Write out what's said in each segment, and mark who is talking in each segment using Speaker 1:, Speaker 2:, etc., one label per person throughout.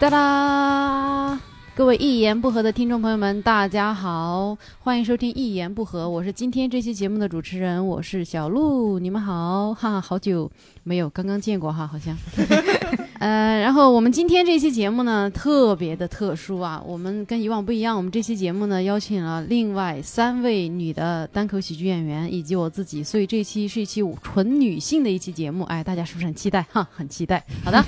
Speaker 1: 哒啦！各位一言不合的听众朋友们，大家好，欢迎收听《一言不合》，我是今天这期节目的主持人，我是小鹿，你们好，哈哈，好久没有刚刚见过哈，好像。呃，然后我们今天这期节目呢，特别的特殊啊，我们跟以往不一样，我们这期节目呢，邀请了另外三位女的单口喜剧演员以及我自己，所以这期是一期纯女性的一期节目，哎，大家是不是很期待哈？很期待。好的，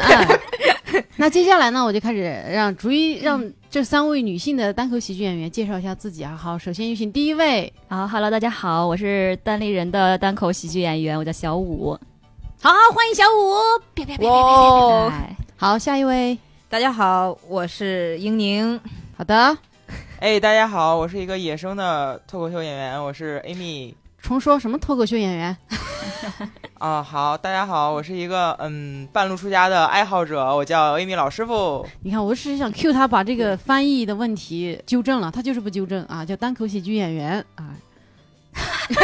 Speaker 1: 哎 那接下来呢，我就开始让逐一让这三位女性的单口喜剧演员介绍一下自己啊。好，首先有请第一位，
Speaker 2: 好哈喽，啊大家好，我是单立人的单口喜剧演员，我叫小五。
Speaker 1: 好，欢迎小五。
Speaker 2: 别别
Speaker 3: 别哇
Speaker 2: 哎
Speaker 1: 好，下一位，
Speaker 3: 大家好，我是英宁。
Speaker 1: 好的，
Speaker 4: 哎，大家好，我是一个野生的脱口秀演员，我是 Amy
Speaker 1: 重说什么脱口秀演员？
Speaker 4: 啊、好，大家好，我是一个嗯半路出家的爱好者，我叫 Amy 老师傅。
Speaker 1: 你看，我只是想 Q 他把这个翻译的问题纠正了，他就是不纠正啊，叫单口喜剧演员啊，
Speaker 4: 不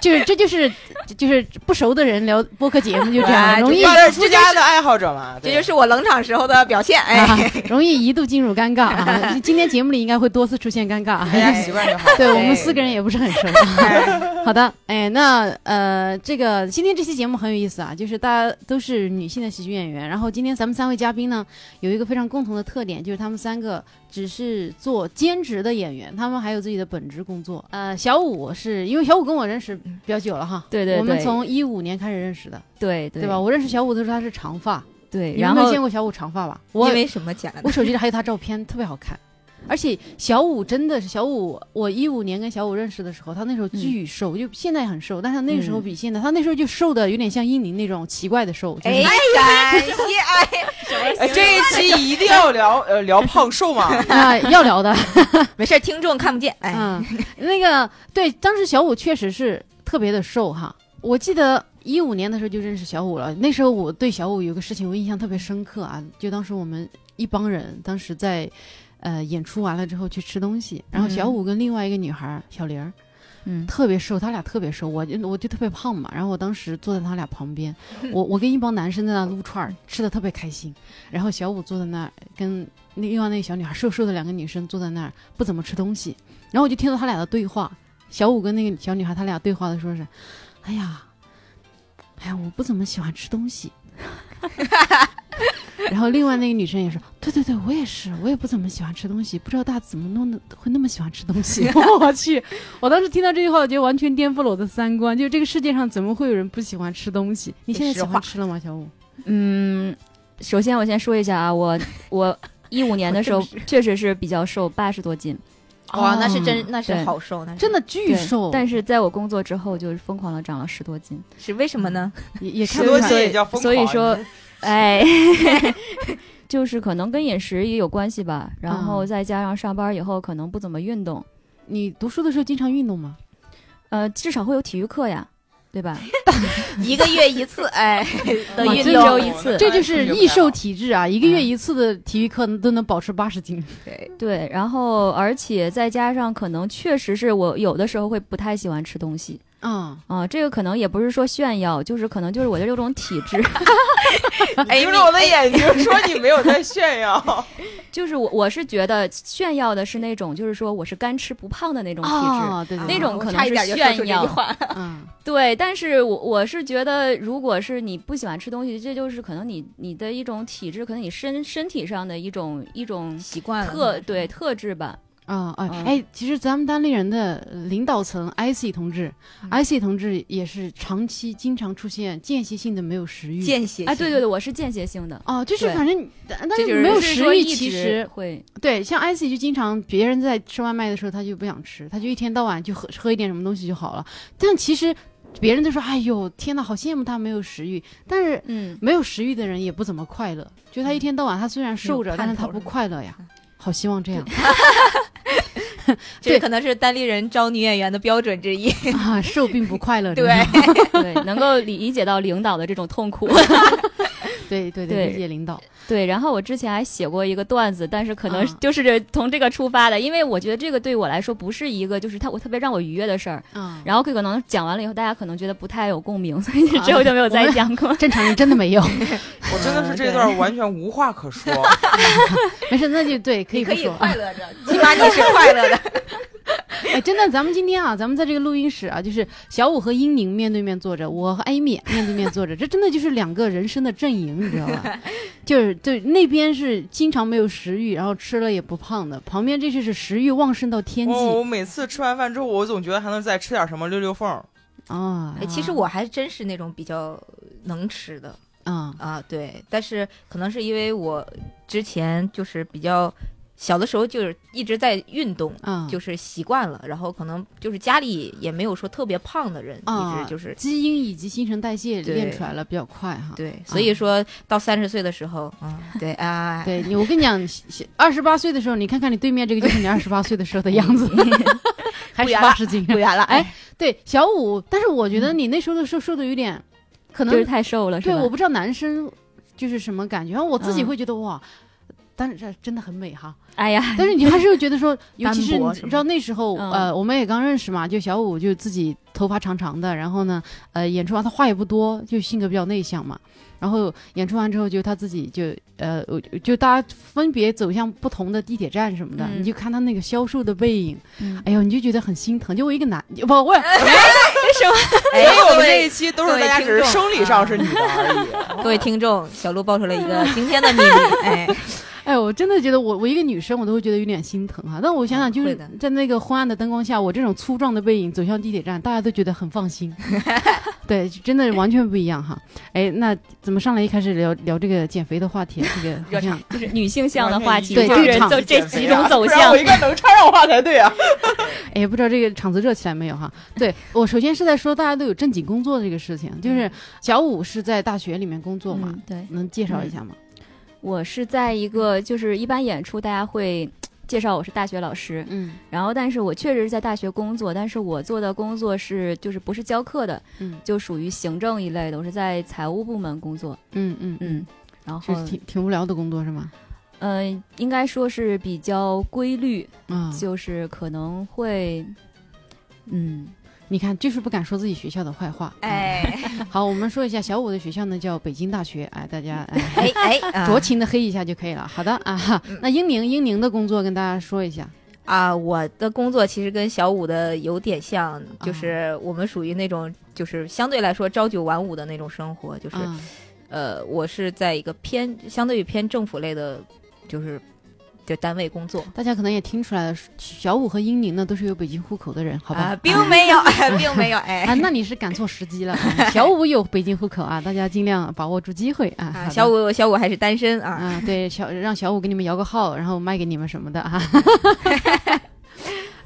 Speaker 1: 就是这就是就是不熟的人聊播客节目就这 样，
Speaker 3: 哎
Speaker 1: 容易啊
Speaker 4: 半路出家的爱好者嘛，
Speaker 3: 这
Speaker 4: 对
Speaker 3: 就是我冷场时候的表现，
Speaker 1: 啊
Speaker 3: 哎，
Speaker 1: 容易一度进入尴尬啊。今天节目里应该会多次出现尴尬啊
Speaker 4: 大。家习惯就好。
Speaker 1: 对我们
Speaker 3: 哎
Speaker 1: 四个人也不是很熟。
Speaker 4: 哎
Speaker 1: 好的，哎，那呃，这个今天这期节目很有意思啊，就是大家都是女性的喜剧演员，然后今天咱们三位嘉宾呢，有一个非常共同的特点，就是他们三个只是做兼职的演员，他们还有自己的本职工作。呃，小五是因为小五跟我认识比较久了哈，
Speaker 2: 对对对
Speaker 1: 我们从一五年开始认识的，
Speaker 2: 对对
Speaker 1: 对吧？？我认识小五的时候他是长发，
Speaker 2: 对，
Speaker 1: 你们
Speaker 2: 然
Speaker 1: 没有
Speaker 2: 后
Speaker 1: 见过小五长发吧？我
Speaker 3: 因为什么讲呢
Speaker 1: 我？手机里还有他照片，特别好看。而且小五真的是小五，我一五年跟小五认识的时候，他那时候
Speaker 3: 嗯
Speaker 1: 巨瘦，就现在很瘦，但是他那个时候比现在，他那时候就瘦的有点像英宁那种奇怪的瘦，就是
Speaker 3: 哎，感谢哎，
Speaker 4: 哎，这一期一定要聊呃聊胖瘦嘛，
Speaker 1: 啊、要聊的，
Speaker 3: 没事儿，听众看不见，哎，
Speaker 1: 嗯，那个对，当时小五确实是特别的瘦哈，我记得。一五年的时候就认识小五了，那时候我对小五有个事情我印象特别深刻啊，就当时我们一帮人当时在，呃演出完了之后去吃东西，然后小
Speaker 2: 嗯
Speaker 1: 五跟另外一个女孩儿小玲儿，
Speaker 2: 嗯，
Speaker 1: 特别瘦，他俩特别瘦，我就我就特别胖嘛。然后我当时坐在他俩旁边，我我跟一帮男生在那撸串儿，吃的特别开心。然后小五坐在那儿跟那另外那个小女孩瘦瘦的两个女生坐在那儿不怎么吃东西，然后我就听到他俩的对话，小五跟那个小女孩他俩对话的说是，哎呀，哎呀，我不怎么喜欢吃东 西。然后另外那个女生也说：“对对对，我也是，我也不怎么喜欢吃东西，不知道大家怎么弄的会那么喜欢吃东 西。”我去，我当时听到这句话，我觉得完全颠覆了我的三观。就这个世界上怎么会有人不喜欢吃东西？你现在喜
Speaker 3: 实
Speaker 1: 欢
Speaker 3: 话
Speaker 1: 吃了吗，小五？
Speaker 2: 嗯，首先我先说一下啊， 我我一五年的时候
Speaker 3: 我正
Speaker 2: 确实是比较瘦，八十多斤，
Speaker 3: 哇，那是真，那是
Speaker 2: 对
Speaker 3: 好瘦，那是
Speaker 1: 真的巨
Speaker 2: 对
Speaker 1: 瘦，
Speaker 2: 但是在我工作之后，就是疯狂的长了十多斤，
Speaker 3: 是为什么呢？
Speaker 1: 也也看
Speaker 4: 十
Speaker 1: 不
Speaker 4: 多
Speaker 1: 出来
Speaker 4: 斤也叫疯狂。
Speaker 2: 所以说， 哎， 就是可能跟饮食也有关系吧，然后
Speaker 1: 嗯
Speaker 2: 再加上上班以后可能不怎么运动，
Speaker 1: 你读书的时候经常运动吗？
Speaker 2: 呃，至少会有体育课呀，对吧？
Speaker 3: 一个月一次，哎，的
Speaker 1: 哇
Speaker 3: 运
Speaker 1: 这
Speaker 2: 一
Speaker 3: 动
Speaker 2: 周，一次
Speaker 1: 这就是易瘦体质啊！一个月一次的体育课都能保持八十斤。
Speaker 3: 对
Speaker 2: 对，然后而且再加上可能确实是我有的时候会不太喜欢吃东西
Speaker 1: 嗯，
Speaker 2: 啊、这个可能也不是说炫耀，就是可能就是我的这种体质，
Speaker 3: 哎，
Speaker 4: 盯着我的眼睛说你没有在炫耀，
Speaker 2: 就是我我是觉得炫耀的是那种就是说我是干吃不胖的那种体质。
Speaker 1: 啊，对对对
Speaker 2: 那种
Speaker 3: 哦我
Speaker 2: 可能
Speaker 3: 差一
Speaker 2: 是
Speaker 3: 点就说出
Speaker 2: 炫
Speaker 3: 这
Speaker 2: 耀
Speaker 3: 句话，
Speaker 1: 嗯
Speaker 2: 对，但是我我是觉得，如果是你不喜欢吃东西，这就是可能你你的一种体质，可能你身身体上的一种一种
Speaker 3: 习惯了，
Speaker 2: 特对特质吧。
Speaker 1: 啊哎
Speaker 2: 嗯
Speaker 1: 哎，其实咱们单立人的领导层 IC 同志
Speaker 3: 嗯
Speaker 1: ，IC 同志也是长期经常出现间歇性的没有食欲。
Speaker 3: 间歇性，
Speaker 2: 哎，对对对，我是间歇性的，
Speaker 1: 哦，就是
Speaker 2: 对
Speaker 1: 反正，但但
Speaker 2: 这就是
Speaker 1: 没有
Speaker 2: 是
Speaker 1: 食
Speaker 2: 说
Speaker 1: 欲，
Speaker 2: 一
Speaker 1: 其
Speaker 2: 直
Speaker 1: 实
Speaker 2: 会
Speaker 1: 对，像 IC 就经常别人在吃外卖的时候，他就不想吃，他就一天到晚就喝喝一点什么东西就好了。但其实别人都说：“哎呦，天呐，好羡慕他没有食欲。”但是
Speaker 2: 嗯。
Speaker 1: 没有食欲的人也不怎么快乐，就他一天到晚，他虽然瘦着，
Speaker 3: 有盼
Speaker 1: 但是
Speaker 3: 头
Speaker 1: 他不快乐呀
Speaker 2: 嗯
Speaker 3: 是吗。
Speaker 1: 好希望这样对
Speaker 3: 这可能是单立人招女演员的标准之一，
Speaker 1: 啊，瘦并不快乐。
Speaker 3: 对
Speaker 1: 真的，
Speaker 2: 对，能够理理解到领导的这种痛苦。
Speaker 1: 对对
Speaker 2: 对
Speaker 1: 理解领导，
Speaker 2: 对，然后我之前还写过一个段子，但是可能
Speaker 1: 啊
Speaker 2: 是就是从这个出发的，因为我觉得这个对我来说不是一个就是它我特别让我愉悦的事儿。
Speaker 1: 嗯，
Speaker 2: 然后可能讲完了以后，大家可能觉得不太有共鸣，所以之后就没有再讲 过。
Speaker 1: 正常人真的没有，
Speaker 4: 我真的是这段完全无话可说。
Speaker 1: 没事，那就对，可以不
Speaker 3: 可以
Speaker 1: 说。啊
Speaker 3: 快乐着，起码你是快乐的。
Speaker 1: 哎，真的，咱们今天啊，咱们在这个录音室啊，就是小五和英宁面对面坐着，我和艾米面对面坐着，这真的就是两个人生的阵营，你知道 吧？就是对那边是经常没有食欲，然后吃了也不胖的，旁边这就是食欲旺盛到天际、
Speaker 3: 哦
Speaker 4: 我我每次吃完饭之后，我总觉得还能再吃点什么溜溜缝儿。
Speaker 1: 啊
Speaker 3: 哎其实我还真是那种比较能吃的
Speaker 1: 啊
Speaker 3: 啊，对，但是可能是因为我之前就是比较小的时候就是一直在运动，
Speaker 1: 啊，
Speaker 3: 就是习惯了，然后可能就是家里也没有说特别胖的人，
Speaker 1: 啊
Speaker 3: 一直就是
Speaker 1: 基因以及新陈代谢
Speaker 3: 对
Speaker 1: 练出来了比较快哈。
Speaker 3: 对，所以说到三十岁的时候，嗯，对啊，
Speaker 1: 对你，我跟你讲，二十八岁的时候，你看看你对面这个 就是你二十八岁的时候的样子，还
Speaker 3: 不
Speaker 1: 十
Speaker 3: 远
Speaker 1: 八
Speaker 3: 了
Speaker 1: 十斤。
Speaker 3: 不远了，哎，
Speaker 1: 对，小五，但是我觉得你那时候的瘦瘦的有点，可
Speaker 2: 就是
Speaker 1: 能
Speaker 2: 太瘦了，是
Speaker 1: 对，
Speaker 2: 吧？
Speaker 1: 我不知道男生就是什么感觉，然后我自己
Speaker 2: 嗯
Speaker 1: 会觉得哇。但是这真的很美哈，
Speaker 2: 哎 呀，
Speaker 1: 但是你还是会觉得说，尤其是
Speaker 3: 单薄
Speaker 1: 你
Speaker 3: 是吗
Speaker 1: 知道那时候，
Speaker 2: 嗯
Speaker 1: 呃，我们也刚认识嘛，就小五就自己头发长长的，然后呢，呃，演出完他话也不多，就性格比较内向嘛，然后演出完之后就他自己就呃，我就大家分别走向不同的地铁站什么的，
Speaker 2: 嗯
Speaker 1: 你就看他那个消瘦的背影，
Speaker 2: 嗯
Speaker 1: 哎呦，你就觉得很心疼，就我一个男，不，我
Speaker 4: 所以哎
Speaker 3: 哎
Speaker 4: 我
Speaker 3: 各
Speaker 4: 们这一
Speaker 3: 位
Speaker 4: 期都是
Speaker 3: 各位
Speaker 4: 大家只
Speaker 3: 听
Speaker 4: 是
Speaker 3: 众
Speaker 4: 生理上是女的而已。
Speaker 3: 各位听众，小鹿爆出了一个惊天的秘密，哎，
Speaker 1: 哎，我真的觉得我我一个女生我都会觉得有点心疼啊。但我想想，
Speaker 3: 嗯
Speaker 1: 就是
Speaker 3: 会的
Speaker 1: 在那个昏暗的灯光下，我这种粗壮的背影走向地铁站，大家都觉得很放心。对，真的完全不一样哈。哎，那怎么上来一开始聊聊这个减肥的话题？啊这个好
Speaker 2: 热
Speaker 1: 像
Speaker 2: 就是女性向的话题，
Speaker 1: 对
Speaker 2: 就是
Speaker 1: 日常
Speaker 2: 走这
Speaker 4: 减
Speaker 2: 几
Speaker 4: 肥啊
Speaker 2: 种走
Speaker 4: 不然
Speaker 2: 向
Speaker 4: 我。应该能插上话才对啊。
Speaker 1: 哎，不知道这个场子热起来没有哈？对我首先是在说大家都有正经工作这个事情，就是小五是在大学里面工作嘛，
Speaker 2: 嗯，对，
Speaker 1: 能介绍一下吗？
Speaker 2: 我是在一个就是一般演出，大家会介绍我是大学老师，
Speaker 1: 嗯
Speaker 2: 然后但是我确实是在大学工作，但是我做的工作是就是不是教课的，
Speaker 1: 嗯
Speaker 2: 就属于行政一类的，我是在财务部门工作，
Speaker 1: 嗯嗯嗯，
Speaker 2: 嗯，然后
Speaker 1: 就是挺挺无聊的工作是吗？
Speaker 2: 嗯、呃，应该说是比较规律，
Speaker 1: 啊，
Speaker 2: 就是可能会，嗯，
Speaker 1: 你看，就是不敢说自己学校的坏话。嗯
Speaker 3: 哎，
Speaker 1: 好，我们说一下小五的学校呢，叫北京大 学，哎，大家哎
Speaker 3: 哎哎， 啊
Speaker 1: 酌情的黑一下就可以了。好的啊，哈
Speaker 3: 嗯
Speaker 1: 那英宁英宁的工作跟大家说一下，
Speaker 3: 啊，我的工作其实跟小五的有点像，
Speaker 1: 啊
Speaker 3: 就是我们属于那种就是相对来说朝九晚五的那种生活，就是、
Speaker 1: 啊
Speaker 3: 呃，我是在一个偏相对于偏政府类的，就是就单位工作。
Speaker 1: 大家可能也听出来了，小五和英宁呢都是有北京户口的人，好吧？
Speaker 3: 啊，并没有，并没有，
Speaker 1: 啊，
Speaker 3: 哎，
Speaker 1: 那你是赶错时 机了。啊小五有北京户口啊，大家尽量把握住机会啊。好
Speaker 3: 啊，
Speaker 1: 的
Speaker 3: 小五，小五还是单身啊，
Speaker 1: 啊，对，小让小五给你们摇个号，然后卖给你们什么的 啊。
Speaker 3: 嗯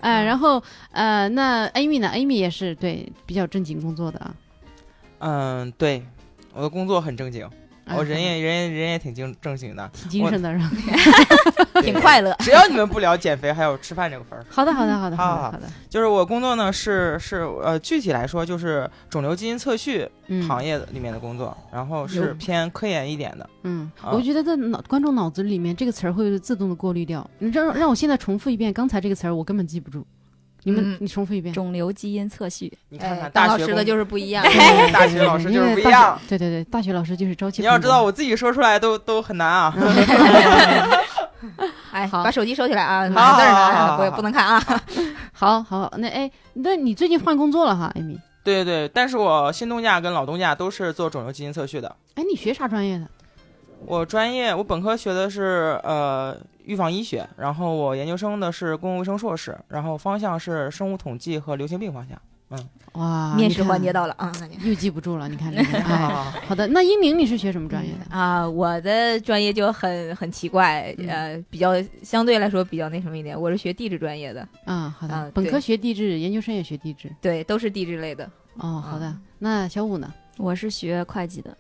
Speaker 1: 哎，然后呃，那 Amy 呢？Amy 也是对比较正经工作的啊。
Speaker 4: 嗯，对，我的工作很正经，
Speaker 1: 啊
Speaker 4: 哦我人也人也人也挺正正经的，
Speaker 1: 挺精神的是吧？
Speaker 3: 挺快乐。
Speaker 4: 只要你们不聊减肥还有吃饭这个分儿，
Speaker 1: 好的，好的，好的，好的，
Speaker 4: 好
Speaker 1: 好的。
Speaker 4: 就是我工作呢是是呃具体来说就是肿瘤基因测序
Speaker 1: 嗯
Speaker 4: 行业里面的工作，然后是
Speaker 1: 有
Speaker 4: 偏科研一点的。
Speaker 1: 嗯，
Speaker 4: 啊
Speaker 1: 我觉得在脑观众脑子里面这个词儿会自动的过滤掉。你让让我现在重复一遍刚才这个词儿，我根本记不住。你们
Speaker 3: 嗯，
Speaker 1: 你重复一遍。
Speaker 2: 肿瘤基因测序，
Speaker 4: 你看
Speaker 3: 哎
Speaker 4: 看，
Speaker 3: 当
Speaker 4: 大
Speaker 3: 老
Speaker 4: 学
Speaker 3: 师
Speaker 4: 工嗯
Speaker 3: 的就是不 一样。
Speaker 1: 对对对对
Speaker 4: 大学老师
Speaker 1: 对对
Speaker 4: 就是
Speaker 1: 因为
Speaker 4: 不一 样
Speaker 1: 大学对对对，大学老师就是朝气。
Speaker 4: 你要知道，，我自己说出来都都很难啊。
Speaker 3: 哎，
Speaker 1: 好
Speaker 3: 把手机收起来啊，
Speaker 1: 好
Speaker 3: 码字儿呢
Speaker 4: 好好好
Speaker 3: 啊，
Speaker 4: 好
Speaker 3: 不不能看啊。
Speaker 1: 好好，那哎，那你最近换工作了哈，艾米？
Speaker 4: 对对对，但是我新东家跟老东家都是做肿瘤基因测序的。
Speaker 1: 哎，你学啥专业的？
Speaker 4: 我专业我本科学的是呃预防医学，然后我研究生的是公共卫生硕士，然后方向是生物统计和流行病方向。
Speaker 1: 哇，
Speaker 3: 面
Speaker 1: 你
Speaker 3: 试
Speaker 1: 看
Speaker 3: 环节到了啊，那你
Speaker 1: 又记不住了，你看这个。 哎，
Speaker 4: 啊，
Speaker 1: 好的，那英宁你是学什么专业的？
Speaker 3: 啊，我的专业就很很奇怪，
Speaker 1: 嗯
Speaker 3: 呃，比较相对来说比较那什么一点。我是学地质专业的，
Speaker 1: 啊，好的
Speaker 3: 啊，
Speaker 1: 本科
Speaker 3: 对
Speaker 1: 学地质，研究生也学地质。
Speaker 3: 对，都是地质类的。
Speaker 1: 哦，好的
Speaker 3: 啊。
Speaker 1: 那小五呢？
Speaker 2: 我是学会计的，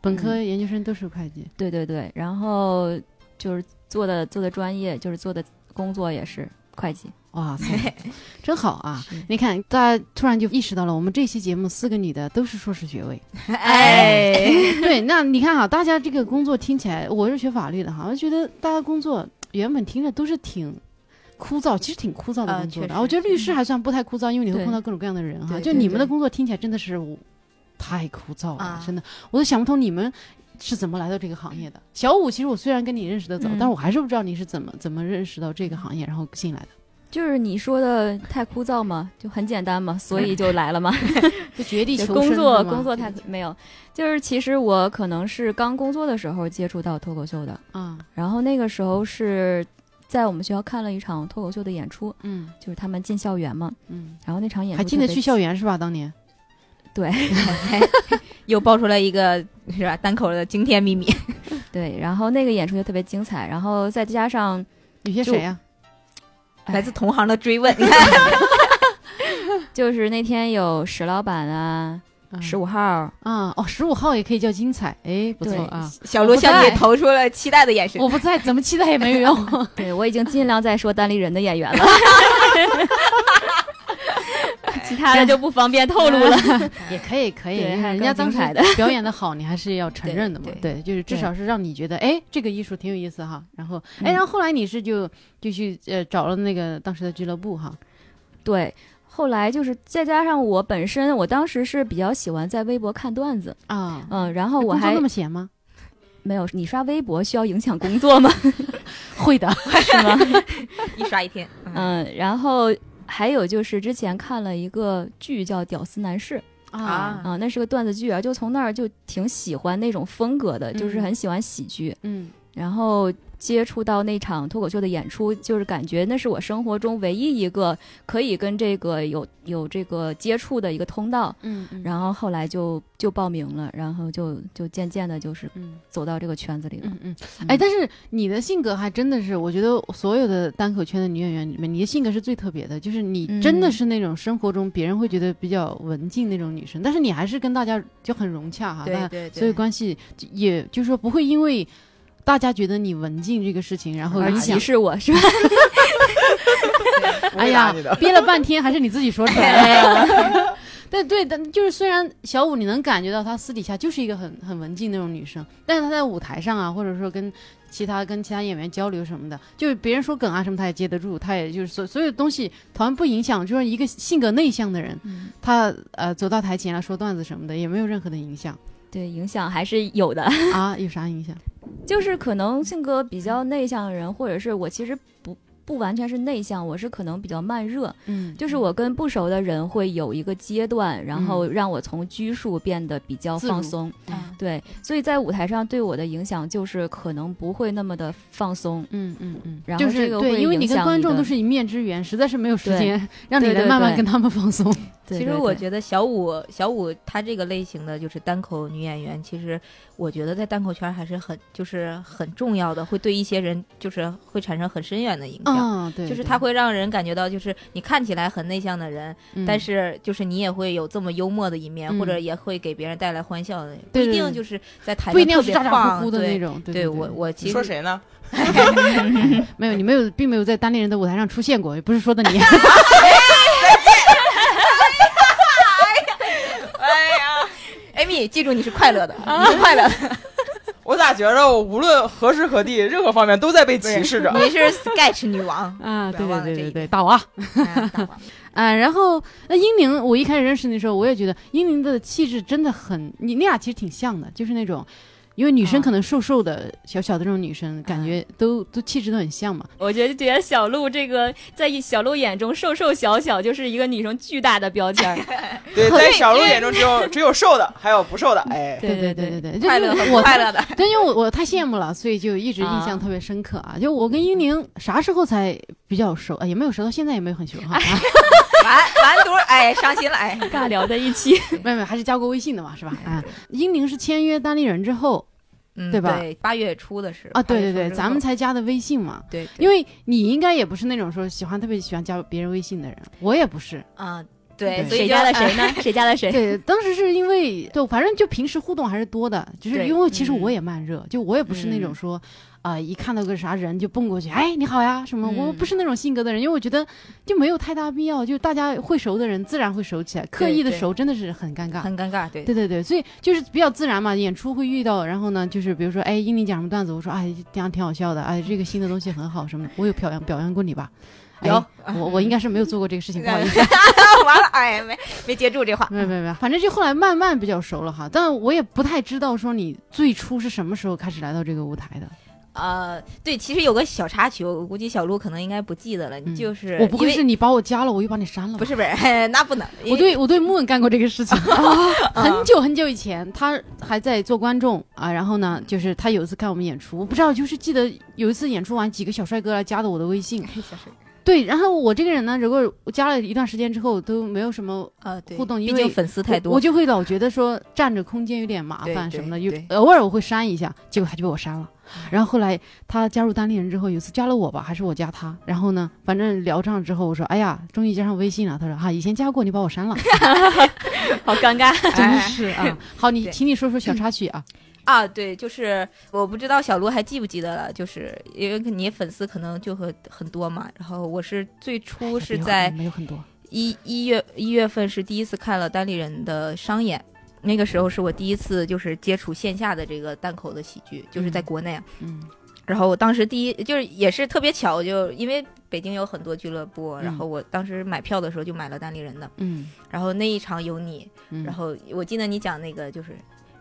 Speaker 1: 本科、
Speaker 3: 嗯
Speaker 1: 研究生都是会计。
Speaker 2: 对对对，然后就是做的做的专业，就是做的工作也是会计。
Speaker 1: 哇塞，真好啊
Speaker 2: 是！
Speaker 1: 你看，大家突然就意识到了，我们这期节目四个女的都是硕士学 位。
Speaker 3: 哎，
Speaker 1: 对，那你看哈，大家这个工作听起来，我是学法律的哈，我觉得大家工作原本听着都是挺枯燥，其实挺枯燥的
Speaker 3: 啊
Speaker 1: 工作
Speaker 3: 确
Speaker 1: 的。
Speaker 3: 实
Speaker 1: 我觉得律师还算不太枯燥，因为你会
Speaker 2: 呃对
Speaker 1: 碰到各种各样的人哈。
Speaker 3: 对
Speaker 1: 就
Speaker 3: 对
Speaker 1: 你们的
Speaker 3: 对
Speaker 1: 工作听起来真的是我太枯燥了，
Speaker 3: 啊
Speaker 1: 真的，我都想不通你们。是怎么来到这个行业的？小五，其实我虽然跟你认识的早，
Speaker 2: 嗯
Speaker 1: 但是我还是不知道你是怎么怎么认识到这个行业，然后进 来的，
Speaker 2: 就是你说的太枯燥嘛，就很简单嘛，所以就来了嘛。
Speaker 1: 就绝地
Speaker 2: 就
Speaker 1: 求生
Speaker 2: 工
Speaker 1: 是
Speaker 2: 作
Speaker 1: 吗
Speaker 2: 工作太没有，就是其实我可能是刚工作的时候接触到脱口秀的，
Speaker 1: 啊，
Speaker 2: 然后那个时候是在我们学校看了一场脱口秀的演出，
Speaker 1: 嗯
Speaker 2: 就是他们进校园嘛，
Speaker 1: 嗯，
Speaker 2: 然后那场演出
Speaker 1: 还进得
Speaker 2: 特别
Speaker 1: 去校园是吧？当年
Speaker 2: 对
Speaker 3: 又爆出来一个是吧单口的惊天秘密，
Speaker 2: 对，然后那个演出就特别精彩，然后再加上
Speaker 1: 有些
Speaker 2: 就
Speaker 1: 谁啊呀、
Speaker 2: 哎
Speaker 3: 来自同行的追问。你看
Speaker 2: 就是那天有史老板啊，
Speaker 1: 啊？
Speaker 2: 十五号 儿，
Speaker 1: 啊，哦，十五号也可以叫精彩，哎，不错
Speaker 2: 对
Speaker 1: 啊。
Speaker 3: 小罗向你投出了期待的眼神
Speaker 1: 我。不在，怎么期待也没有用。
Speaker 2: 对我已经尽量在说单立人的演员 了。其他的就不方便透露了。
Speaker 1: 也可以，可以，
Speaker 2: 对还
Speaker 1: 人
Speaker 2: 有
Speaker 1: 家
Speaker 2: 更
Speaker 1: 当时
Speaker 2: 精彩的
Speaker 1: 表演的好，你还是要承认的嘛。
Speaker 3: 对
Speaker 1: 对，就是至
Speaker 2: 对
Speaker 1: 少是让你觉得，哎，这个艺术挺有意思哈。然后，哎，
Speaker 2: 嗯
Speaker 1: 然后后来你是就就去呃找了那个当时的俱乐部哈。
Speaker 2: 对，后来就是再加上我本身，我当时是比较喜欢在微博看段子，
Speaker 1: 啊，
Speaker 2: 嗯，然后我
Speaker 1: 工作
Speaker 2: 还
Speaker 1: 那么闲吗？
Speaker 2: 没有你刷微博需要影响工作吗？
Speaker 1: 会的，
Speaker 2: 是吗？
Speaker 3: 一刷一天，嗯
Speaker 2: 嗯，然后还有就是之前看了一个剧叫《屌丝男士》
Speaker 1: 啊，
Speaker 2: 啊、那是个段子剧啊，就从那儿就挺喜欢那种风格的，就是
Speaker 1: 嗯
Speaker 2: 很喜欢喜剧，
Speaker 1: 嗯
Speaker 2: 然后。接触到那场脱口秀的演出，就是感觉那是我生活中唯一一个可以跟这个有有这个接触的一个通道。
Speaker 1: 嗯嗯，
Speaker 2: 然后后来就就报名了，然后就就渐渐的，就是
Speaker 1: 嗯。
Speaker 2: 走到这个圈子里了。
Speaker 1: 嗯嗯，哎，
Speaker 2: 嗯
Speaker 1: 但是你的性格还真的是，我觉得所有的单口圈的女演员里面，你的性格是最特别的，就是你真的
Speaker 2: 嗯
Speaker 1: 是那种生活中别人会觉得比较文静那种女生，但是你还是跟大家就很融洽哈，大
Speaker 3: 对
Speaker 1: 家
Speaker 3: 对对，
Speaker 1: 所以关系就也就是说不会因为大家觉得你文静这个事情，然后
Speaker 2: 而
Speaker 1: 影响
Speaker 2: 歧。视我是吧？
Speaker 4: 不
Speaker 1: 哎
Speaker 4: 会
Speaker 1: 呀
Speaker 4: 打你的，
Speaker 1: 憋了半天还是你自己说出
Speaker 2: 哎
Speaker 1: 来的。 对对，但就是虽然小五你能感觉到她私底下就是一个很很文静那种女生，但是她在舞台上啊，或者说跟其他跟其他演员交流什么的，就是别人说梗啊什么，她也接得住，她也就是所所有东西好像不影响，就是一个性格内向的人，她呃走到台前来说段子什么的，也没有任何的影 响
Speaker 2: 对，影响还是有的。
Speaker 1: 啊，有啥影响？
Speaker 2: 就是可能性格比较内向的人，或者是我其实不不完全是内向，我是可能比较慢热。
Speaker 1: 嗯，
Speaker 2: 就是我跟不熟的人会有一个阶段，然后让我从拘束变得比较
Speaker 1: 自如
Speaker 2: 放松。
Speaker 3: 嗯
Speaker 2: 对，所以在舞台上对我的影响就是可能不会那么的放松。
Speaker 1: 嗯嗯嗯，
Speaker 2: 然
Speaker 1: 就
Speaker 2: 后
Speaker 1: 是
Speaker 2: 这个
Speaker 1: 对，
Speaker 2: 会
Speaker 1: 因为你
Speaker 2: 影
Speaker 1: 跟
Speaker 2: 响
Speaker 1: 观
Speaker 2: 你
Speaker 1: 众
Speaker 2: 的
Speaker 1: 都是一面之缘，实在是没有时
Speaker 2: 对
Speaker 1: 间让你
Speaker 2: 对
Speaker 1: 来
Speaker 2: 对
Speaker 1: 慢慢
Speaker 2: 对
Speaker 1: 跟他们放松。
Speaker 2: 对
Speaker 3: 其实
Speaker 2: 对
Speaker 3: 我
Speaker 2: 对
Speaker 3: 觉得小五小五她这个类型的就是单口女演员，其实我觉得在单口圈还是很就是很重要的，会对一些人就是会产生很深远的影响。
Speaker 1: 嗯，对，
Speaker 3: 就是
Speaker 1: 对
Speaker 3: 她，会让人感觉到，就是你看起来很内向的人，
Speaker 1: 嗯
Speaker 3: 但是就是你也会有这么幽默的一面，
Speaker 1: 嗯
Speaker 3: 或者也会给别人带来欢笑的，不
Speaker 1: 对
Speaker 3: 一
Speaker 1: 对
Speaker 3: 定
Speaker 1: 对
Speaker 3: 就是在台
Speaker 1: 不一
Speaker 3: 上
Speaker 1: 定要
Speaker 3: 特
Speaker 1: 是
Speaker 3: 别
Speaker 1: 咋咋
Speaker 3: 放
Speaker 1: 呼呼的那
Speaker 3: 对
Speaker 1: 种。对
Speaker 3: 对
Speaker 1: 对
Speaker 3: 我，我其
Speaker 4: 你
Speaker 3: 实
Speaker 4: 说谁呢？
Speaker 1: 没有你没有，并没有在单立人的舞台上出现过， 也不是说的你。。
Speaker 3: 哎呀，Amy，记住你是快乐的，你是快乐的，
Speaker 4: 我咋觉着我无论何时何地，任何方面都在被歧视着。
Speaker 3: 你是 Sketch 女王
Speaker 1: 啊，对
Speaker 3: 不要
Speaker 1: 对
Speaker 3: 忘了
Speaker 1: 对
Speaker 3: 这
Speaker 1: 对
Speaker 3: 一
Speaker 1: 对，
Speaker 3: 点
Speaker 1: 大王
Speaker 3: 哎大 王
Speaker 1: 啊。然后那英宁，我一开始认识你的时候，我也觉得英宁的气质真的很，你你俩其实挺像的，就是那种。因为女生
Speaker 3: 啊
Speaker 1: 可能瘦瘦的、小小的这种女生，感觉都都气质都很像嘛。
Speaker 2: 我觉得觉得小鹿这个在小鹿眼中瘦瘦小小就是一个女生巨大的标签儿。
Speaker 4: 对，在小鹿眼中只有只有瘦的，还有不瘦的。哎，
Speaker 2: 对
Speaker 1: 对
Speaker 2: 对
Speaker 1: 对对，就
Speaker 3: 快乐
Speaker 1: 是
Speaker 3: 的
Speaker 1: 我
Speaker 3: 快 乐的，
Speaker 1: 对，因为我我太羡慕了，所以就一直印象特别深刻啊！就我跟英宁啥时候才比较熟啊？也没有熟，到现在也没有很熟 哈。
Speaker 3: 完完犊儿，哎，伤心 了，哎，
Speaker 2: 尬聊的一期，
Speaker 1: 没有没有，还是加过微信的嘛，是吧？啊，英宁是签约单立人之后
Speaker 3: 嗯
Speaker 1: 对吧
Speaker 3: 对，八月初的时候
Speaker 1: 啊，对对
Speaker 3: 八月
Speaker 1: 对，
Speaker 3: 初之后
Speaker 1: 咱们才加的微信嘛。
Speaker 3: 对，
Speaker 1: 因
Speaker 3: 为
Speaker 1: 为你应该也不是那种说喜欢特别喜欢加别人微信的人，我也不是。
Speaker 3: 啊，对，
Speaker 1: 对
Speaker 3: 所以
Speaker 2: 谁
Speaker 3: 就啊
Speaker 2: 加了谁呢？谁加了谁？
Speaker 1: 对，当时是因为对，反正就平时互动还是多的，就是
Speaker 2: 对
Speaker 1: 因为其实
Speaker 3: 嗯
Speaker 1: 我也慢热，就我也不是那种
Speaker 3: 嗯
Speaker 1: 说。啊、一看到个啥人就蹦过去，哎，你好呀，什么？我
Speaker 3: 嗯
Speaker 1: 不是那种性格的人，因为我觉得就没有太大必要，就大家会熟的人自然会熟起来，刻意的
Speaker 3: 对
Speaker 1: 熟真的是很尴尬。
Speaker 3: 很尴尬，对，
Speaker 1: 啊对对对，所以就是比较自然嘛，演出会遇到，然后呢，就是比如说，哎，英玲讲什么段子，我说，哎，这样挺好笑的，哎，这个新的东西很好什么的，我有表扬表扬过你吧？哎
Speaker 3: 有，
Speaker 1: 我我应该是没有做过这个事情，不好意思。
Speaker 3: 完了，哎，没没接住这话，
Speaker 1: 没有没有没有，反正就后来慢慢比较熟了哈。但我也不太知道说你最初是什么时候开始来到这个舞台的。
Speaker 3: 呃，对，其实有个小插曲，我估计小鹿可能应该不记得了，
Speaker 1: 嗯
Speaker 3: 就是
Speaker 1: 我不会
Speaker 3: 因为
Speaker 1: 是你把我加了，我又把你删了吧？
Speaker 3: 不，是不是， 那不能，因
Speaker 1: 我
Speaker 3: 为
Speaker 1: 对我对木恩干过这个事 情啊，很久很久以前，他还在做观众啊。然后呢，就是他有一次看我们演出，我不知道，就是记得有一次演出完，几个小帅哥来加的我的微信。对，然后我这个人呢，如果我加了一段时间之后都没有什么
Speaker 3: 啊，对，
Speaker 1: 互动
Speaker 3: 毕
Speaker 1: 因
Speaker 3: 竟
Speaker 1: 为
Speaker 3: 粉丝太
Speaker 1: 我，我
Speaker 3: 多，
Speaker 1: 就会老觉得说占着空间有点麻
Speaker 3: 对
Speaker 1: 烦
Speaker 3: 对
Speaker 1: 什么的，
Speaker 3: 对
Speaker 1: 有偶尔我会删一下，结果他就被我删了。然后后来他加入单立人之后，有一次加了我吧，还是我加他，然后呢，反正聊上之后，我说哎呀，终于加上微信了。他说啊哈、以前加过，你把我删了，
Speaker 2: 好尴尬。
Speaker 1: 真
Speaker 3: 哎
Speaker 1: 是 啊。好，你
Speaker 3: 对
Speaker 1: 请你说说小插曲啊，
Speaker 3: 啊，对，就是我不知道小鹿还记不记得了，就是因为你粉丝可能就很很多嘛，然后我是最初是
Speaker 1: 没有
Speaker 3: 在
Speaker 1: 没有很多，
Speaker 3: 一一月一月份是第一次看了单立人的商演，那个时候是我第一次就是接触线下的这个单口的喜剧，就是在
Speaker 1: 嗯
Speaker 3: 国内啊。
Speaker 1: 嗯
Speaker 3: 然后我当时第一就是也是特别巧，就因为北京有很多俱乐部，
Speaker 1: 嗯
Speaker 3: 然后我当时买票的时候就买了单立人的，
Speaker 1: 嗯
Speaker 3: 然后那一场有你，
Speaker 1: 嗯，
Speaker 3: 然后我记得你讲那个就是。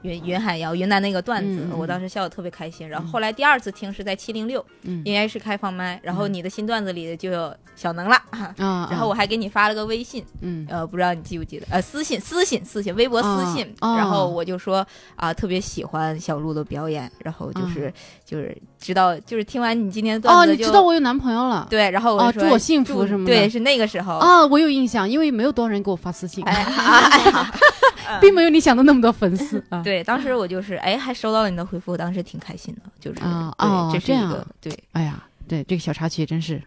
Speaker 3: 云云海肴云南那个段子，
Speaker 1: 嗯嗯嗯
Speaker 3: 我当时笑得特别开心。然后
Speaker 1: 嗯
Speaker 3: 后来第二次听是在七零六，
Speaker 1: 嗯
Speaker 3: 应该是开放麦，然后
Speaker 1: 嗯
Speaker 3: 你的新段子里就有小能了，
Speaker 1: 啊，
Speaker 3: 然后我
Speaker 1: 啊
Speaker 3: 还给你发了个微信，
Speaker 1: 嗯
Speaker 3: 呃，不知道你记不记得，呃，私信、私信、私信，微博私信，
Speaker 1: 啊啊
Speaker 3: 然后我就说啊、特别喜欢小鹿的表演，然后就是、就是知道，就是听完你今天
Speaker 1: 嗯
Speaker 3: 的
Speaker 1: 哦，
Speaker 3: 段子
Speaker 1: 你
Speaker 3: 就、
Speaker 1: 知道我有男朋友了
Speaker 3: 对，然后
Speaker 1: 哦，
Speaker 3: 我就
Speaker 1: 祝
Speaker 3: 说、
Speaker 1: 我幸福什么的，
Speaker 3: 对，是那个时候，
Speaker 1: 啊，我有印象，因为没有多少人给我发私信，
Speaker 3: 哎啊 哎好嗯
Speaker 1: 并没有你想的那么多粉丝啊。
Speaker 3: 对，当时我就是哎，还收到了你的回复，当时挺开心的，就是
Speaker 1: 啊
Speaker 3: 对
Speaker 1: 哦
Speaker 3: 这是一
Speaker 1: 这
Speaker 3: 个
Speaker 1: 样
Speaker 3: 对，
Speaker 1: 哎呀，对这个小插曲真是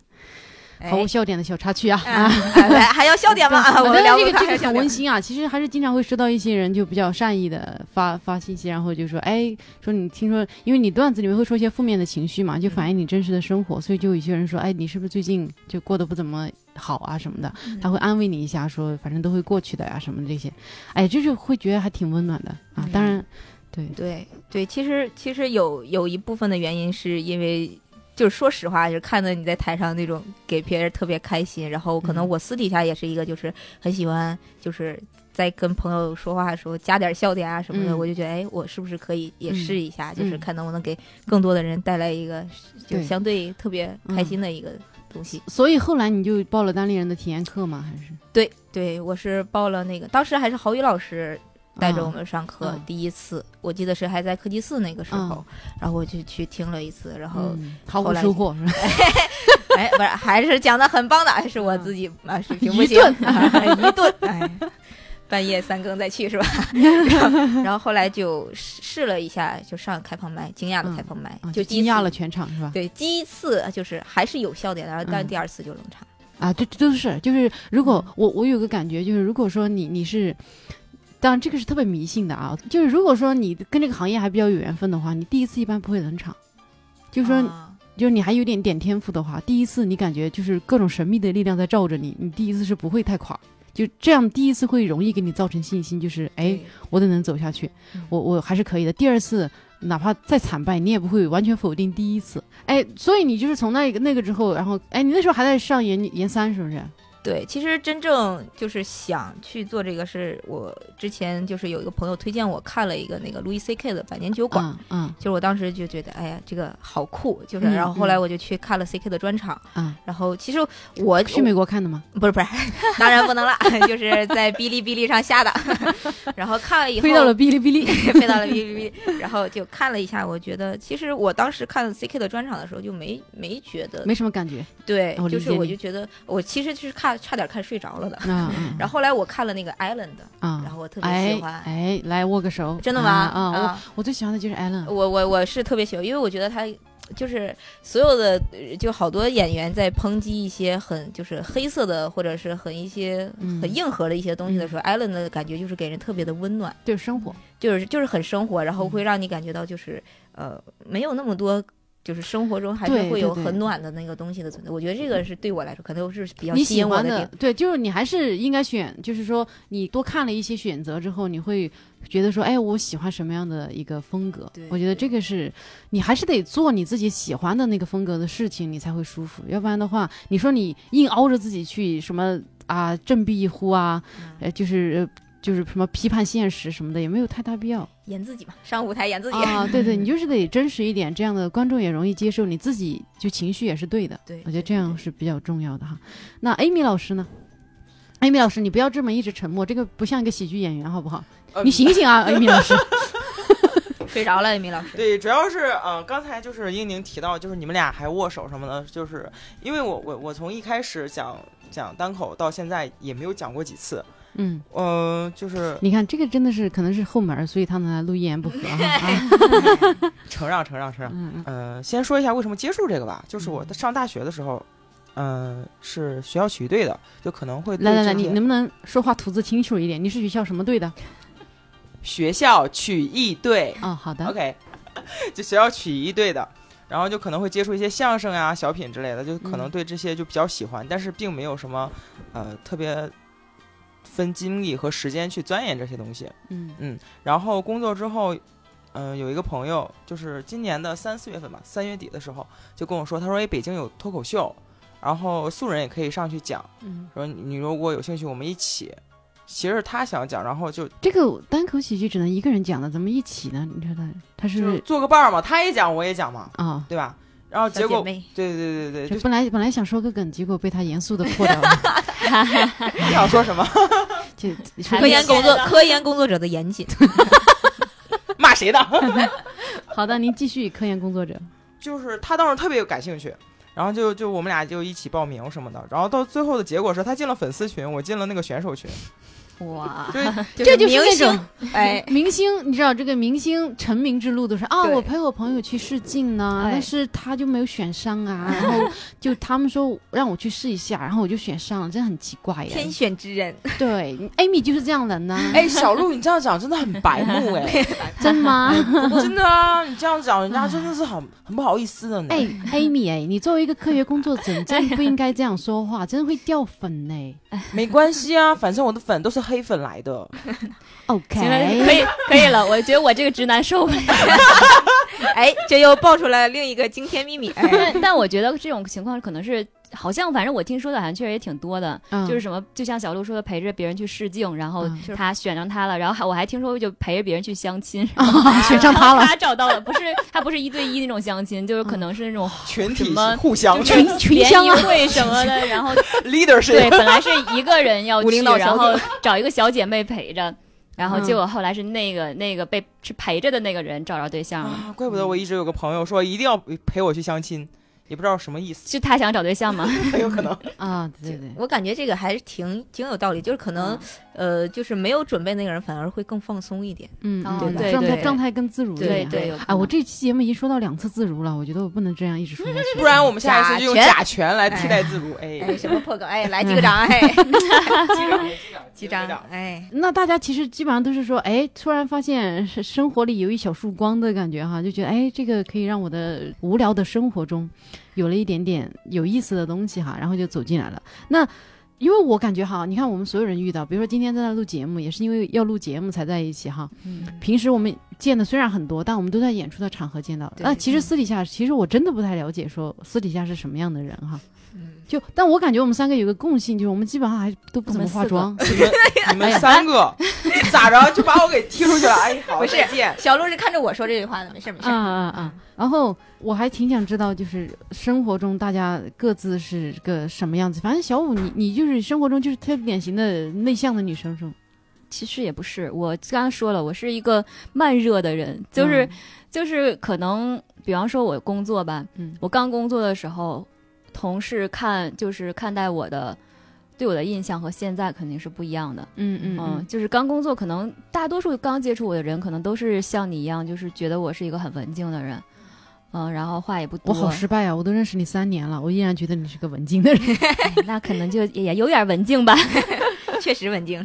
Speaker 3: 哎
Speaker 1: 毫无笑点的小插曲 啊！
Speaker 3: 啊哎哎还要笑 点吗？啊
Speaker 1: 对
Speaker 3: 我
Speaker 1: 但
Speaker 3: 们
Speaker 1: 是
Speaker 3: 聊
Speaker 1: 这
Speaker 3: 不
Speaker 1: 个
Speaker 3: 开
Speaker 1: 这
Speaker 3: 还
Speaker 1: 个
Speaker 3: 笑
Speaker 1: 很温
Speaker 3: 点。
Speaker 1: 馨啊，其实还是经常会收到一些人就比较善意的发发信息，然后就说，哎，说你听说，因为你段子里面会说一些负面的情绪嘛，就反映你真实的生活，所以就有些人说，哎，你是不是最近就过得不怎么好啊什么的，
Speaker 3: 嗯
Speaker 1: 他会安慰你一下，说反正都会过去的呀、什么的这些，哎，就是会觉得还挺温暖的
Speaker 3: 嗯
Speaker 1: 啊。当然，对，
Speaker 3: 对对，其实其实有有一部分的原因是因为，就是说实话，就是看到你在台上那种给别人特别开心，然后可能
Speaker 1: 嗯
Speaker 3: 我私底下也是一个就是很喜欢就是。在跟朋友说话的时候加点笑点啊什么的，
Speaker 1: 嗯
Speaker 3: 我就觉得，哎，我是不是可以也
Speaker 1: 嗯
Speaker 3: 试一下？就是
Speaker 1: 嗯
Speaker 3: 看能不能给更多的人带来一个，就
Speaker 1: 对嗯
Speaker 3: 相对特别开心的一个东西。
Speaker 1: 所以后来你就报了单立人的体验课吗？还是
Speaker 3: 对对，我是报了那个，当时还是郝宇老师带着我们上课，
Speaker 1: 嗯
Speaker 3: 第一次我记得是还在科技四那个时候，然后我就去听了一次，然后、
Speaker 1: 嗯、毫
Speaker 3: 后
Speaker 1: 无
Speaker 3: 来
Speaker 1: 收获是吧？
Speaker 3: 哎，不是还是讲的很棒的，哎是我自己、啊水平
Speaker 1: 嗯
Speaker 3: 不
Speaker 1: 一
Speaker 3: 行，哎一 顿哎。半夜三更再去是吧？然后然后后来就试试了一下，就上开放麦，惊讶的
Speaker 1: 嗯
Speaker 3: 开放麦，
Speaker 1: 啊
Speaker 3: 就第一
Speaker 1: 惊讶
Speaker 3: 次
Speaker 1: 了。全场是吧？
Speaker 3: 对，第一次就是还是有笑点的，然后但
Speaker 1: 嗯
Speaker 3: 第二次就冷场。
Speaker 1: 啊，对，都是就是，如果我我有个感觉，就是如果说你你是，当然这个是特别迷信的啊，就是如果说你跟这个行业还比较有缘分的话，你第一次一般不会冷场，就
Speaker 3: 就是
Speaker 1: 说、就是你还有点点天赋的话，第一次你感觉就是各种神秘的力量在罩着你，你第一次是不会太垮。就这样，第一次会容易给你造成信心，就是哎，，我得能走下去
Speaker 3: 嗯，
Speaker 1: 我我还是可以的。第二次哪怕再惨败，你也不会完全否定第一次。哎，所以你就是从那个那个之后，然后哎，你那时候还在上研研三是不是？
Speaker 3: 对，其实真正就是想去做这个事，我之前就是有一个朋友推荐我看了一个那个 Louis C K 的《百年酒馆》
Speaker 1: 嗯嗯
Speaker 3: 就是我当时就觉得，哎呀，这个好酷！就是，
Speaker 1: 嗯
Speaker 3: 然后后来
Speaker 1: 嗯
Speaker 3: 我就去看了 C K 的专场，
Speaker 1: 啊，
Speaker 3: 然后其实嗯我
Speaker 1: 去美国看的吗？
Speaker 3: 不是不是，当然不能了， 就是在哔哩哔哩上下的， 然后看了以后
Speaker 1: 飞到了哔哩哔 哩。
Speaker 3: 飞到了哔哩哔哩，然后就看了一下，我觉得其实我当时看 C K 的专场的时候就没没觉得，
Speaker 1: 没什么感觉，
Speaker 3: 对
Speaker 1: 我，理
Speaker 3: 就是
Speaker 1: 解
Speaker 3: 我
Speaker 1: 你
Speaker 3: 就觉得我其实就是看差点看睡着了的。
Speaker 1: 啊
Speaker 3: 然后后来我看了那个 Island，
Speaker 1: 啊，
Speaker 3: 然后我特别
Speaker 1: 哎
Speaker 3: 喜欢。
Speaker 1: 哎，来握个手，
Speaker 3: 真的吗？
Speaker 1: 啊，啊我我最喜欢的就是 Allen，
Speaker 3: 我我我是特别喜欢，因为我觉得他就是所有的，呃就好多演员在抨击一些很就是黑色的或者是很一些
Speaker 1: 嗯
Speaker 3: 很硬核的一些东西的时候，艾伦的感觉就是给人特别的温暖，
Speaker 1: 就是生活，
Speaker 3: 就是就是很生活，然后
Speaker 1: 嗯
Speaker 3: 会让你感觉到就是呃没有那么多。就是生活中还是
Speaker 1: 对
Speaker 3: 会有
Speaker 1: 对对
Speaker 3: 很暖的那个东西的存在。我觉得这个是对我来说，可能是比较
Speaker 1: 你
Speaker 3: 吸
Speaker 1: 喜
Speaker 3: 引我
Speaker 1: 欢
Speaker 3: 地
Speaker 1: 的
Speaker 3: 方。
Speaker 1: 对，就是你还是应该选，就是说你多看了一些选择之后，你会觉得说，哎，我喜欢什么样的一个风格
Speaker 3: 对？
Speaker 1: 我觉得
Speaker 3: 对
Speaker 1: 这个是你还是得做你自己喜欢的那个风格的事情，你才会舒服。要不然的话，你说你硬凹着自己去什么啊，振臂一呼啊，
Speaker 3: 嗯
Speaker 1: 呃，就是。呃就是什么批判现实什么的，也没有太大必要
Speaker 3: 演自己嘛，上舞台演自己。
Speaker 1: 啊。对 对，你就是得真实一点，这样的观众也容易接受，你自己就情绪也是对的。
Speaker 3: 对，
Speaker 1: 我觉得
Speaker 3: 对
Speaker 1: 这样
Speaker 3: 对
Speaker 1: 是比较重要的哈。那 Amy 老师呢？Amy 老师，你不要这么一直沉默，这个不像一个喜剧演员，好不好？
Speaker 4: 呃
Speaker 1: 你醒醒啊 ，Amy 老师。
Speaker 3: 睡着了，米老师。
Speaker 4: 对，主要是嗯、呃刚才就是英宁提到，就是你们俩还握手什么的，就是因为我我我从一开始讲讲单口到现在也没有讲过几次，
Speaker 1: 嗯，
Speaker 4: 呃，就是
Speaker 1: 你看这个真的是可能是后门儿，所以他们来录一言不合 哈。啊
Speaker 4: 承让承让承让。嗯
Speaker 1: 嗯嗯
Speaker 4: 呃，先说一下为什么接触这个吧，就是我上大学的时候，嗯、是学校曲艺队的，就可能会对
Speaker 1: 来来来，
Speaker 4: 这
Speaker 1: 你
Speaker 4: 些
Speaker 1: 能不能说话吐字清楚一点？你是学校什么队的？
Speaker 4: 学校曲艺队
Speaker 1: 哦，好的。
Speaker 4: ，OK，就 学校曲艺队的，然后就可能会接触一些相声啊、小品之类的，就可能
Speaker 1: 嗯
Speaker 4: 对这些就比较喜欢，但是并没有什么呃特别分精力和时间去钻研这些东西。
Speaker 1: 嗯
Speaker 4: 然后工作之后，嗯、有一个朋友就是今年的三四月份吧，三月底的时候就跟我说，他说：“哎，北京有脱口秀，然后素人也可以上去讲，
Speaker 1: 嗯，
Speaker 4: 说你如果有兴趣，我们一起。”其实他想讲，然后就
Speaker 1: 这个单口喜剧只能一个人讲的，怎么一起呢？你说他他
Speaker 4: 就是
Speaker 1: 是
Speaker 4: 做个伴儿嘛，他也讲，我也讲嘛，
Speaker 1: 啊。
Speaker 4: 对吧？然后
Speaker 3: 小
Speaker 4: 结
Speaker 3: 姐
Speaker 4: 果，
Speaker 3: 妹
Speaker 4: 对对对对
Speaker 1: 这
Speaker 4: 对，
Speaker 1: 本来本来想说个梗，结果被他严肃的破掉 了。
Speaker 4: 就你想说什么
Speaker 1: 就
Speaker 2: 还
Speaker 3: 科
Speaker 2: 没
Speaker 3: 研工作，科研工作者的 严谨。
Speaker 4: 骂谁 的？
Speaker 1: 好的，您继续科研工作者。
Speaker 4: 就是他当时特别感兴趣，然后就就我们俩就一起报名什么的，然后到最后的结果是他进了粉丝群，我进了那个选手 群，
Speaker 2: 哇，
Speaker 4: 对，
Speaker 1: 这就是
Speaker 3: 明
Speaker 1: 那
Speaker 3: 星
Speaker 1: 种，
Speaker 3: 哎，
Speaker 1: 明星，你知道这个明星成名之路都是啊，
Speaker 3: 对
Speaker 1: 我陪我朋友去试镜呢，
Speaker 2: 哎
Speaker 1: 但是他就没有选上啊，然后就他们说让我去试一下，然后我就选上了，真的很奇怪耶
Speaker 3: 天。选之人，
Speaker 1: 对，Amy 就是这样人呢，
Speaker 4: 哎，小鹿，你这样讲真的很白 目哎，
Speaker 1: 真吗？
Speaker 4: 真的啊，你这样讲人家真的是很很不好意思的呢。
Speaker 1: 哎，Amy，哎，你作为一个科学工作者，你真的不应该这样说话，真的会掉粉呢。
Speaker 4: 没关系啊，反正我的粉都是黑粉来 的。
Speaker 1: OK，
Speaker 2: 行了，可以可以了，我觉得我这个直男受不了。
Speaker 3: 哎，这又爆出来另一个惊天秘密， 哎，
Speaker 2: 但但我觉得这种情况可能是，好像反正我听说的好像确实也挺多的，
Speaker 1: 嗯
Speaker 2: 就是什么，就像小鹿说的，陪着别人去试镜，然后
Speaker 1: 嗯。
Speaker 2: 他选上他了，然后还我还听说就陪着别人去相亲
Speaker 1: 啊，选上他
Speaker 2: 然后
Speaker 1: 了，
Speaker 2: 他找到了，不是他不是一对一那种相亲，就是可能是那种
Speaker 4: 群
Speaker 2: 什
Speaker 4: 体
Speaker 2: 么
Speaker 4: 互相
Speaker 2: 就是
Speaker 1: 群群
Speaker 2: 联
Speaker 1: 相
Speaker 2: 谊
Speaker 1: 啊
Speaker 2: 会什么的，然后对，
Speaker 4: leadership，
Speaker 2: 本来是一个人要
Speaker 3: 武
Speaker 2: 去，
Speaker 3: 林老
Speaker 2: 然
Speaker 3: 小姐
Speaker 2: 后 找一个小姐妹陪着，然后
Speaker 1: 嗯
Speaker 2: 结果后来是那个那个被是陪着的那个人找着对象了，
Speaker 4: 啊，怪不得我一直有个朋友说一定要陪我去相亲，也不知道什么意思，
Speaker 2: 是他想找对象吗？
Speaker 4: 很有可能。
Speaker 1: 啊，对对，
Speaker 3: 我感觉这个还是挺挺有道理，就是可能呃，就是没有准备那个人反而会更放松一点。
Speaker 1: 嗯，
Speaker 2: 哦
Speaker 1: 嗯
Speaker 2: 对
Speaker 1: 状态
Speaker 2: 对
Speaker 1: 状态更自如一
Speaker 3: 对
Speaker 1: 点
Speaker 2: 对
Speaker 1: 啊。
Speaker 2: 对，有可
Speaker 1: 啊，我
Speaker 2: 能
Speaker 1: 这期节目已经说到两次自如了，我觉得我不能这样一直说下去。
Speaker 4: 不然我们下一次就用
Speaker 3: 甲
Speaker 4: 甲醛来替代自如。哎，
Speaker 3: 哎，什么破梗？哎，来
Speaker 1: 嗯
Speaker 3: 击个掌，哎， 击掌，哎，
Speaker 1: 那大家其实基本上都是说，哎，突然发现是生活里有一小束光的感觉哈，就觉得哎，这个可以让我的无聊的生活中有了一点点有意思的东西哈，然后就走进来了。那因为我感觉哈，你看我们所有人遇到，比如说今天在那录节目，也是因为要录节目才在一起哈。
Speaker 2: 嗯
Speaker 1: 平时我们见的虽然很多，但我们都在演出的场合见到。
Speaker 3: 对
Speaker 1: 那其实私底下，其实我真的不太了解，说私底下是什么样的人哈。
Speaker 3: 嗯，
Speaker 1: 就，但我感觉我们三个有个共性，就是我们基本上还都不怎么化妆。
Speaker 4: 你们你
Speaker 1: 哎 呀
Speaker 4: 们三个咋着就把我给踢出去了？哎，好，
Speaker 3: 不是
Speaker 4: 再见。
Speaker 3: 小鹿是看着我说这句话的，没事没事
Speaker 1: 啊。啊啊！然后我还挺想知道，就是生活中大家各自是个什么样子。反正小五你，你就是生活中就是特别典型的内向的女生，是吗？
Speaker 2: 其实也不是，我刚刚说了，我是一个慢热的人，就是、
Speaker 1: 嗯
Speaker 2: 就是可能，比方说我工作吧，
Speaker 1: 嗯
Speaker 2: 我刚工作的时候，同事看就是看待我的对我的印象和现在肯定是不一样的。
Speaker 1: 嗯嗯
Speaker 2: 嗯
Speaker 1: 嗯，
Speaker 2: 就是刚工作，可能大多数刚接触我的人，可能都是像你一样，就是觉得我是一个很文静的人，嗯，然后话也不
Speaker 1: 我
Speaker 2: 多。
Speaker 1: 好失败啊！我都认识你三年了，我依然觉得你是个文静的人。
Speaker 2: 哎 那可能就也有点文静吧。
Speaker 1: 嗯
Speaker 3: 确实文静，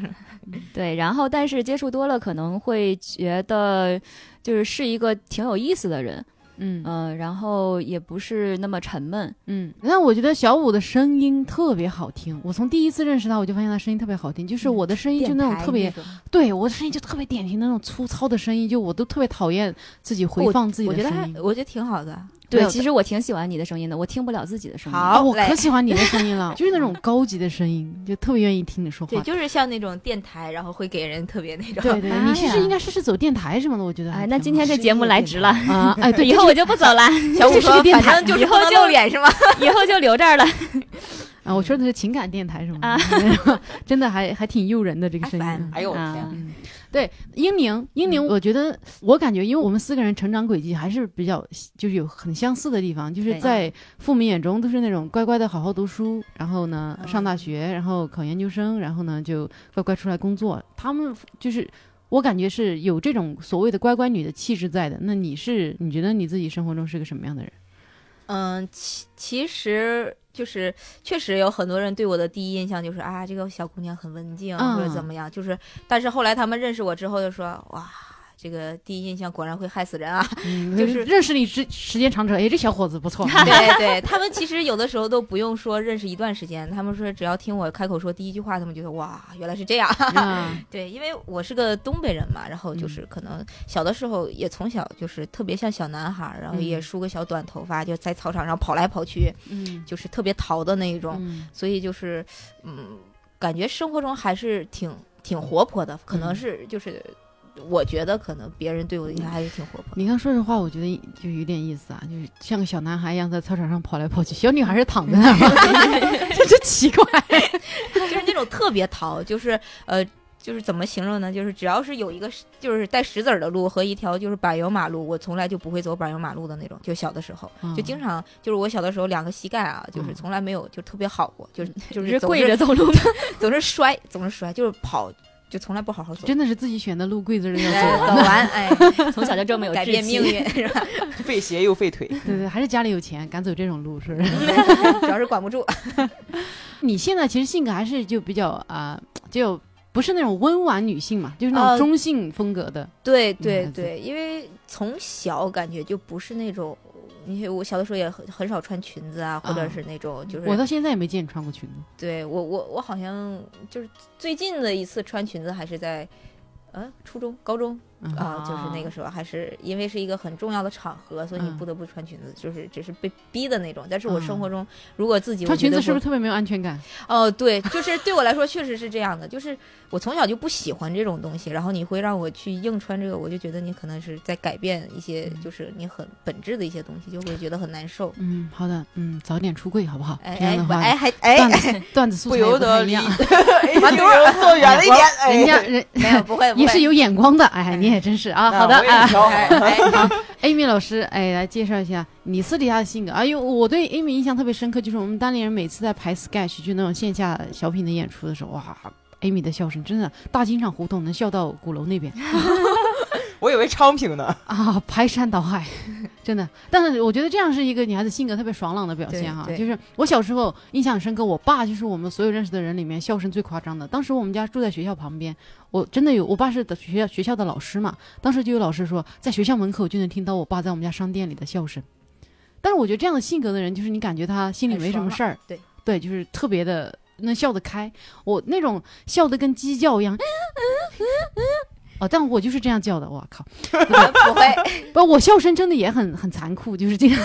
Speaker 2: 对，然后但是接触多了，可能会觉得就是是一个挺有意思的人。
Speaker 1: 嗯
Speaker 2: 呃，然后也不是那么沉闷。
Speaker 1: 嗯，那我觉得小五的声音特别好听。我从第一次认识他，我就发现他声音特别好听，就是
Speaker 3: 嗯
Speaker 1: 我的声音就
Speaker 3: 电
Speaker 1: 那种
Speaker 3: 台
Speaker 1: 特别，
Speaker 3: 种
Speaker 1: 对我的声音就特别典型的那种粗糙的声音，就我都特别讨厌自己回放自己
Speaker 3: 我
Speaker 1: 的
Speaker 3: 觉得
Speaker 1: 声
Speaker 3: 还
Speaker 1: 音。
Speaker 3: 我觉得挺好的。
Speaker 1: 没
Speaker 2: 对，
Speaker 1: 有
Speaker 2: 其实我挺喜欢你的声音的，我听不了自己的声音。
Speaker 1: 啊，
Speaker 3: 好，
Speaker 1: 我
Speaker 3: 来
Speaker 1: 可喜欢你的声音 了，就是那种高级的声音，就特别愿意听你说
Speaker 3: 对，
Speaker 1: 话。
Speaker 3: 就是像那种电台，然后会给人特别那种。
Speaker 1: 对对，
Speaker 2: 哎
Speaker 1: 你其实
Speaker 2: 呀
Speaker 1: 应该试试走电台什么的，我觉得还
Speaker 2: 哎，
Speaker 3: 啊
Speaker 1: 挺好。
Speaker 2: 那今天这节目来值了，
Speaker 1: 啊，哎，对，
Speaker 2: 以后我就不走了，
Speaker 3: 小五
Speaker 1: 这是
Speaker 3: 说
Speaker 1: 个，电台
Speaker 3: 反正就是
Speaker 2: 以
Speaker 3: 不
Speaker 2: 后
Speaker 3: 能
Speaker 2: 就
Speaker 3: 露脸是吗？
Speaker 2: 以后就留这儿了。
Speaker 1: 啊，我说的是情感电台什么
Speaker 2: 啊
Speaker 1: 的， 真的还还挺诱人的这个声
Speaker 3: 哎
Speaker 1: 音
Speaker 3: 烦。
Speaker 4: 哎呦我天，
Speaker 2: 啊
Speaker 1: 嗯，对，英宁，英
Speaker 3: 嗯
Speaker 1: 宁，我觉得我感觉，因为我们四个人成长轨迹还是比较，就是有很相似的地方，就是
Speaker 2: 对
Speaker 1: 在父母眼中都是那种乖乖的好好读书，然后呢
Speaker 3: 嗯
Speaker 1: 上大学，然后考研究生，然后呢就乖乖出来工作。他们就是我感觉是有这种所谓的乖乖女的气质在的。那你是你觉得你自己生活中是个什么样 的人？
Speaker 3: 嗯，其其实就是确实有很多人对我的第一印象就是啊，这个小姑娘很文静、
Speaker 1: 嗯
Speaker 3: 或者怎么样，就是但是后来他们认识我之后就说哇，这个第一印象果然会害死人啊。
Speaker 1: 嗯，
Speaker 3: 就是
Speaker 1: 认识你之时间长者，哎，这小伙子不 错。
Speaker 3: 对对，他们其实有的时候都不用说认识一段时间，他们说只要听我开口说第一句话，他们觉得哇，原来是这样。
Speaker 1: 啊
Speaker 3: 对，因为我是个东北人嘛，然后就是可能小的时候也从小就是特别像小男孩儿，然后也
Speaker 1: 嗯
Speaker 3: 梳个小短头发，就在操场上跑来跑去，
Speaker 1: 嗯
Speaker 3: 就是特别淘的那一种。
Speaker 1: 嗯
Speaker 3: 所以就是，嗯，感觉生活中还是挺挺活泼的，可能
Speaker 1: 嗯
Speaker 3: 是就是，我觉得可能别人对我的印象还是挺活 泼的。
Speaker 1: 你刚说实话，我觉得就有点意思啊，就是像个小男孩一样在操场上跑来跑去，小女孩是躺在那儿 吗？ 这就奇怪。
Speaker 3: 就是那种特别淘，就是呃，就是怎么形容呢？就是只要是有一个就是带石子儿的路和一条就是柏油马路，我从来就不会走柏油马路的那种。就小的时候，
Speaker 2: 嗯
Speaker 3: 就经常就是我小的时候两个膝盖啊，就是
Speaker 1: 嗯
Speaker 3: 从来没有就特别好过，就是就
Speaker 2: 你
Speaker 3: 是
Speaker 2: 是嗯
Speaker 3: 总
Speaker 2: 跪
Speaker 3: 是
Speaker 2: 着走路吗？
Speaker 3: 总是摔，总是摔，就是跑就从来不好好走。
Speaker 1: 真的是自己选的路，跪着要
Speaker 3: 哎
Speaker 1: 走。
Speaker 3: 走完，哎，
Speaker 2: 从小就这么 有
Speaker 3: 改
Speaker 2: 志
Speaker 3: 变
Speaker 2: 气
Speaker 3: 命。运是吧？
Speaker 4: 费鞋又费腿。
Speaker 1: 对对，还是家里有钱，敢走这种路， 是不是？
Speaker 3: 主要是管不住。
Speaker 1: 你现在其实性格还是就比较啊、就不是那种温婉女性嘛，就是那种
Speaker 3: 呃
Speaker 1: 中性风格的。
Speaker 3: 对
Speaker 1: 女
Speaker 3: 对
Speaker 1: 孩子
Speaker 3: 对，因为从小感觉就不是那种，你看我小的时候也很很少穿裙子啊，或
Speaker 1: 啊
Speaker 3: 者是那种就是
Speaker 1: 我到现在也没见你穿过裙子。
Speaker 3: 对我我我好像就是最近的一次穿裙子还是在，呃，初中、高中
Speaker 1: 嗯
Speaker 3: 啊、就是那
Speaker 2: 啊
Speaker 3: 个时候，还是因为是一个很重要的场合，所以你
Speaker 1: 嗯
Speaker 3: 不得不穿裙子，就是只是被逼的那种。但是我生
Speaker 1: 嗯
Speaker 3: 活中如果自己
Speaker 1: 穿裙子是不是
Speaker 3: 是？
Speaker 1: 特别没有安全感？
Speaker 3: 哦，对，就是对我来说确实是这样的，就是我从小就不喜欢这种东西，然后你会让我去硬穿这个，我就觉得你可能是在改变一些，
Speaker 1: 嗯
Speaker 3: 就是你很本质的一些东西，就会觉得很难受。
Speaker 1: 嗯，好的，嗯，早点出柜好不好？
Speaker 3: 哎
Speaker 1: 这样
Speaker 3: 哎
Speaker 1: 的
Speaker 3: 不
Speaker 1: 话，
Speaker 3: 哎还哎
Speaker 1: 段子段子素
Speaker 4: 不
Speaker 1: 材也
Speaker 4: 由
Speaker 1: 太
Speaker 4: 得
Speaker 1: 一
Speaker 4: 离
Speaker 1: 样 哎啊
Speaker 4: 完犊儿坐远了一点，哎
Speaker 1: 人家人
Speaker 3: 没有不会 不会
Speaker 1: 也是有眼光的，哎，你也真是啊。好的
Speaker 4: 那我也
Speaker 1: 啊，
Speaker 4: 挑
Speaker 3: 哎哎
Speaker 1: ，Amy 老师，哎，来介绍一下你私底下的性格。哎呦，我对 Amy 印象特别深刻，就是我们单立人每次在排 sketch 就那种线下小品的演出的时候，哇，Amy 的笑声真的大金厂胡同能笑到鼓楼那边
Speaker 4: 我以为昌平呢。
Speaker 1: 啊，排山倒 海，真的。但是我觉得这样是一个女孩子性格特别爽朗的表现哈。
Speaker 3: 对对
Speaker 1: 就是我小时候印象很深刻，我爸就是我们所有认识的人里面笑声最夸张的。当时我们家住在学校旁边，我真的有，我爸是的学校学校的老师嘛，当时就有老师说，在学校门口就能听到我爸在我们家商店里的笑声。但是我觉得这样的性格的人，就是你感觉他心里
Speaker 3: 很
Speaker 1: 没什
Speaker 3: 爽
Speaker 1: 么
Speaker 3: 朗
Speaker 1: 事儿，
Speaker 3: 对
Speaker 1: 对，就是特别的能笑得开。我那种笑得跟鸡叫一样，嗯嗯 嗯，哦，但我就是这样叫的，我靠，
Speaker 3: 不会，
Speaker 1: 不，我笑声真的也很很残酷，就是这样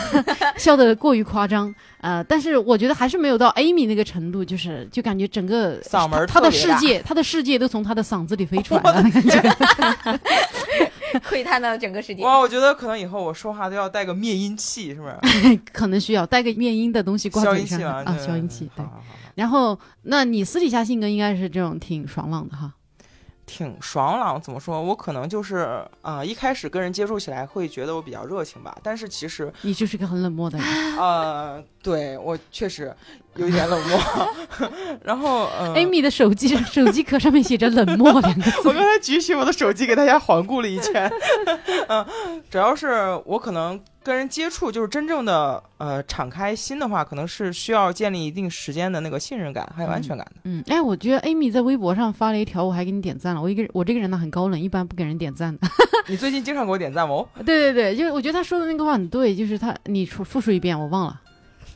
Speaker 1: 笑得过于夸张。呃，但是我觉得还是没有到 Amy 那个程度，就是就感觉整个
Speaker 4: 嗓门儿
Speaker 1: 他的
Speaker 4: 特别
Speaker 1: 世
Speaker 4: 大
Speaker 1: 界，他的世界都从他的嗓子里飞出来了，那感 觉。
Speaker 3: 窥探到整个世界。
Speaker 4: 哇，我觉得可能以后我说话都要带个灭音器，是不是？
Speaker 1: 可能需要带个面音的东 西挂
Speaker 4: 消
Speaker 1: 嘴
Speaker 4: 音器
Speaker 1: 上啊，
Speaker 4: 嘛对
Speaker 1: 消音器对
Speaker 4: 好。好好好
Speaker 1: 然后，那你私底下性格应该是这种挺爽朗的哈，
Speaker 4: 挺爽朗，怎么说？我可能就是啊、呃一开始跟人接触起来会觉得我比较热情吧，但是其实
Speaker 1: 你就是个很冷漠的人。
Speaker 4: 啊呃，对我确实，有一点冷漠。 然后，嗯、
Speaker 1: Amy 的手机手机壳上面写着“冷漠”两个字
Speaker 4: 我刚。才举起我的手机给大家环顾了一圈， 嗯，主要是我可能跟人接触，就是真正的呃敞开心的话，可能是需要建立一定时间的那个信任感还有安全感 的。
Speaker 1: 嗯，哎，我觉得 Amy 在微博上发了一条，我还给你点赞了。我一个我这个人呢很高冷，一般不给人点赞的。
Speaker 4: 你最近经常给我点赞哦，
Speaker 1: 对对对，就是我觉得他说的那个话很对，就是他你复复述一遍，我忘了。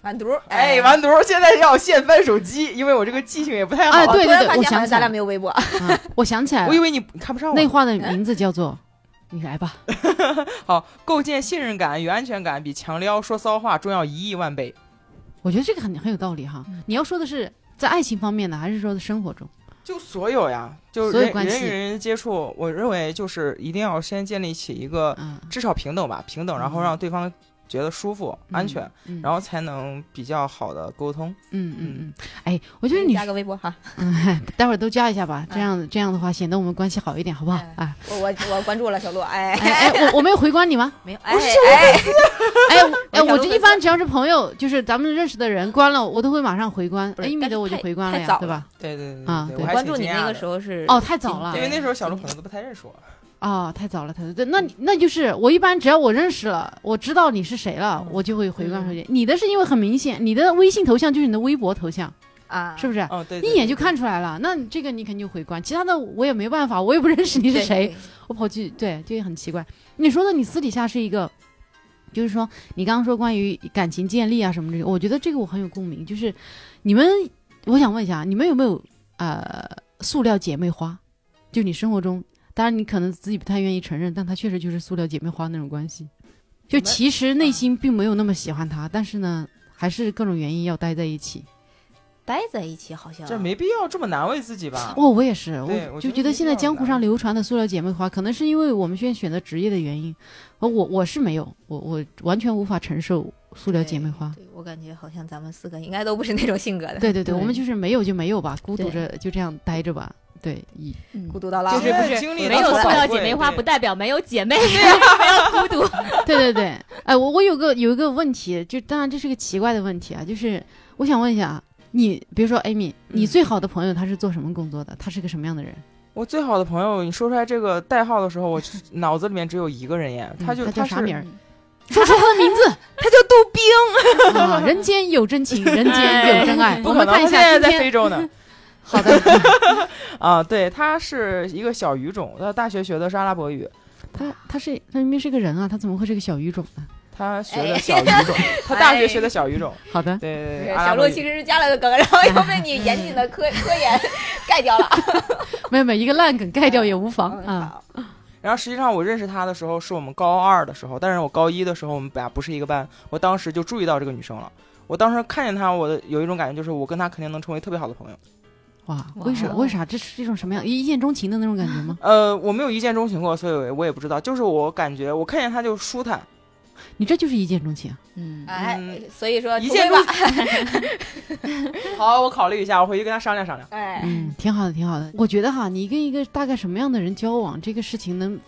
Speaker 3: 完犊，
Speaker 4: 哎，完犊儿，现在要现翻手机，因为我这个记性也不太好。
Speaker 1: 哎对
Speaker 3: 突然
Speaker 1: 对对
Speaker 3: 发
Speaker 1: 我
Speaker 3: 现好
Speaker 1: 想
Speaker 3: 像
Speaker 1: 起
Speaker 3: 咱
Speaker 1: 来
Speaker 3: 俩没有微博，
Speaker 1: 啊，我想 起来
Speaker 4: 我以
Speaker 1: 了，
Speaker 4: 为你看不上我。
Speaker 1: 那话的名
Speaker 3: 嗯
Speaker 1: 字叫做“你来吧
Speaker 4: 好，构建信任感与安全感比强撩说骚话重要一亿万倍。”。
Speaker 1: 我觉得这个很很有道理哈。
Speaker 3: 嗯
Speaker 1: 你要说的是在爱情方面的，还是说在生活中？
Speaker 4: 就所有呀，就
Speaker 1: 所有
Speaker 4: 人
Speaker 1: 关
Speaker 4: 人
Speaker 1: 系
Speaker 4: 与人接触，我认为就是一定要先建立起一个
Speaker 1: 嗯，
Speaker 4: 至少平等吧，平等，然后
Speaker 1: 嗯
Speaker 4: 让对方觉得舒服、安全，
Speaker 1: 嗯，
Speaker 4: 然后才能比较好的沟通。
Speaker 1: 嗯嗯嗯，哎，我觉得你
Speaker 3: 加个微博哈，
Speaker 1: 待会儿都加一下吧，
Speaker 3: 嗯
Speaker 1: 这样这样的话显得我们关系好一点，好不好？
Speaker 3: 哎
Speaker 1: 啊，
Speaker 3: 我我我关注了小鹿，哎
Speaker 1: 哎哎，我我没有回关你吗？
Speaker 3: 没有，哎哎，
Speaker 1: 哎我哎，
Speaker 3: 我想
Speaker 1: 我
Speaker 3: 录
Speaker 1: 这
Speaker 3: 个
Speaker 1: 一般只要是朋友，就是咱们认识的人关了，我都会马上回关。
Speaker 3: 不是
Speaker 1: Amy
Speaker 3: 但是
Speaker 1: 的我就
Speaker 3: 太
Speaker 1: 回关了
Speaker 3: 太
Speaker 1: 呀，
Speaker 3: 早
Speaker 1: 对吧？
Speaker 4: 对对
Speaker 1: 啊
Speaker 4: 对，
Speaker 1: 对
Speaker 4: 我还
Speaker 3: 关注
Speaker 4: 挺
Speaker 3: 你
Speaker 4: 惊讶
Speaker 3: 那个
Speaker 4: 的
Speaker 3: 时候是
Speaker 1: 哦，太早了
Speaker 4: 因
Speaker 3: 对
Speaker 4: 为那时候小鹿朋友都不太认识我。
Speaker 1: 啊，太早了，太早。对，那你那就是我一般只要我认识了，我知道你是谁了
Speaker 4: 嗯，
Speaker 1: 我就会回关回去。你的是因为很明显，你的微信头像就是你的微博头像，
Speaker 3: 啊，
Speaker 1: 是不是？
Speaker 4: 哦，对，对
Speaker 1: 一眼就看出来了，那你这个你肯定就回关，其他的我也没办法，我也不认识你是
Speaker 3: 对
Speaker 1: 谁，？我跑去对，就很奇怪。你说的你私底下是一个，就是说你刚刚说关于感情建立啊什么这个，我觉得这个我很有共鸣。就是你们，我想问一下，你们有没有呃塑料姐妹花？就你生活中，当然你可能自己不太愿意承认，但她确实就是塑料姐妹花那种关系。就
Speaker 3: 我们
Speaker 1: 其实内心并没有那么喜欢她，但是呢，还是各种原因要待在一起。
Speaker 3: 待在一起好像
Speaker 4: 这没必要这么难为自己吧？
Speaker 1: 哦，我也是，
Speaker 4: 啊对
Speaker 1: 我
Speaker 4: 我
Speaker 1: 就觉
Speaker 4: 觉得
Speaker 1: 得
Speaker 4: 一
Speaker 1: 现
Speaker 4: 定
Speaker 1: 在
Speaker 4: 要
Speaker 1: 江湖
Speaker 4: 来
Speaker 1: 上流传的塑料姐妹花，可能是因为我们现在选择职业的原因，呃我我是没有，我我完全无法承受塑料姐妹花。
Speaker 3: 对，对我感觉好像咱们四个应该都不是那种性格的，
Speaker 1: 对对对，
Speaker 2: 对
Speaker 1: 我们就是没有就没有吧，孤独
Speaker 2: 对
Speaker 1: 着就这样待着吧。对，以
Speaker 2: 嗯
Speaker 3: 孤独到老，
Speaker 4: 就
Speaker 3: 不是
Speaker 4: 是
Speaker 3: 不是
Speaker 4: 经历
Speaker 2: 没有
Speaker 4: 到
Speaker 2: 塑
Speaker 4: 宝
Speaker 2: 料
Speaker 4: 贵
Speaker 2: 姐妹花，
Speaker 4: 对
Speaker 2: 不代表没有姐妹，没有孤独。
Speaker 1: 对对对，哎，我我有个有一个问题，就当然这是个奇怪的问题啊，就是我想问一下啊，你比如说 Amy，你
Speaker 4: 嗯
Speaker 1: 最好的朋友他是做什么工作的？他是个什么样的人？
Speaker 4: 我最好的朋友，你说出来这个代号的时候，我脑子里面只有一个人耶，他就
Speaker 1: 嗯他叫
Speaker 4: 他
Speaker 1: 啥
Speaker 4: 是
Speaker 1: 名儿？ 说出他的 名字。
Speaker 3: 他叫杜宾，
Speaker 1: 啊，人间有真情，人间有真爱。
Speaker 4: 哎不
Speaker 1: 我
Speaker 4: 可
Speaker 1: 们
Speaker 4: 能，
Speaker 1: 看
Speaker 4: 他
Speaker 1: 一
Speaker 4: 现在
Speaker 1: 下今
Speaker 4: 在非
Speaker 1: 天。
Speaker 4: 洲 呢。
Speaker 1: 好的，
Speaker 4: 啊，对，他是一个小语种，他大学学的是阿拉伯语，
Speaker 1: 他他是他明明是个人啊，他怎么会是个小语种呢？
Speaker 4: 他学的小语 种，他大学学的小语种，
Speaker 1: 好 的，
Speaker 4: 对对对，阿
Speaker 3: 小
Speaker 4: 拉伯
Speaker 3: 鹿
Speaker 4: 语嗯
Speaker 3: 其实是加了个梗，然
Speaker 4: 哎
Speaker 3: 后又被 你严谨的科科研盖掉了。嗯
Speaker 1: 没有没有，一个烂 梗盖掉也无妨
Speaker 4: 嗯
Speaker 1: 啊。
Speaker 3: 好，
Speaker 4: 然后实际上我认识她的时候是我们高二的时候，但是我高一的时候我们俩不是一个班，我当时就注意到这个女生了。我当时看见她，我的有一种感觉就是我跟她肯定能成为特别好的朋友。？
Speaker 1: 哇，哦
Speaker 3: 哇
Speaker 1: 为啥为啥这是一种什么样一见钟情的那种感觉吗
Speaker 4: 呃，我没有一见钟情过，所以我也不知道，就是我感觉我看见她就舒坦，
Speaker 1: 你这就是一见钟情，
Speaker 2: 嗯，
Speaker 3: 哎
Speaker 4: 嗯，
Speaker 3: 所以说
Speaker 4: 一
Speaker 3: 除非
Speaker 4: 见
Speaker 3: 吧
Speaker 4: 钟，好，我考虑一下，我回去跟她商量商量。
Speaker 3: 哎，
Speaker 1: 嗯，挺好的，挺好的。我觉得哈，你跟一个大概什么样的人交往，这个事情能。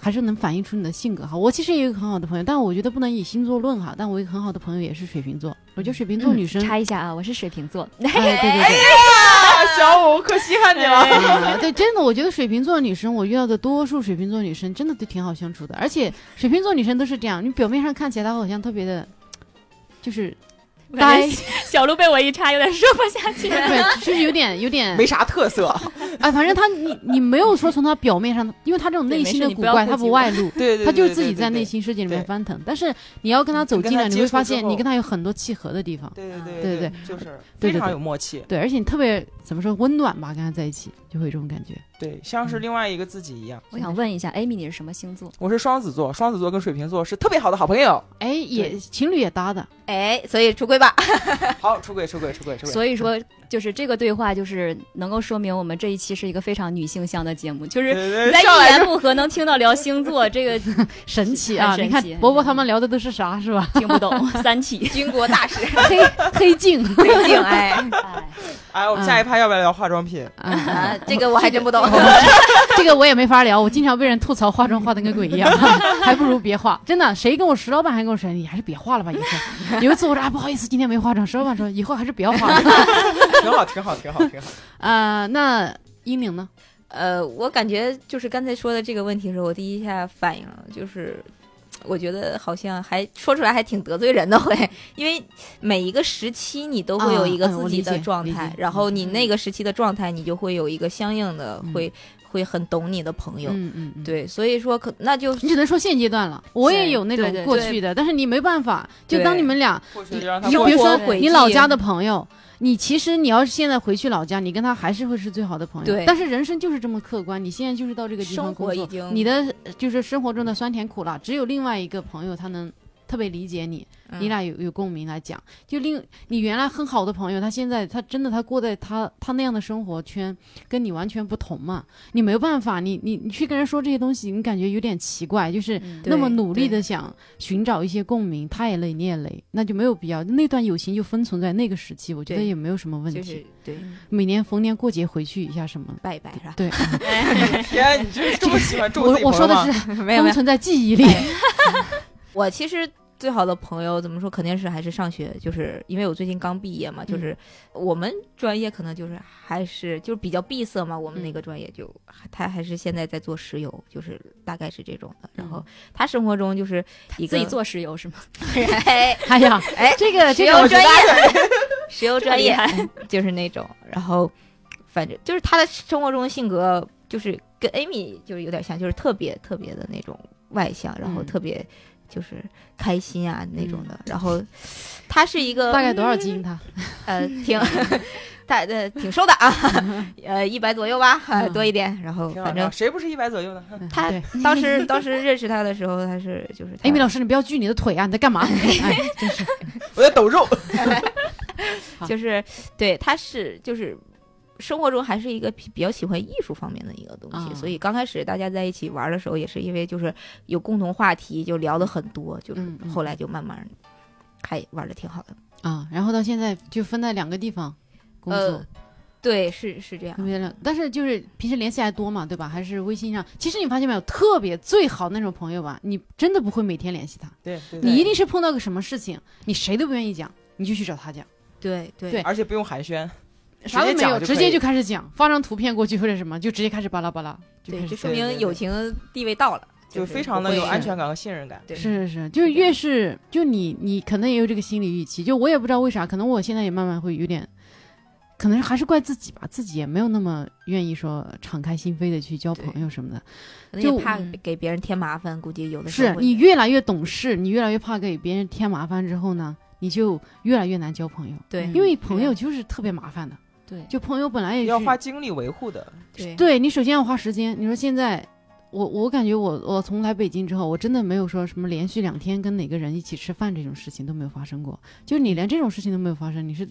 Speaker 1: 还是能反映出你的性格哈。我其实也有一个很好的朋友，但我觉得不能以星座论哈。但我一个很好的朋友也是水瓶座，我觉得水瓶座女生，
Speaker 2: 插一下啊，我是水瓶座，
Speaker 1: 哎，对对对，
Speaker 4: 啊，小五，可稀罕你
Speaker 2: 哎
Speaker 4: 了。
Speaker 1: 啊对，真的，我觉得水瓶座女生，我遇到的多数水瓶座女生真的都挺好相处的，而且水瓶座女生都是这样，你表面上看起来她好像特别的，就是呆，
Speaker 2: 小鹿被我一插，有点说不下去
Speaker 1: 对对，就是有点有点
Speaker 4: 没，啥 特色，，
Speaker 1: 哎，反正她你你没有说从她表面上，因为她这种
Speaker 2: 对
Speaker 1: 内
Speaker 2: 没
Speaker 1: 心
Speaker 2: 事
Speaker 1: 的
Speaker 2: 你
Speaker 1: 古
Speaker 2: 不要
Speaker 1: 怪，
Speaker 2: 顾
Speaker 1: 她
Speaker 2: 及
Speaker 1: 不
Speaker 2: 我
Speaker 1: 外露
Speaker 4: 对对对，
Speaker 1: 她就是
Speaker 4: 对
Speaker 1: 自己
Speaker 4: 对
Speaker 1: 在
Speaker 4: 对
Speaker 1: 内心世界里面
Speaker 4: 对嗯
Speaker 1: 翻腾。但是你要跟她走
Speaker 4: 跟
Speaker 1: 近
Speaker 4: 她
Speaker 1: 了，你
Speaker 4: 接
Speaker 1: 会
Speaker 4: 触
Speaker 1: 发
Speaker 4: 之
Speaker 1: 现你
Speaker 4: 后
Speaker 1: 跟她有很多契合的地方，
Speaker 4: 对对
Speaker 3: 啊
Speaker 4: 对
Speaker 1: 嗯对
Speaker 4: 对，就是
Speaker 1: 对
Speaker 4: 非常
Speaker 1: 对
Speaker 4: 有默契，
Speaker 1: 对，而且你特别怎么说温暖吧，跟她在一起就会有这种感觉。
Speaker 4: 对，像是
Speaker 1: 嗯
Speaker 4: 另外一个自己一样。
Speaker 2: 我想问一下，Amy，你是什么星座？
Speaker 4: 我是双子座，双子座跟水瓶座是特别好的好朋 友。
Speaker 1: 哎，也情侣也搭的，
Speaker 3: 哎，所以出轨吧，
Speaker 4: 好，出轨，出轨，出轨，出轨。
Speaker 2: 所以说，就是这个对话，就是能够说明我们这一期是一个非常女性向的节目， 就是。
Speaker 4: 对
Speaker 2: 在
Speaker 4: 对，上
Speaker 2: 一
Speaker 4: 来
Speaker 2: 言
Speaker 4: 就
Speaker 2: 不合能听到聊星座，这个
Speaker 1: 神奇啊！
Speaker 2: 很神
Speaker 1: 你看
Speaker 2: 奇
Speaker 1: 伯伯他们聊的都是啥是 吧？
Speaker 2: 听不懂，《三体
Speaker 3: 军国大事，
Speaker 1: 黑黑镜。
Speaker 3: 最近哎，
Speaker 2: 哎》
Speaker 4: 哎，
Speaker 1: 嗯
Speaker 4: 我们下一趴要不要聊化妆品？
Speaker 1: 啊，
Speaker 3: 啊，这个我还真 不懂。
Speaker 1: 这个我也没法聊，我经常被人吐槽化妆化的跟鬼 一样，还不如别化。真的，谁跟我石老板还跟我说你还是别化了吧，以后。有一次我说啊不好意思，今天没化妆，石老板说以后还是不要化了。
Speaker 4: 挺好，挺好，挺好，挺好。
Speaker 1: 啊，那英宁呢？
Speaker 3: 呃，我感觉就是刚才说的这个问题的时候，我第一下反应了，就是我觉得好像还说出来还挺得罪人的，会，因为每一个时期你都会有一个
Speaker 1: 啊嗯我
Speaker 3: 自
Speaker 1: 理
Speaker 3: 己的
Speaker 1: 解
Speaker 3: 状
Speaker 1: 理
Speaker 3: 态，
Speaker 1: 解
Speaker 3: 然后你那个时期的状态，你就会有一个相应的
Speaker 1: 嗯
Speaker 3: 会、会很懂你的朋友，
Speaker 1: 嗯嗯嗯，。
Speaker 3: 对，所以说可那就
Speaker 1: 你只能说现阶段了，我也有那
Speaker 2: 对对
Speaker 1: 种
Speaker 2: 对
Speaker 1: 过去的，但是你没办法。就
Speaker 3: 对
Speaker 1: 当你们俩
Speaker 4: 过去就让他
Speaker 1: 你就
Speaker 3: 生
Speaker 4: 过
Speaker 1: 比如
Speaker 4: 去。
Speaker 1: 说
Speaker 3: 活轨
Speaker 1: 你
Speaker 3: 迹
Speaker 1: 老家的朋友，你其实你要是现在回去老家，你跟他还是会是最好的朋友。
Speaker 3: 对
Speaker 1: 但是人生就是这么客观，你现在就是到这个地方
Speaker 3: 生活
Speaker 1: 工作
Speaker 3: 已，经
Speaker 1: 你的呃就是生活中的酸甜苦辣，只有另外一个朋友他能。特别理解你，
Speaker 3: 嗯
Speaker 1: 你俩有有共鸣来讲，就另你原来很好的朋友，他现在他真的他过在他他那样的生活圈，跟你完全不同嘛，你没有办法，你你你去跟人说这些东西，你感觉有点奇怪，就是
Speaker 2: 嗯
Speaker 1: 那么
Speaker 3: 对
Speaker 1: 努力
Speaker 3: 对
Speaker 1: 的想寻找一些共鸣，他也累，你也累，那就没有必要。那段友情就分存在那个时期，我觉得
Speaker 3: 对
Speaker 1: 也没有什么问
Speaker 3: 就
Speaker 1: 题。
Speaker 3: 是对
Speaker 1: 每年逢年过节回去一下什 么的。
Speaker 3: 拜一拜是吧？
Speaker 1: 对，
Speaker 4: 天，你这这么喜欢咒
Speaker 1: 我
Speaker 4: 自己
Speaker 1: 我
Speaker 4: 朋
Speaker 1: 说
Speaker 4: 友
Speaker 1: 的
Speaker 4: 吗？
Speaker 1: 是
Speaker 3: 没有没哎
Speaker 1: 封
Speaker 3: 有，
Speaker 1: 存在记忆里。
Speaker 3: 我其实最好的朋友怎么说，肯定是还是上学，就是因为我最近刚毕业嘛，
Speaker 2: 嗯
Speaker 3: 就是我们专业可能就是还是就是比较闭塞嘛，我们
Speaker 2: 嗯
Speaker 3: 那个专业就、他还是现在在做石油，就是大概是这种的。然后他生活中就是一个
Speaker 2: 嗯自己，做石油是吗？
Speaker 3: 哎
Speaker 1: 哎呀，
Speaker 3: 哎，
Speaker 1: 这个
Speaker 3: 石
Speaker 1: 这
Speaker 3: 油
Speaker 1: 个
Speaker 3: 专业，石油专业
Speaker 2: 这么
Speaker 3: 就是那种，然后反正就是他的生活中的性格就是跟 Amy 就是有点像，就是特别特别的那种外向，然后
Speaker 1: 嗯
Speaker 3: 特别就是开心啊那种的， 然后他是一个嗯
Speaker 1: 大概多 少斤他？
Speaker 3: 呃挺他呃挺瘦的啊， 呃一百左右吧，
Speaker 1: 嗯
Speaker 3: 呃多一点，然后
Speaker 4: 挺好
Speaker 3: 反
Speaker 4: 挺好
Speaker 3: 正。
Speaker 4: 谁不是一百左右呢？
Speaker 3: 他
Speaker 1: 对
Speaker 3: 当时当时认识他的时候，他是就是他
Speaker 1: ，Amy 老师，你不要锯你的腿啊！你在干 嘛？哎，真是
Speaker 4: 我在抖肉。
Speaker 1: 啊
Speaker 3: 就是对，他是就是生活中还是一个比比较喜欢艺术方面的一个东西，
Speaker 1: 啊
Speaker 3: 所以刚开始大家在一起玩的时候，也是因为就是有共同话题，就聊的很多，就是
Speaker 1: 嗯嗯
Speaker 3: 后来就慢慢还玩的挺好的。
Speaker 1: 啊！然后到现在就分在两个地方工作
Speaker 3: 呃，对，是是这样
Speaker 1: 特。别了，但是就是平时联系还多嘛，对吧？还是微信上。其实你发现没有，特别最好那种朋友吧，你真的不会每天联系他，
Speaker 4: 对对
Speaker 1: 你
Speaker 4: 对，
Speaker 1: 一定是碰到个什么事情，你谁都不愿意讲，你就去找他讲，
Speaker 3: 对对
Speaker 1: 对
Speaker 4: 而且不用寒暄，直
Speaker 1: 啥
Speaker 4: 接
Speaker 1: 都没
Speaker 4: 讲
Speaker 1: 有，
Speaker 4: 就
Speaker 1: 直
Speaker 4: 可
Speaker 1: 接
Speaker 4: 以
Speaker 1: 就开始讲，发张图片过去或者什么，就直接开始巴拉巴拉，就开
Speaker 3: 对，
Speaker 1: 始
Speaker 3: 就
Speaker 1: 讲。
Speaker 3: 说
Speaker 4: 对
Speaker 3: 明
Speaker 4: 对
Speaker 3: 友情地位到了，
Speaker 4: 就是非常的
Speaker 3: 不
Speaker 4: 有
Speaker 3: 会
Speaker 4: 安全感和信任感。
Speaker 3: 对
Speaker 1: 是是是，就是
Speaker 3: 是这
Speaker 1: 越
Speaker 3: 样
Speaker 1: 是就你你可能也有这个心理预期，就我也不知道为啥，可能我现在也慢慢会有点，可能还是怪自己吧，自己也没有那么愿意说敞开心扉的去交
Speaker 3: 对
Speaker 1: 朋友什么的。
Speaker 3: 可能
Speaker 1: 就
Speaker 3: 也怕
Speaker 1: 嗯
Speaker 3: 给别人添麻烦，估计有的时
Speaker 1: 是
Speaker 3: 候会
Speaker 1: 你越来越懂事，你越来越怕给别人添麻烦之后呢，你就越来越难交朋友。
Speaker 3: 对
Speaker 1: 因为朋友
Speaker 3: 对
Speaker 1: 就是特别麻烦的，
Speaker 2: 对，
Speaker 1: 就朋友本来也是
Speaker 4: 要花精力维护的，
Speaker 3: 对
Speaker 1: 对你首先要花时间。你说现在，我我感觉我我从来北京之后，我真的没有说什么连续两天跟哪个人一起吃饭这种事情都没有发生过。就你连这种事情都没有发生，你是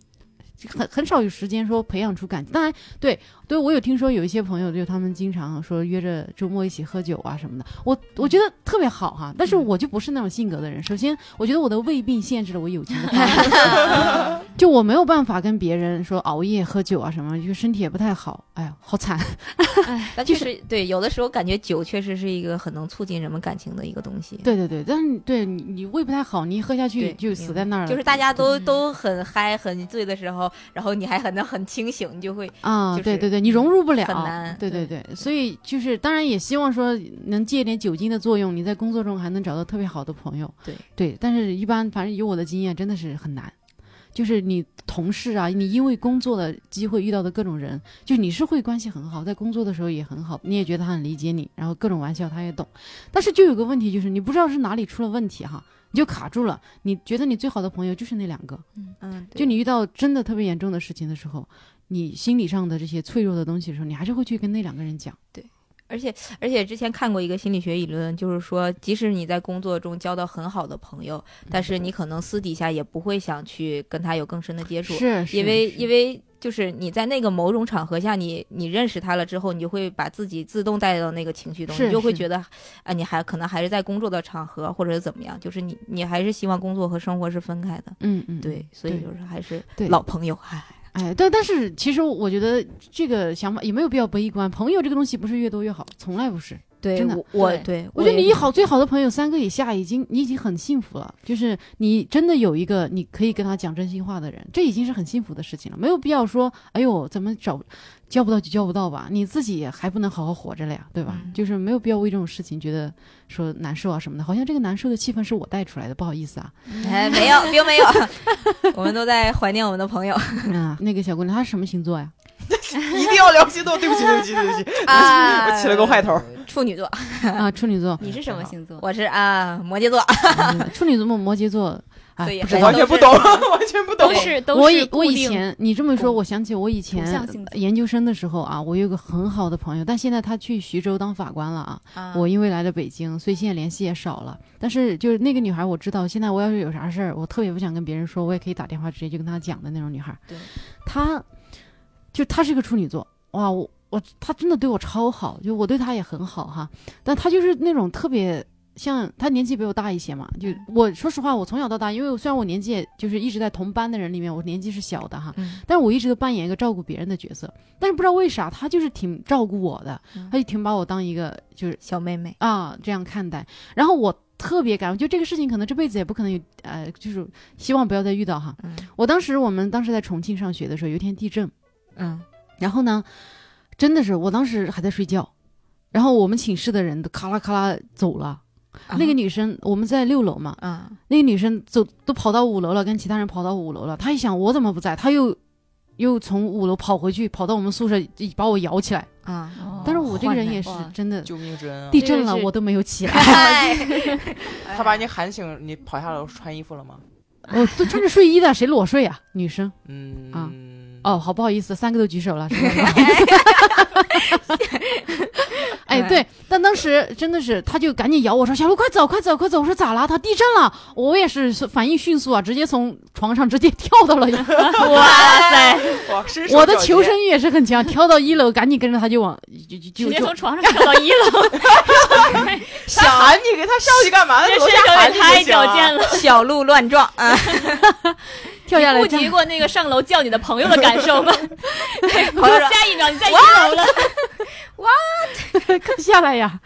Speaker 1: 很很少有时间说培养出感情。当然，对对我有听说有一些朋友，就他们经常说约着周末一起喝酒啊什么的，我我觉得特别好哈、但是我就不是那种性格的人。首先，我觉得我的胃病限制了我友情的发展。 就我没有办法跟别人说熬夜喝酒啊什么，就身体也不太好，哎呀，好惨。
Speaker 3: 但
Speaker 1: 就
Speaker 3: 确
Speaker 1: 是
Speaker 3: 实对，有的时候感觉酒确实是一个很能促进人们感情的一个东西。
Speaker 1: 对对对，但是你对你你胃不太好，你一喝下去
Speaker 3: 对
Speaker 1: 就死在那儿了。
Speaker 3: 就是大家都
Speaker 1: 嗯
Speaker 3: 都很嗨、很醉的时候，然后你还很很清醒，你就会
Speaker 1: 啊，
Speaker 3: 就是
Speaker 1: 对对对，你融入不了，
Speaker 3: 很难
Speaker 1: 对对对，所以就是当然也希望说能借点酒精的作用，你在工作中还能找到特别好的朋友。
Speaker 3: 对
Speaker 1: 对，但是一般反正以我的经验，真的是很难。就是你同事啊，你因为工作的机会遇到的各种人，就你是会关系很好，在工作的时候也很好，你也觉得他很理解你，然后各种玩笑他也懂。但是就有个问题，就是你不知道是哪里出了问题哈，你就卡住了。你觉得你最好的朋友就是那两个，
Speaker 3: 嗯，
Speaker 1: 就你遇到真的特别严重的事情的时候，你心理上的这些脆弱的东西的时候，你还是会去跟那两个人讲。
Speaker 3: 而且而且之前看过一个心理学理论，就是说，即使你在工作中交到很好的朋友，但是你可能私底下也不会想去跟他有更深的接触，
Speaker 1: 是，
Speaker 3: 因为因
Speaker 1: 为
Speaker 3: 为。就是你在那个某种场合下，你你认识他了之后，你就会把自己自动带到那个情绪中，
Speaker 1: 是
Speaker 3: 你就会
Speaker 1: 是
Speaker 3: 觉得，啊，你还可能还是在工作的场合或者是怎么样，就是你你还是希望工作和生活是分开的。
Speaker 1: 嗯嗯，
Speaker 3: 对，所以
Speaker 1: 对
Speaker 3: 就是还是
Speaker 1: 对
Speaker 3: 老朋友，哎，
Speaker 1: 哎，但但是其实我觉得这个想法也没有必要悲观。朋友这个东西不是越多越好，从来不是。
Speaker 3: 对
Speaker 1: 真的
Speaker 3: 我我
Speaker 2: 对
Speaker 3: 对
Speaker 1: 我觉得
Speaker 3: 也
Speaker 1: 你好最好的朋友三个以下，已经你已经很幸福了。就是你真的有一个你可以跟他讲真心话的人，这已经是很幸福的事情了。没有必要说，哎呦，怎么找交不到就交不到吧，你自己还不能好好活着了呀，对吧？
Speaker 3: 嗯
Speaker 1: 就是没有必要为这种事情觉得说难受啊什么的，好像这个难受的气氛是我带出来的，不好意思 啊。
Speaker 3: 哎没有并 没有，我们都在怀念我们的朋友
Speaker 1: 嗯，那个小姑娘她是什么星座 呀？
Speaker 4: 一定要聊星座，对不起，对不起，对不 起，
Speaker 3: 啊，
Speaker 4: 我起了个坏头。
Speaker 3: 处女座，
Speaker 1: 啊，处女座，
Speaker 2: 你是什么星座？
Speaker 3: 我是啊摩羯座，
Speaker 1: 嗯处女座、摩羯座，啊
Speaker 3: 所以，
Speaker 1: 不知
Speaker 3: 还
Speaker 1: 道
Speaker 4: 完全不懂，完全不懂
Speaker 2: 都。是都是
Speaker 1: 我以我以
Speaker 2: 固定
Speaker 1: 前你这么说，
Speaker 2: 固
Speaker 1: 我想起我以前
Speaker 2: 向性格
Speaker 1: 研究生的时候啊，我有个很好的朋友，但现在他去徐州当法官了啊。
Speaker 3: 啊
Speaker 1: 我因为来了北京，所以现在联系也少了。但是就是那个女孩，我知道，现在我要是有啥事儿，我特别不想跟别人说，我也可以打电话直接就跟她讲的那种女孩。
Speaker 3: 对，
Speaker 1: 她就她是个处女座，哇，我我她真的对我超好，就我对她也很好哈。但她就是那种特别。像她年纪比我大一些嘛，就
Speaker 3: 嗯
Speaker 1: 我说实话，我从小到大，因为我虽然我年纪也就是一直在同班的人里面，我年纪是小的哈，
Speaker 3: 嗯
Speaker 1: 但是我一直都扮演一个照顾别人的角色，但是不知道为啥他就是挺照顾我的，
Speaker 3: 嗯
Speaker 1: 他就挺把我当一个就是
Speaker 3: 小妹妹，
Speaker 1: 啊这样看待，然后我特别感，我觉得这个事情可能这辈子也不可能有，呃，就是希望不要再遇到哈。
Speaker 3: 嗯
Speaker 1: 我当时我们当时在重庆上学的时候，有一天地震，
Speaker 3: 嗯
Speaker 1: 然后呢，真的是我当时还在睡觉，然后我们寝室的人都咔啦咔啦走了，
Speaker 2: 啊
Speaker 1: 那个女生我们在六楼嘛，
Speaker 3: 嗯
Speaker 1: 那个女生走都跑到五楼了，跟其他人跑到五楼了。她一想我怎么不在，她又又从五楼跑回去，跑到我们宿舍把我摇起来。
Speaker 3: 啊
Speaker 2: 哦
Speaker 1: 但是我这个人也是
Speaker 2: 换了
Speaker 1: 真的，
Speaker 4: 救命之恩啊！
Speaker 1: 地震了
Speaker 2: 这个是
Speaker 1: 我都没有起
Speaker 3: 嗯
Speaker 1: 来，
Speaker 3: 嗨，
Speaker 4: 他把你喊醒，你跑下楼穿衣服了吗？
Speaker 1: 我都哦穿着睡衣的，谁裸睡啊？女生
Speaker 4: 嗯，
Speaker 1: 哦，，好不好意思，三个都举手了，是吧？不好意思 哎，对，但当时真的是，他就赶紧摇我说：“小鹿，快走，快走，快走！”我说：“咋啦？他地震了。”我也是反应迅速啊，直接从床上直接跳到了
Speaker 3: 哇塞，
Speaker 4: 哇，身 手
Speaker 1: 我的
Speaker 4: 矫
Speaker 1: 求
Speaker 4: 健
Speaker 1: 生欲也是很强，跳到一楼，赶紧跟着他就往就
Speaker 2: 直
Speaker 1: 就
Speaker 2: 接
Speaker 1: 就
Speaker 2: 从床上跳到一 楼，
Speaker 4: 他喊你给他上去干嘛呢？
Speaker 2: 这
Speaker 4: 楼
Speaker 2: 身
Speaker 4: 下
Speaker 2: 手
Speaker 4: 喊
Speaker 2: 也
Speaker 4: 你
Speaker 2: 太
Speaker 4: 就行
Speaker 2: 矫
Speaker 4: 啊
Speaker 2: 健了。
Speaker 3: 小鹿乱撞啊，
Speaker 1: 跳下来
Speaker 2: 顾
Speaker 1: 这
Speaker 2: 及
Speaker 1: 样。
Speaker 2: 过那个上楼叫你的朋友的感受 吗？
Speaker 3: 朋友说
Speaker 2: 下一秒你在一楼了，
Speaker 1: 快 下来呀！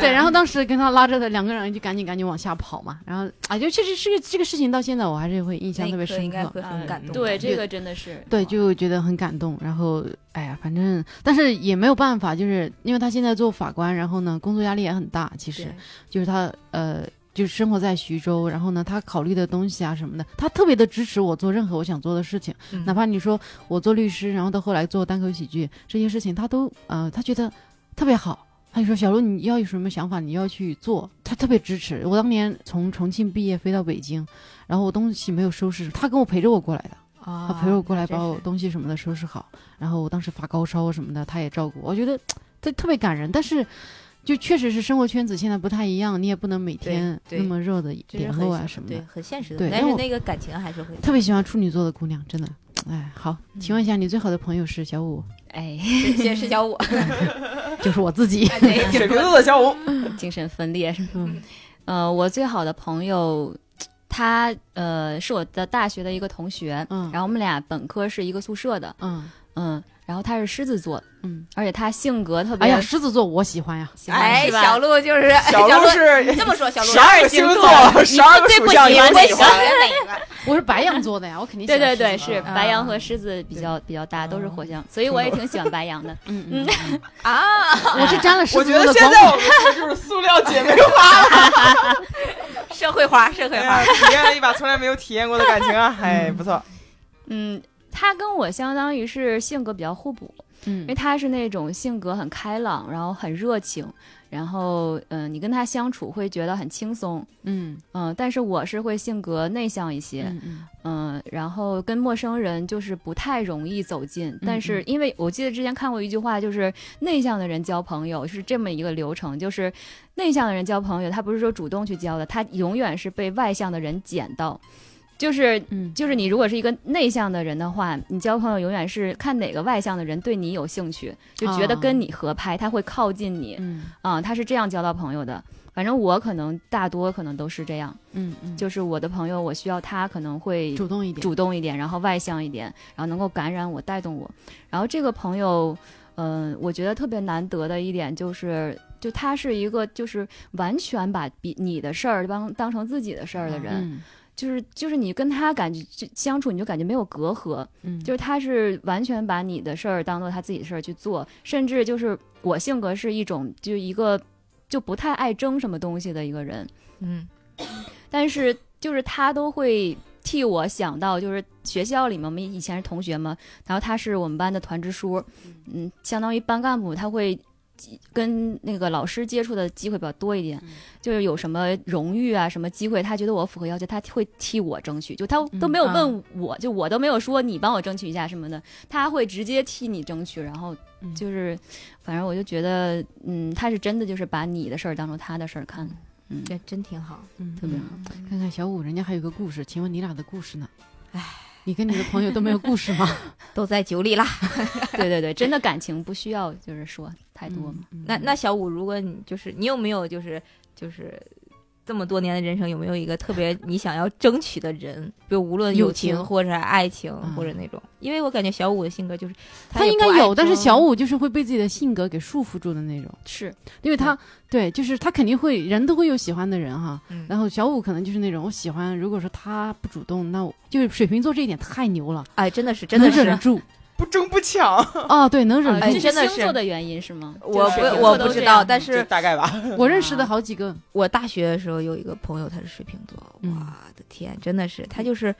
Speaker 1: 对，然后当时跟他拉着的两个人就赶紧赶紧往下跑嘛，然后啊，就这这这个这个事情到现在我还是会印象特别深
Speaker 3: 应该
Speaker 1: 刻，嗯
Speaker 3: 会很感动。
Speaker 2: 对，这个真的是
Speaker 1: 对，就觉得很感动。然后哎呀，反正但是也没有办法，就是因为他现在做法官，然后呢工作压力也很大，其实
Speaker 3: 对
Speaker 1: 就是他呃。就是生活在徐州，然后呢，他考虑的东西啊什么的，他特别的支持我做任何我想做的事情。
Speaker 3: 嗯
Speaker 1: 哪怕你说我做律师，然后到后来做单口喜剧这些事情，他都呃，他觉得特别好。他就说：“小鹿，你要有什么想法，你要去做。”他特别支持我。当年从重庆毕业飞到北京，然后我东西没有收拾，他跟我陪着我过来的，
Speaker 3: 啊
Speaker 1: 他陪着我过来
Speaker 3: 那真
Speaker 1: 把我
Speaker 3: 是
Speaker 1: 东西什么的收拾好。然后我当时发高烧什么的，他也照顾我。我觉得这特别感人，但是。就确实是生活圈子现在不太一样，你也不能每
Speaker 3: 对
Speaker 1: 天
Speaker 3: 对
Speaker 1: 那么热的
Speaker 3: 这是
Speaker 1: 联
Speaker 3: 很
Speaker 1: 络啊
Speaker 3: 现
Speaker 1: 什么的
Speaker 3: 对，。很现实的
Speaker 1: 对，
Speaker 3: 但
Speaker 1: 然
Speaker 3: 是
Speaker 1: 后
Speaker 3: 那个感情还 是会
Speaker 1: 特别喜欢处女座的姑娘，真的。哎，好，请问一下，你最好的朋友是小五？
Speaker 2: 哎，
Speaker 3: 是 是小五，
Speaker 1: 就是我自己。
Speaker 3: 对，
Speaker 4: 水瓶座的小五，
Speaker 2: 精神分裂是吗？
Speaker 1: 嗯
Speaker 2: 呃，我最好的朋友，他呃是我的大学的一个同学，
Speaker 1: 嗯
Speaker 2: 然后我们俩本科是一个宿舍的，
Speaker 1: 嗯
Speaker 2: 嗯，然后他是狮子座，
Speaker 1: 嗯。
Speaker 2: 而且他性格特别，
Speaker 1: 哎呀，狮子座我喜欢呀。
Speaker 2: 喜欢
Speaker 3: 哎，
Speaker 2: 是吧？
Speaker 3: 小鹿就是
Speaker 4: 哎小鹿是
Speaker 3: 你 这么说，小鹿
Speaker 4: 十二个星座，十二
Speaker 2: 你
Speaker 4: 个属相，你
Speaker 2: 最不
Speaker 4: 最
Speaker 2: 喜
Speaker 4: 喜
Speaker 2: 欢
Speaker 4: 欢
Speaker 1: 哎
Speaker 4: 哎
Speaker 3: 哪个？
Speaker 1: 我是白羊座的呀，我肯定喜
Speaker 2: 对
Speaker 1: 欢
Speaker 2: 对
Speaker 1: 狮子座
Speaker 2: 对，是
Speaker 1: 啊
Speaker 2: 白羊和狮子比较比较搭，都是火象，所以我也挺喜欢白羊 的。
Speaker 1: 嗯嗯，嗯
Speaker 3: 啊，
Speaker 1: 嗯我是沾了狮
Speaker 4: 我
Speaker 1: 子
Speaker 4: 觉
Speaker 1: 座
Speaker 4: 得
Speaker 1: 的
Speaker 4: 现
Speaker 1: 光
Speaker 4: 在
Speaker 1: 环。
Speaker 4: 我们这就是塑料姐妹花，
Speaker 3: 社会花，社会花
Speaker 4: 哎 呀，体验了一把从来没有体验过的感情啊，哎，不错，
Speaker 2: 嗯，他跟我相当于是性格比较互补，因为
Speaker 1: 嗯
Speaker 2: 他是那种性格很开朗，然后很热情，然后嗯、呃你跟他相处会觉得很轻松。
Speaker 1: 嗯
Speaker 2: 嗯、但是我是会性格内向一些，
Speaker 1: 嗯嗯
Speaker 2: 嗯、然后跟陌生人就是不太容易走近。但是因为我记得之前看过一句话，就是内向的人交朋友是这么一个流程，就是内向的人交朋友，他不是说主动去交的，他永远是被外向的人捡到。就是
Speaker 1: 嗯
Speaker 2: 就是你如果是一个内向的人的话，你交朋友永远是看哪个外向的人对你有兴趣，就觉得
Speaker 1: 啊
Speaker 2: 跟你合拍，他会靠近你
Speaker 1: 嗯
Speaker 2: 啊、他是这样交到朋友的。反正我可能大多可能都是这样，
Speaker 1: 嗯嗯，
Speaker 2: 就是我的朋友，我需要他可能会
Speaker 1: 主动一点，
Speaker 2: 主动一点，然后外向一点，然后能够感染我、带动我。然后这个朋友，嗯、我觉得特别难得的一点就是，就他是一个就是完全把比你的事儿当当成自己的事儿的人，
Speaker 1: 嗯
Speaker 2: 就是就是你跟他感觉就相处你就感觉没有隔阂，
Speaker 1: 嗯，
Speaker 2: 就是他是完全把你的事儿当做他自己的事儿去做，甚至就是我性格是一种就是一个就不太爱争什么东西的一个人，
Speaker 3: 嗯，
Speaker 2: 但是就是他都会替我想到，就是学校里面我们以前是同学嘛，然后他是我们班的团支书，嗯，相当于班干部，他会。跟那个老师接触的机会比较多一点，
Speaker 1: 嗯
Speaker 2: 就是有什么荣誉啊、什么机会，他觉得我符合要求，他会替我争取。就他都没有问我，就我都没有说你帮我争取一下什么的，他会直接替你争取。然后
Speaker 1: 嗯
Speaker 2: 就是，反正我就觉得，嗯，他是真的就是把你的事儿当成他的事儿看，嗯，
Speaker 3: 这真挺好。
Speaker 1: 嗯
Speaker 2: 特别好。
Speaker 1: 嗯看看小五，人家还有个故事，请问你俩的故事呢？
Speaker 3: 唉，
Speaker 1: 你跟你的朋友都没有故事吗？
Speaker 3: 都在酒里啦。
Speaker 2: 对对对，真的感情不需要就是说太多嘛。
Speaker 1: 嗯？嗯
Speaker 3: 那那小五，如果你就是你有没有就是就是这么多年的人生，有没有一个特别你想要争取的人？就无论
Speaker 1: 友
Speaker 3: 友情
Speaker 1: 情
Speaker 3: 或者爱情
Speaker 1: 嗯
Speaker 3: 或者那种，因为我感觉小五的性格就是
Speaker 1: 他
Speaker 3: 也
Speaker 1: 应
Speaker 3: 不
Speaker 1: 该
Speaker 3: 爱
Speaker 1: 有，但是
Speaker 3: 争
Speaker 1: 小五就是会被自己的性格给束缚住的那种，
Speaker 2: 是，
Speaker 1: 因为他对，就是他肯定会人都会有喜欢的人哈。
Speaker 3: 嗯
Speaker 1: 然后小五可能就是那种我喜欢，如果说他不主动，那我就是水瓶座这一点太牛了，
Speaker 3: 哎，真的是真的
Speaker 1: 能
Speaker 3: 是
Speaker 1: 忍。住
Speaker 4: 不争不抢，
Speaker 1: 啊，对，能忍
Speaker 2: 啊这
Speaker 1: 住。
Speaker 3: 哎真的
Speaker 2: 星
Speaker 3: 是
Speaker 2: 座的原因是吗？就
Speaker 3: 我
Speaker 2: 是
Speaker 3: 不
Speaker 2: 水瓶
Speaker 3: 我
Speaker 2: 座
Speaker 3: 不
Speaker 2: 都
Speaker 3: 知
Speaker 2: 这
Speaker 3: 道，
Speaker 2: 样
Speaker 3: 但
Speaker 2: 吗
Speaker 4: 就是大概吧。
Speaker 1: 我认识的好几个，
Speaker 3: 我大学的时候有一个朋友，他是水瓶座，
Speaker 1: 嗯
Speaker 3: 我的天，真的是他就是。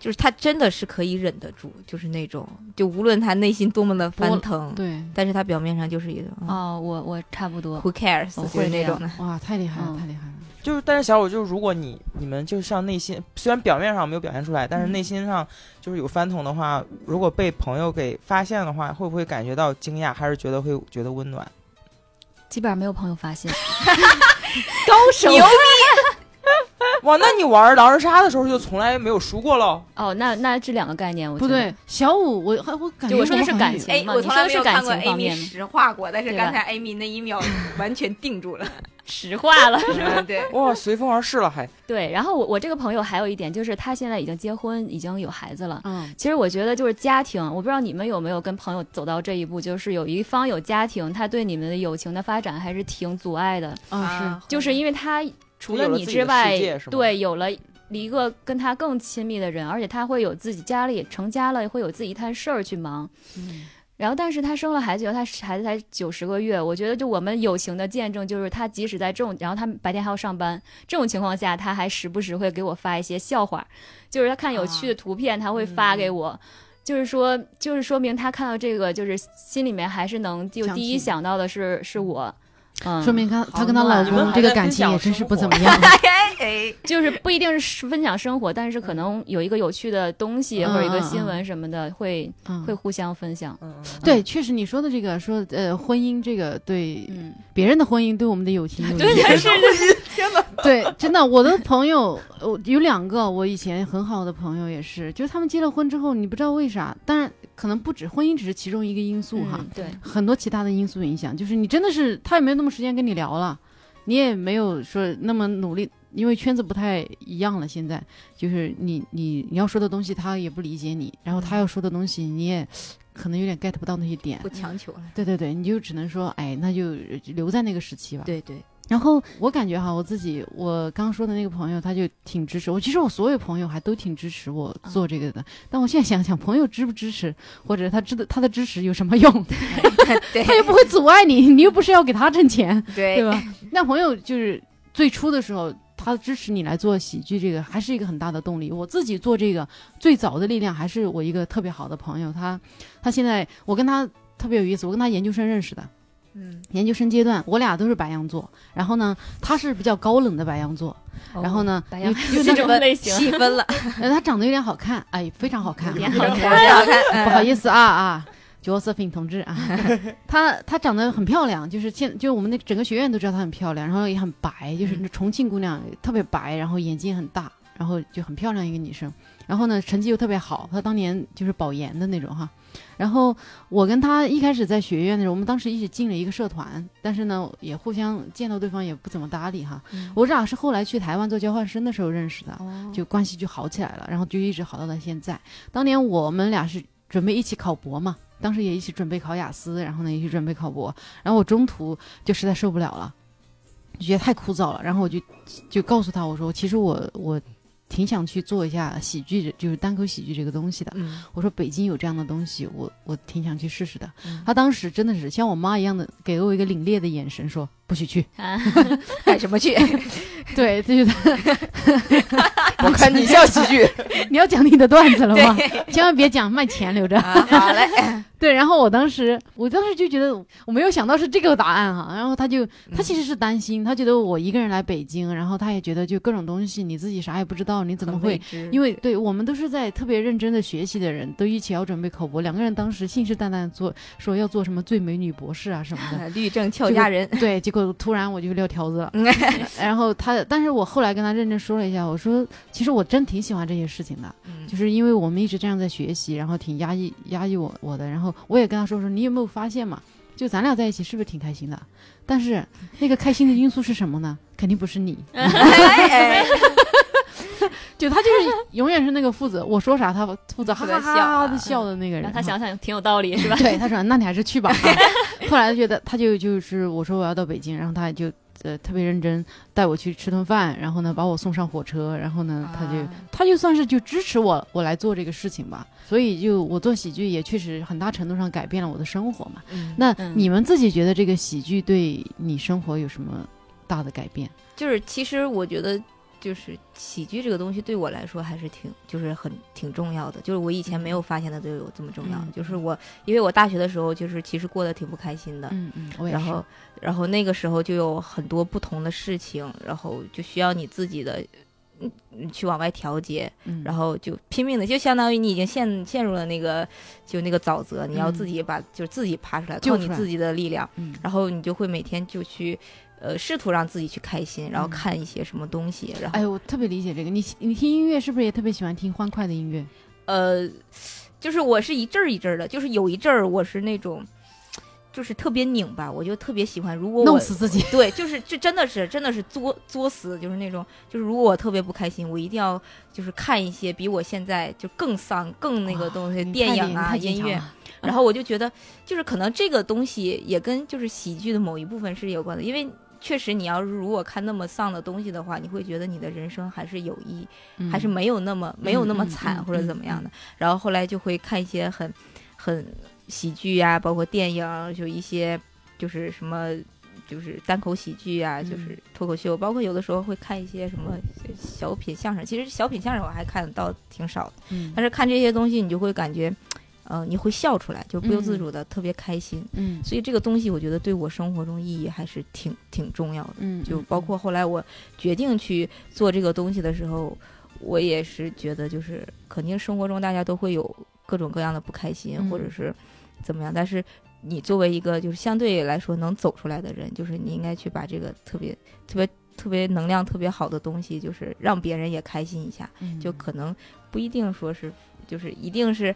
Speaker 3: 就是他真的是可以忍得住，就是那种，就无论他内心多么的
Speaker 1: 我
Speaker 3: 翻腾，
Speaker 1: 对，
Speaker 3: 但是他表面上就是一种、啊
Speaker 2: 哦，我我差不多。
Speaker 3: who cares，
Speaker 2: 我
Speaker 3: 就是
Speaker 2: 会
Speaker 3: 那
Speaker 2: 这样
Speaker 3: 种的。
Speaker 1: 哇，太厉害了，
Speaker 2: 嗯
Speaker 1: 太厉害了。
Speaker 4: 就是，但是小五，就是如果你你们就像内心，虽然表面上没有表现出来，但是内心上就是有翻腾的话，如果被朋友给发现的话，会不会感觉到惊讶，还是觉得会觉得温暖？
Speaker 2: 基本上没有朋友发现，
Speaker 3: 高手
Speaker 4: 哇，那你玩狼人杀的时候就从来没有输过喽？
Speaker 2: 哦，那那这两个概念，我
Speaker 1: 不
Speaker 2: 觉得
Speaker 1: 对，小五，我还我感觉
Speaker 2: 就我说的
Speaker 1: 我
Speaker 2: 是
Speaker 1: 好像
Speaker 2: 感
Speaker 1: 有
Speaker 2: 情
Speaker 3: 哎，
Speaker 2: 嘛
Speaker 3: 我
Speaker 2: 你
Speaker 3: 从
Speaker 2: 说
Speaker 3: 来
Speaker 2: 的
Speaker 3: 没
Speaker 2: 是
Speaker 3: 有
Speaker 2: 感
Speaker 3: 看过
Speaker 2: 情方
Speaker 3: Amy
Speaker 2: 面吗
Speaker 3: 实话过，但是
Speaker 2: 对吧
Speaker 3: 刚才 Amy 那一秒完全定住了，
Speaker 2: 实话了。
Speaker 3: 是吧？对，
Speaker 4: 哇，随风而逝了还。
Speaker 2: 对，然后我我这个朋友还有一点就是，他现在已经结婚，已经有孩子了。
Speaker 1: 嗯，
Speaker 2: 其实我觉得就是家庭，我不知道你们有没有跟朋友走到这一步，就是有一方有家庭，他对你们的友情的发展还是挺阻碍的。
Speaker 1: 啊
Speaker 2: 就是因为他除了你之
Speaker 4: 有了
Speaker 2: 外
Speaker 4: 自己的世界是，吗
Speaker 2: 对，有了一个跟他更亲密的人，而且他会有自己家里成家了，会有自己一摊事儿去忙。
Speaker 1: 是，嗯
Speaker 2: 然后，但是他生了孩子以后，他孩子才九十个月，我觉得就我们友情的见证，就是他即使在这种，然后他白天还要上班这种情况下，他还时不时会给我发一些笑话，就是他看有趣
Speaker 4: 啊
Speaker 2: 的图片，他会发
Speaker 4: 嗯
Speaker 2: 给我。就是说，就是说明他看到这个，就是心里面还是能就
Speaker 1: 想
Speaker 2: 第一
Speaker 1: 起
Speaker 2: 想到的是是我，嗯，
Speaker 1: 说明她她跟她
Speaker 2: 暖
Speaker 1: 老
Speaker 2: 啊
Speaker 1: 公这个感情也真是不怎么样。
Speaker 3: 哎哎，
Speaker 2: 就是不一定是分享生活，但是可能有一个有趣的东西
Speaker 1: 嗯
Speaker 2: 或者一个新闻什么的，会
Speaker 1: 嗯
Speaker 2: 会互相分享。
Speaker 4: 嗯，嗯
Speaker 1: 对，确实你说的这个说呃婚姻这个对
Speaker 2: 嗯，
Speaker 1: 别人的婚姻对我们的友情 有
Speaker 2: 对
Speaker 1: 影响
Speaker 2: 但是
Speaker 1: 对，真的，我的朋友我有两个，我以前很好的朋友也是，就是他们结了婚之后，你不知道为啥，当然可能不止婚姻只是其中一个因素哈，
Speaker 2: 嗯对，
Speaker 1: 很多其他的因素影响，就是你真的是他也没有那么时间跟你聊了，你也没有说那么努力，因为圈子不太一样了。现在就是你你你要说的东西，他也不理解你，然后他要说的东西，你也可能有点 get 不到那些点
Speaker 3: 不。强求了。
Speaker 1: 对对对，你就只能说，哎，那就留在那个时期吧。
Speaker 3: 对对，
Speaker 1: 然后我感觉哈，我自己我刚说的那个朋友，他就挺支持我。其实我所有朋友还都挺支持我做这个的，但我现在想想，朋友支不支持，或者他知道他的支持有什么用？
Speaker 3: 对
Speaker 1: 他又不会阻碍你， 你又不是要给他挣钱，对
Speaker 3: 对
Speaker 1: 吧？那朋友就是最初的时候，他支持你来做喜剧，这个还是一个很大的动力。我自己做这个最早的力量还是我一个特别好的朋友，他他现在我跟他特别有意思，我跟他研究生认识的。
Speaker 3: 嗯，
Speaker 1: 研究生阶段，我俩都是白羊座，然后呢，他是比较高冷的白羊座，然后呢，
Speaker 2: 哦白羊
Speaker 1: 又又
Speaker 2: 这
Speaker 1: 那
Speaker 2: 种
Speaker 1: 个，
Speaker 3: 哎
Speaker 2: 类型
Speaker 3: 细 分了，
Speaker 1: 呃他长得有点好看，哎，非常好看啊，
Speaker 2: 有点
Speaker 3: 好
Speaker 2: 好
Speaker 3: 看，
Speaker 2: 看
Speaker 3: 好看，
Speaker 1: 不好
Speaker 3: 思，
Speaker 1: 意思啊啊，角色品同志啊， 她她长得很漂亮，就是现就是我们那个整个学院都知道她很漂亮，然后也很白，就是
Speaker 3: 嗯
Speaker 1: 重庆姑娘特别白，然后眼睛很大，然后就很漂亮一个女生。然后呢成绩又特别好，他当年就是保研的那种哈。然后我跟他一开始在学院的时候，我们当时一起进了一个社团，但是呢也互相见到对方也不怎么搭理哈。
Speaker 2: 嗯
Speaker 1: 我俩是后来去台湾做交换生的时候认识的，
Speaker 2: 哦
Speaker 1: 就关系就好起来了，然后就一直好到了现在。当年我们俩是准备一起考博嘛，当时也一起准备考雅思，然后呢一起准备考博，然后我中途就实在受不了了，就觉得太枯燥了，然后我就就告诉他我说，其实我我挺想去做一下喜剧，就是单口喜剧这个东西的。
Speaker 3: 嗯，
Speaker 1: 我说北京有这样的东西，我我挺想去试试的。
Speaker 3: 嗯
Speaker 1: 他当时真的是像我妈一样的，给了我一个凛冽的眼神，说不许去。
Speaker 2: 啊，
Speaker 3: 干什 么去？
Speaker 1: 对，这就是
Speaker 4: 我看你像喜剧，
Speaker 1: 你要讲你的段子了吗？
Speaker 3: 对
Speaker 1: 千万别讲卖钱留着。
Speaker 3: 啊，好嘞，
Speaker 1: 对，然后我当时，我当时就觉得我没有想到是这个答案哈、然后他就，
Speaker 3: 嗯
Speaker 1: 他其实是担心，他觉得我一个人来北京，然后他也觉得就各种东西你自己啥也不知道，你怎么会？因
Speaker 3: 为
Speaker 1: 为对我们都是在特别认真的学习的人，都一起要准备考博，两个人当时信誓旦旦做说要做什么最美女博士啊什么的，
Speaker 3: 嗯律政俏佳人，
Speaker 1: 对，结果突然我就撂挑子了。 然后他，但是我后来跟他认真说了一下，我说其实我真挺喜欢这些事情的，
Speaker 3: 嗯
Speaker 1: 就是因为我们一直这样在学习，然后挺压抑压抑我我的，然后我也跟他说说，你有没有发现嘛？就咱俩在一起是不是挺开心的？但是那个开心的因素是什么呢？肯定不是你，
Speaker 3: 哎哎
Speaker 1: 就他就是永远是那个负责我说啥他负责哈啊哈哈哈的笑的那个人。
Speaker 2: 让他想想挺有道理是吧？
Speaker 1: 对，他说那你还是去 吧。后来觉得他就就是我说我要到北京，然后他就呃特别认真带我去吃顿饭，然后呢把我送上火车，然后呢嗯他就、
Speaker 3: 啊
Speaker 1: 他就算是就支持我我来做这个事情吧。所以就我做喜剧也确实很大程度上改变了我的生活嘛。
Speaker 3: 嗯
Speaker 1: 那
Speaker 2: 嗯
Speaker 1: 你们自己觉得这个喜剧对你生活有什么大的改变？
Speaker 3: 就是其实我觉得，就是喜剧这个东西对我来说还是挺，就是很挺重要的。就是我以前没有发现它对我这么重要。
Speaker 1: 嗯
Speaker 3: 就是我，因为我大学的时候，就是其实过得挺不开心的。
Speaker 1: 嗯嗯，我也
Speaker 3: 然
Speaker 1: 是。
Speaker 3: 后，然后那个时候就有很多不同的事情，然后就需要你自己的，嗯，嗯去往外调节，
Speaker 1: 嗯，
Speaker 3: 然后就拼命的，就相当于你已经陷陷入了那个，就那个沼泽，你要自己把，就是自己爬出来，
Speaker 1: 救嗯
Speaker 3: 靠
Speaker 1: 出
Speaker 3: 你
Speaker 1: 来
Speaker 3: 自己的力量。
Speaker 1: 嗯
Speaker 3: 然后你就会每天就去，呃，试图让自己去开心，然后
Speaker 1: 嗯
Speaker 3: 看一些什么东西，然后、
Speaker 1: 哎，我特别理解这个。你你听音乐是不是也特别喜欢听欢快的音乐？
Speaker 3: 呃，就是我是一阵儿一阵儿的，就是有一阵儿我是那种，就是特别拧巴，我就特别喜欢，如果
Speaker 1: 弄
Speaker 3: 我
Speaker 1: 死自己。
Speaker 3: 对，就是这真的是真的是作作死，就是那种，就是如果我特别不开心，我一定要就是看一些比我现在就更丧、更那个
Speaker 1: 哇
Speaker 3: 东西，
Speaker 1: 你
Speaker 3: 电
Speaker 1: 嗯太厉
Speaker 3: 影啊、
Speaker 1: 太坚
Speaker 3: 音
Speaker 1: 强
Speaker 3: 乐
Speaker 1: 了，
Speaker 3: 然后我就觉得，就是可能这个东西也跟就是喜剧的某一部分是有关的，因为确实你要是如果看那么丧的东西的话，你会觉得你的人生还是有意义，
Speaker 1: 嗯
Speaker 3: 还是没有那么没有那么惨
Speaker 1: 嗯
Speaker 3: 或者怎么样的。然后后来就会看一些很很喜剧啊，包括电影，就一些就是什么。就是单口喜剧啊，
Speaker 1: 嗯
Speaker 3: 就是脱口秀，包括有的时候会看一些什么小品相声。其实小品相声我还看的倒挺少的。
Speaker 1: 嗯
Speaker 3: 但是看这些东西，你就会感觉，呃，你会笑出来，就不由自主的、特别开心。
Speaker 1: 嗯
Speaker 3: 所以这个东西，我觉得对我生活中意义还是挺挺重要的。
Speaker 1: 嗯，
Speaker 3: 就
Speaker 1: 嗯
Speaker 3: 包括后来我决定去做这个东西的时候，我也是觉得，就是肯定生活中大家都会有各种各样的不开心，
Speaker 1: 嗯
Speaker 3: 或者是怎么样，但是。你作为一个就是相对来说能走出来的人，就是你应该去把这个特别特别特别能量特别好的东西，就是让别人也开心一下，
Speaker 1: 嗯
Speaker 3: 就可能不一定说是，就是一定是，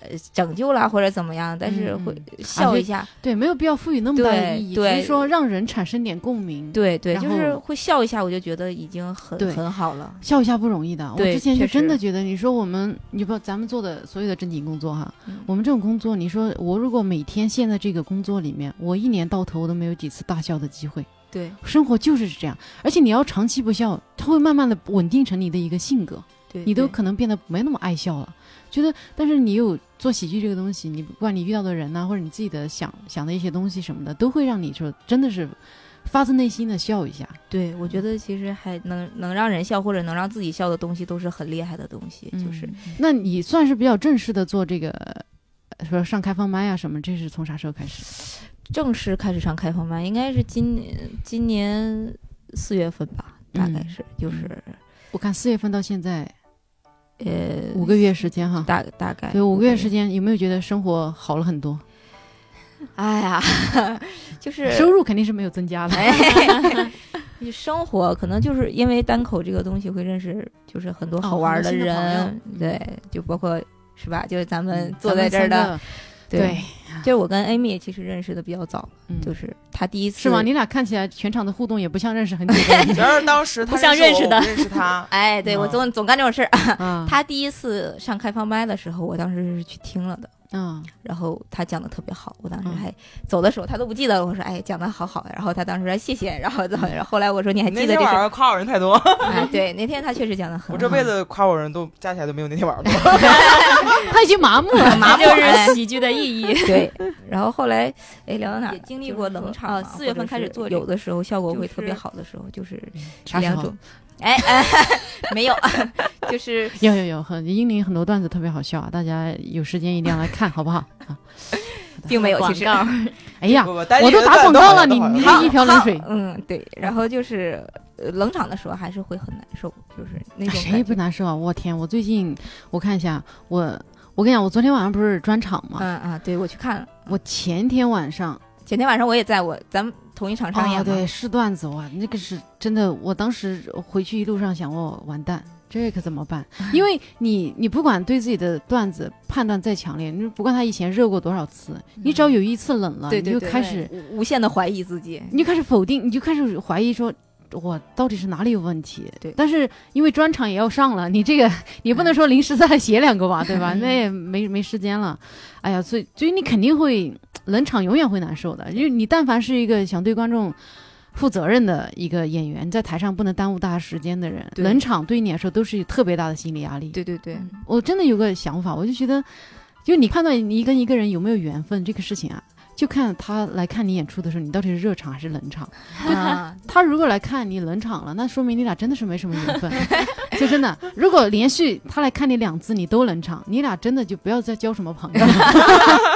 Speaker 3: 呃，拯救啦或者怎么样，但是
Speaker 1: 嗯
Speaker 3: 会
Speaker 1: 嗯
Speaker 3: 笑
Speaker 1: 就
Speaker 3: 一下，
Speaker 1: 对，没有必要赋予那么大的
Speaker 3: 对
Speaker 1: 意义，只
Speaker 3: 对
Speaker 1: 是说让人产生点共鸣。，
Speaker 3: 对对，
Speaker 1: 然
Speaker 3: 就是
Speaker 1: 后
Speaker 3: 会笑一下，我就觉得已经很
Speaker 1: 对
Speaker 3: 很好了。
Speaker 1: 笑一下不容易的。我
Speaker 3: 对
Speaker 1: 之前就
Speaker 3: 确
Speaker 1: 真的
Speaker 3: 实
Speaker 1: 觉得，你说我们，你不，咱们做的所有的正经工作哈，
Speaker 3: 嗯
Speaker 1: 我们这种工作，你说我如果每天陷在这个工作里面，我一年到头我都没有几次大笑的机会。
Speaker 3: 对
Speaker 1: 生活就是这样，而且你要长期不笑，它会慢慢的稳定成你的一个性格。
Speaker 3: 对，
Speaker 1: 你都
Speaker 3: 对
Speaker 1: 可能变得没那么爱笑了。觉得，但是你有做喜剧这个东西，你不管你遇到的人呐、或者你自己的想想的一些东西什么的，都会让你说真的是发自内心的笑一下。
Speaker 3: 对，我觉得其实还能能让人笑或者能让自己笑的东西，都是很厉害的东西。就是
Speaker 1: 嗯，那你算是比较正式的做这个，呃说上开放麦啊什么，这是从啥时候开始？
Speaker 3: 正式开始上开放麦，应该是今年今年四月份吧，大概
Speaker 1: 嗯
Speaker 3: 是就是
Speaker 1: 我看四月份到现在
Speaker 3: 呃
Speaker 1: 五个月时间哈，
Speaker 3: 大大概
Speaker 1: 对，五个月时
Speaker 3: 间。
Speaker 1: 间有没有觉得生活好了很多？
Speaker 3: 哎呀，就是
Speaker 1: 收入肯定是没有增加的。
Speaker 3: 哎， 就生活可能就是因为单口这个东西会认识，就是很多
Speaker 1: 哦
Speaker 3: 好玩
Speaker 1: 很多新的
Speaker 3: 人，
Speaker 1: 朋友
Speaker 3: 对，就包括是吧？就是咱们
Speaker 1: 嗯
Speaker 3: 坐在这儿
Speaker 1: 咱
Speaker 3: 的，
Speaker 1: 们三个对，
Speaker 3: 就是我跟 Amy 其实认识的比较早，
Speaker 1: 嗯
Speaker 3: 就是她第一次
Speaker 1: 是吗？你俩看起来全场的互动也不像认识很久的 人
Speaker 4: 主要是当时他
Speaker 3: 不像
Speaker 4: 认
Speaker 3: 认
Speaker 4: 识
Speaker 3: 识
Speaker 4: 我
Speaker 3: 的，
Speaker 4: 我不认识他
Speaker 3: 哎，对我
Speaker 1: 哦
Speaker 4: 嗯
Speaker 3: 总总干这种事儿。
Speaker 1: 啊。
Speaker 3: 她第一次上开放麦的时候，我当时是去听了的，
Speaker 1: 嗯，
Speaker 3: 然后她讲的特别好，我当时
Speaker 1: 嗯
Speaker 3: 还走的时候她都不记得了，我说哎讲的好好呀，然后她当时说哎谢谢，然后怎么，
Speaker 1: 嗯
Speaker 3: 然后后来我说你还
Speaker 4: 那
Speaker 3: 记得这
Speaker 4: 天 晚
Speaker 3: 事儿？
Speaker 4: 上夸我人太多，
Speaker 3: 哎，对，那天她确实讲的很好，
Speaker 4: 我这辈子夸我人都加起来都没有那天晚上多。
Speaker 1: 他已经麻木 了。
Speaker 3: 麻木
Speaker 2: 就
Speaker 3: 哎
Speaker 2: 是喜剧 的意 义。
Speaker 3: 对，然后后来哎聊到哪儿
Speaker 2: 也
Speaker 3: 了？
Speaker 2: 经
Speaker 3: 就
Speaker 2: 历
Speaker 3: 是
Speaker 2: 过
Speaker 3: 说
Speaker 2: 冷场
Speaker 3: 啊，
Speaker 2: 嘛
Speaker 3: 四
Speaker 2: 或
Speaker 3: 月
Speaker 2: 者
Speaker 3: 份开始
Speaker 2: 是
Speaker 3: 做这
Speaker 2: 有
Speaker 3: 个，有的时候效果
Speaker 2: 就
Speaker 3: 会特别
Speaker 2: 是
Speaker 3: 好的时候， 就是
Speaker 1: 啥时
Speaker 3: 两
Speaker 1: 候
Speaker 3: 种？。哎哎， 没有，就是
Speaker 1: 有有有，很英林很多段子特别好笑啊，大家有时间一定要来看，好不好？啊，
Speaker 3: 并没有，其实
Speaker 2: 广
Speaker 1: 哎呀，
Speaker 4: 不不
Speaker 1: 我都打广告了，你你
Speaker 4: 你
Speaker 1: 这一瓢冷水，
Speaker 3: 嗯，对。然后就是呃冷场的时候还是会很难受，就是那
Speaker 1: 啊
Speaker 3: 种
Speaker 1: 谁
Speaker 3: 感
Speaker 1: 也不
Speaker 3: 觉
Speaker 1: 难受啊！我天，我最近我看一下，我我跟你讲，我昨天晚上不是专场嘛，
Speaker 3: 嗯啊，对我去看了，
Speaker 1: 我前天晚上
Speaker 3: 前天晚上我也在我咱们同一场上
Speaker 1: 啊，
Speaker 3: 演嘛
Speaker 1: 对，是段子哇，那个是真的，我当时回去一路上想，我完蛋。这可怎么办？
Speaker 3: 嗯
Speaker 1: 因为你，你不管对自己的段子判断再强烈，你不管他以前热过多少次，你只要有一次冷了，
Speaker 3: 嗯对对
Speaker 1: 你就
Speaker 3: 对
Speaker 1: 开始
Speaker 3: 无无限的怀疑自己，
Speaker 1: 你就开始否定，你就开始怀疑说。我到底是哪里有问题？
Speaker 3: 对
Speaker 1: 但是因为专场也要上了，你这个你不能说临时再写两个吧，对 吧？
Speaker 3: 嗯
Speaker 1: 那也没没时间了。哎呀，所以所以你肯定会冷场，永远会难受的。因为你但凡是一个想对观众负责任的一个演员，在台上不能耽误大家时间的人，
Speaker 3: 对
Speaker 1: 冷场对你来说都是特别大的心理压力。
Speaker 3: 对对对，
Speaker 1: 我真的有个想法，我就觉得，就你判断你跟一个人有没有缘分这个事情啊，就看他来看你演出的时候，你到底是热场还是冷场。
Speaker 3: 啊，
Speaker 1: 他如果来看你冷场了，那说明你俩真的是没什么缘分。 就真的，如果连续他来看你两次，你都冷场，你俩真的就不要再交什么朋友了。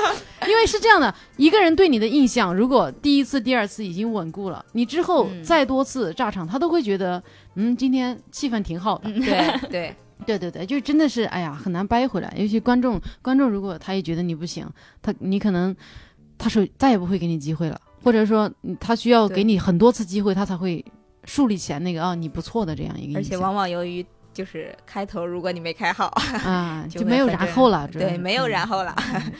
Speaker 1: 因为是这样的，一个人对你的印象，如果第一次、第二次已经稳固了，你之后
Speaker 2: 嗯
Speaker 1: 再多次炸场，他都会觉得，嗯，今天气氛挺好的。
Speaker 3: 对对，
Speaker 1: 对对对，就真的是，哎呀，很难掰回来。尤其观众，观众如果他也觉得你不行，他你可能他是再也不会给你机会了，或者说嗯他需要
Speaker 3: 对
Speaker 1: 给你很多次机会，他才会树立起来那个啊你不错的这样一个
Speaker 3: 而
Speaker 1: 印
Speaker 3: 且
Speaker 1: 象
Speaker 3: 往往由于就是开头，如果你没开好，
Speaker 1: 啊，
Speaker 3: 就
Speaker 1: 就
Speaker 3: 会
Speaker 1: 没有
Speaker 3: 很这
Speaker 1: 然
Speaker 3: 样
Speaker 1: 后了，主要
Speaker 3: 对，
Speaker 1: 是
Speaker 3: 没有然。后了，
Speaker 1: 嗯嗯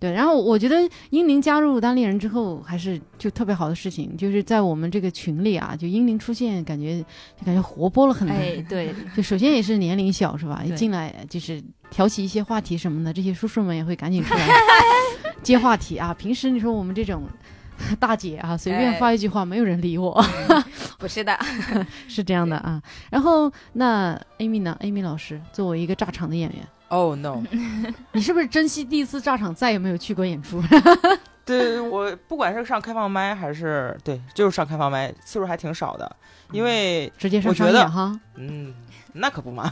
Speaker 1: 对，对然后我觉得英灵加入单立人之后，还是就特别好的事情，就是在我们这个群里啊，就英灵出现，感觉就感觉活泼了很多。
Speaker 2: 哎，对，
Speaker 1: 就首先也是年龄小是吧？一
Speaker 2: 对
Speaker 1: 进来就是挑起一些话题什么的，这些叔叔们也会赶紧出来接话题啊。平时你说我们这种大姐啊，随便
Speaker 3: 哎
Speaker 1: 发一句话，没有人理我，
Speaker 3: 不是的，
Speaker 1: 是这样的啊。然后那 Amy 呢？Amy 老师作为一个炸场的演员，
Speaker 4: Oh no！
Speaker 1: 你是不是珍惜第一次炸场，再也没有去过演出？
Speaker 4: 对我不管是上开放麦还是对，就是上开放麦次数还挺少的，
Speaker 2: 嗯
Speaker 4: 因为
Speaker 1: 直接上
Speaker 4: 我觉
Speaker 1: 商
Speaker 4: 得
Speaker 1: 演哈？
Speaker 4: 嗯，那可 不嘛，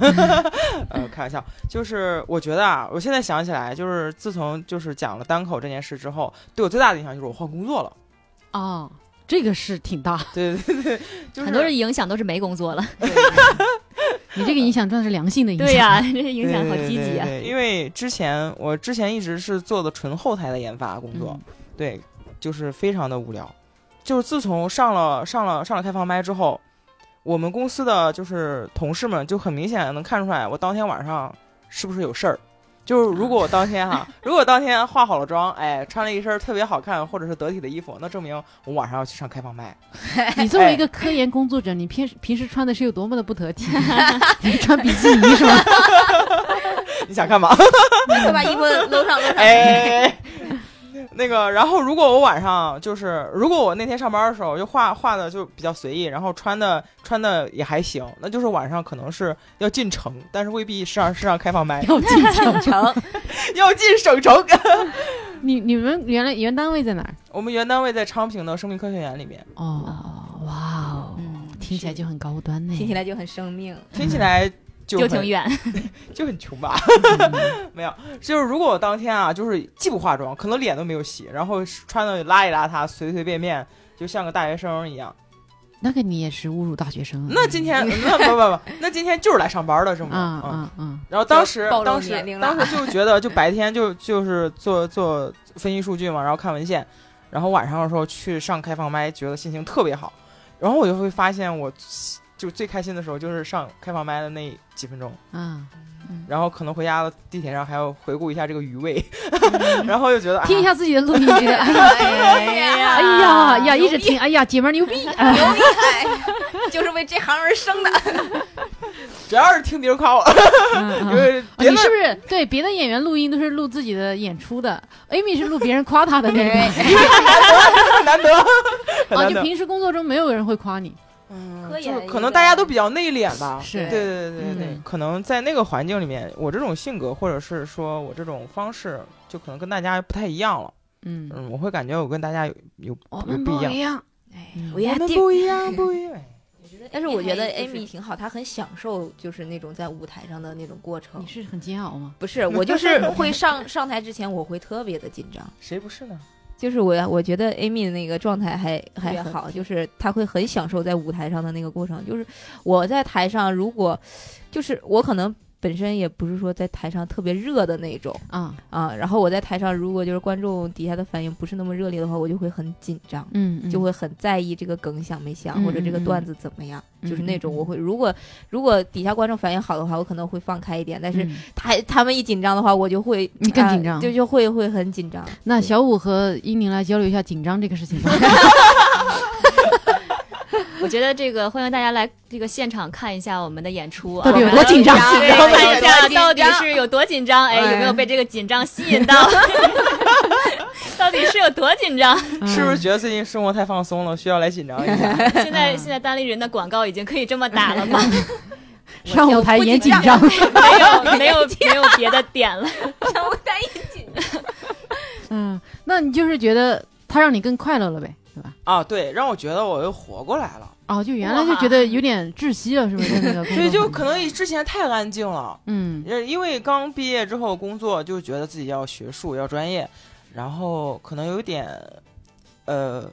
Speaker 4: 呃，开玩笑，就是我觉得啊，我现在想起来，就是自从就是讲了单口这件事之后，对我最大的影响就是我换工作了。
Speaker 1: 哦，这个是挺大，
Speaker 4: 对对对，就是
Speaker 2: 很多人影响都是没工作了。
Speaker 1: 你这个影响真的是良性的影响。
Speaker 2: 对呀，这些影响好
Speaker 4: 对
Speaker 2: 积极啊
Speaker 4: 对对！对因为之前我之前一直是做的纯后台的研发工作，
Speaker 1: 嗯
Speaker 4: 对，就是非常的无聊。就是自从上了上了上了开放麦之后，我们公司的就是同事们就很明显能看出来，我当天晚上是不是有事儿。就是如果我当天哈、啊 如果当天化好了妆，哎，穿了一身特别好看或者是得体的衣服，那证明我晚上要去上开放麦。
Speaker 1: 你作为一个科研工作者，你平时平时穿的是有多么的不得体？ 你穿比基尼是吧？
Speaker 4: 你想干嘛？
Speaker 3: 快 把衣 服搂上 搂上。
Speaker 4: 哎，那个，然后如果我晚上就是，如果我那天上班的时候就画画的就比较随意，然后穿的穿的也还行，那就是晚上可能是要进城，但是未必 是让是让开放麦，
Speaker 1: 要进城
Speaker 3: 成，
Speaker 4: 要进省城。
Speaker 1: 你你们原来原单位在哪儿？
Speaker 4: 我们原单位在昌平的生命科学园里面，
Speaker 1: 哦，哇哦，
Speaker 2: 嗯，
Speaker 1: 听起来就很高端呢。
Speaker 3: 听起来就很生 命。
Speaker 4: 听起来就
Speaker 2: 就
Speaker 4: 很
Speaker 2: 挺远，
Speaker 4: 就很穷吧。
Speaker 1: 嗯，
Speaker 4: 没有，就是如果我当天啊，就是既不化妆，可能脸都没有洗，然后穿的邋里邋遢，随随便便，就像个大学生一样。
Speaker 1: 那个你也是侮辱大学生啊。
Speaker 4: 那今天 那不不不，那今天就是来上班的，是吗？
Speaker 1: 啊
Speaker 4: 嗯
Speaker 1: 啊啊！
Speaker 4: 然后当时
Speaker 3: 就暴露
Speaker 4: 当时
Speaker 3: 年龄了
Speaker 4: 当时就觉得，就白天就就是做做分析数据嘛，然后看文献，然后晚上的时候去上开放麦，觉得心情特别好，然后我就会发现我就最开心的时候就是上开放麦的那几分钟，
Speaker 1: 啊，
Speaker 3: 嗯
Speaker 4: 然后可能回家的地铁上还要回顾一下这个余味，
Speaker 3: 嗯
Speaker 4: 然后就觉得啊
Speaker 1: 听一下自己的录音， 觉得哎呀， 哎呀呀，一直听，哎呀，姐们儿牛逼， 哎
Speaker 3: 牛逼，哎就是为这行而生的。
Speaker 4: 只要是听别人夸我，
Speaker 1: 嗯
Speaker 4: 因
Speaker 1: 嗯
Speaker 3: 哦
Speaker 4: 为
Speaker 1: 啊
Speaker 4: 别
Speaker 1: 你
Speaker 4: 的
Speaker 1: 是不是对别的演员录音都是录自己的演出的？Amy 是录别人夸她的那
Speaker 3: 哎
Speaker 1: 种。
Speaker 4: 很难得，
Speaker 3: 哦
Speaker 4: 很
Speaker 1: 啊，
Speaker 4: 难
Speaker 1: 你
Speaker 4: 得。
Speaker 1: 平时工作中没有人会夸你，
Speaker 4: 嗯
Speaker 3: 科
Speaker 4: 就
Speaker 3: 研
Speaker 4: 可
Speaker 3: 一
Speaker 4: 能
Speaker 3: 个
Speaker 4: 大家都比较内敛吧，
Speaker 1: 是
Speaker 4: 对对对对对，
Speaker 1: 嗯
Speaker 4: 可能在那个环境里面，我这种性格或者是说我这种方式，就可能跟大家不太一样了。
Speaker 1: 嗯，
Speaker 4: 嗯，我会感觉我跟大家有有
Speaker 1: 我
Speaker 4: 有
Speaker 1: 们
Speaker 4: 不一样，
Speaker 1: 样，
Speaker 3: 哎
Speaker 1: 嗯
Speaker 3: 我也
Speaker 4: 我们不一样，不一样。
Speaker 3: 但是我觉得
Speaker 2: Amy 就是
Speaker 3: Amy 挺好，她很享受就是那种在舞台上的那种过程
Speaker 1: 哦你。是很煎熬吗？
Speaker 3: 不是，我就是 会上上台之前我会特别的紧张，
Speaker 4: 谁不是呢？
Speaker 3: 就是我我觉得 Amy 的那个状态还还
Speaker 2: 特别
Speaker 3: 好，就是她会很享受在舞台上的那个过程。就是我在台上，如果就是我可能本身也不是说在台上特别热的那种
Speaker 1: 啊，
Speaker 3: 啊，然后我在台上如果就是观众底下的反应不是那么热烈的话，我就会很紧张。
Speaker 1: 嗯，嗯
Speaker 3: 就会很在意这个梗想没想，
Speaker 1: 嗯
Speaker 3: 或者这个
Speaker 1: 嗯
Speaker 3: 段子怎么样，
Speaker 1: 嗯
Speaker 3: 就是那种
Speaker 1: 嗯
Speaker 3: 我会，如果如果底下观众反应好的话，我可能会放开一点，但是
Speaker 1: 嗯
Speaker 3: 他他们一紧张的话，我就会
Speaker 1: 你更
Speaker 3: 啊
Speaker 1: 紧张
Speaker 3: 就就会会很 紧张。
Speaker 1: 那小五和英宁来交流一下紧张这个事情 吧。
Speaker 2: 我觉得这个欢迎大家来这个现场看一下我们的演出啊，
Speaker 1: 到底有
Speaker 2: 我们
Speaker 1: 多紧张
Speaker 2: 对
Speaker 3: 到底
Speaker 2: 看一
Speaker 3: 有多
Speaker 2: 下
Speaker 3: 紧张
Speaker 2: 到底是有多紧张，哎，
Speaker 3: 哎
Speaker 2: 有没有被这个紧张吸引到？ 到底是有多紧 张？
Speaker 4: 是不是
Speaker 1: 嗯
Speaker 4: 觉得最近生活太放松了，需要来紧张一下？
Speaker 2: 现在现在单立人的广告已经可以这么打了 吗？
Speaker 1: 上舞台也紧张？
Speaker 2: 没有没有没有别的点了。
Speaker 3: 我在意，
Speaker 1: 嗯，那你就是觉得他让你更快乐了呗，对吧？
Speaker 4: 啊，对，让我觉得我又活过来了。
Speaker 1: 哦，就原来就觉得有点窒息了，是不 是？那个工作
Speaker 4: 对，就
Speaker 1: 环境
Speaker 4: 可能之前太安静了，
Speaker 1: 嗯
Speaker 4: 呃因为刚毕业之后工作，就觉得自己要学术，要专业，然后可能有点，呃，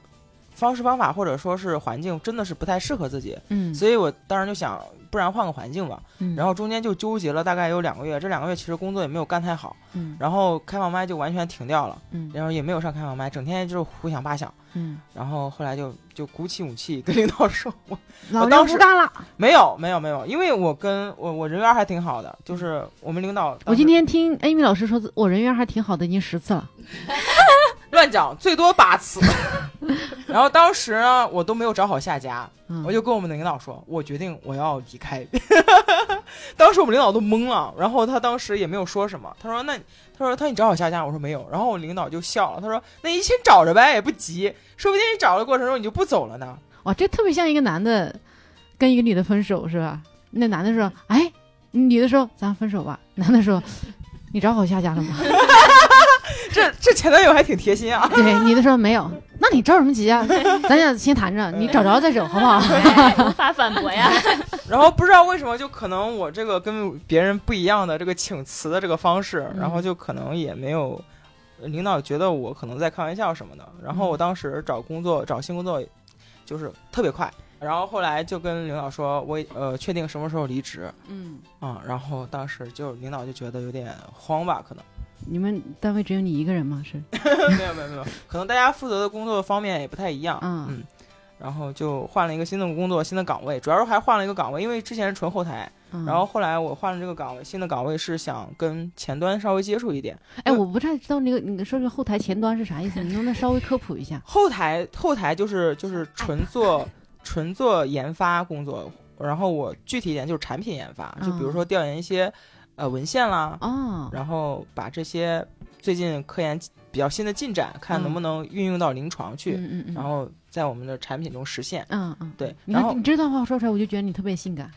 Speaker 4: 方式方法或者说是环境真的是不太适合自己，
Speaker 1: 嗯，
Speaker 4: 所以我当时就想，不然换个环境吧。
Speaker 1: 嗯
Speaker 4: 然后中间就纠结了大概有两个月，这两个月其实工作也没有干太好，
Speaker 1: 嗯
Speaker 4: 然后开放麦就完全停掉了，
Speaker 1: 嗯
Speaker 4: 然后也没有上开放麦，整天就是胡想八想。
Speaker 1: 嗯，
Speaker 4: 然后后来就就鼓起勇气跟领导说， 我
Speaker 1: 老娘
Speaker 4: 当
Speaker 1: 不
Speaker 4: 时
Speaker 1: 干了。
Speaker 4: 没有没有没有，因为我跟我我人缘还挺好的，就是我们领导
Speaker 1: 我
Speaker 4: 当时
Speaker 1: 今天听 Amy 老师说，我人缘还挺好的，已经十次了。
Speaker 4: 乱讲最多八次，然后当时呢我都没有找好下家，
Speaker 1: 嗯，
Speaker 4: 我就跟我们领导说，我决定我要离开。 当时我们领导都懵了，然后他当时也没有说什么，他说那他说他说你找好下家，我说没有，然后我领导就笑了，他说那你先找着呗，也不急，说不定你找的过程中你就不走了呢。
Speaker 1: 哇，这特别像一个男的跟一个女的分手是吧？那男的说：“哎，女的说咱分手吧。”男的说：“你找好下家了吗。
Speaker 4: 这这前男友还挺贴心啊？”
Speaker 1: 对，女的说：“没有。”那你着什么急 啊？咱俩先谈着，你找着再走好不好？
Speaker 2: 哎无法反驳呀！
Speaker 4: 然后不知道为什么，就可能我这个跟别人不一样的这个请辞的这个方式，
Speaker 1: 嗯
Speaker 4: 然后就可能也没有领导觉得我可能在开玩笑什么的。然
Speaker 1: 嗯
Speaker 4: 后我当时找工作找新工作就是特别快，然后后来就跟领导说我呃确定什么时候离职
Speaker 1: 嗯，
Speaker 4: 啊、然后当时就领导就觉得有点慌吧，可能
Speaker 1: 你们单位只有你一个人吗？是，
Speaker 4: 没有没有没有，可能大家负责的工作方面也不太一样，
Speaker 1: 嗯
Speaker 4: 嗯，然后就换了一个新的工作新的岗位，主要是还换了一个岗位，因为之前是纯后台。
Speaker 1: 嗯、
Speaker 4: 然后后来我换了这个岗位，新的岗位是想跟前端稍微接触一点。
Speaker 1: 哎，我不太知道那个你说这后台前端是啥意思，你能不能稍微科普一下？
Speaker 4: 后台后台就是就是纯
Speaker 1: 哎
Speaker 4: 做 纯做研发工作，然后我具体一点就是产品研发，就比
Speaker 1: 嗯
Speaker 4: 如说调研一些呃文献啦，
Speaker 1: 哦，
Speaker 4: 然后把这些最近科研比较新的进展，看能不能运用到临床去，
Speaker 1: 嗯嗯嗯，
Speaker 4: 然后在我们的产品中实现。
Speaker 1: 嗯嗯，
Speaker 4: 对
Speaker 1: 你
Speaker 4: 然
Speaker 1: 看
Speaker 4: 后
Speaker 1: 你这段话说出来，我就觉得你特别性感，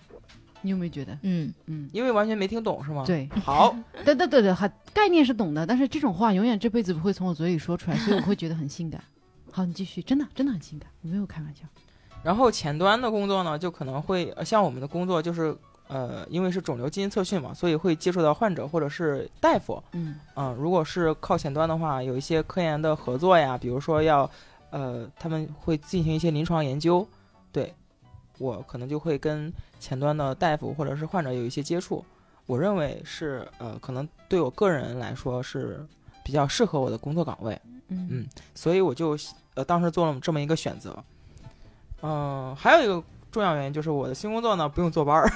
Speaker 1: 你有没有觉得？
Speaker 3: 嗯，
Speaker 1: 嗯，
Speaker 4: 因为完全没听懂是吗？，
Speaker 1: 对，
Speaker 4: 好，
Speaker 1: 对对对对，还概念是懂的，但是这种话永远这辈子不会从我嘴里说出来，所以我会觉得很性感。好，你继续，真的真的很性感，我没有开玩笑。
Speaker 4: 然后前端的工作呢，就可能会呃像我们的工作就是。呃，因为是肿瘤基因测序嘛，所以会接触到患者或者是大夫。
Speaker 1: 嗯
Speaker 4: 嗯、如果是靠前端的话，有一些科研的合作呀，比如说要，呃，他们会进行一些临床研究。对，我可能就会跟前端的大夫或者是患者有一些接触。我认为是呃，可能对我个人来说是比较适合我的工作岗位。
Speaker 1: 嗯
Speaker 4: 嗯所以我就呃当时做了这么一个选择。嗯、还有一个重要原因就是我的新工作呢不用坐班儿，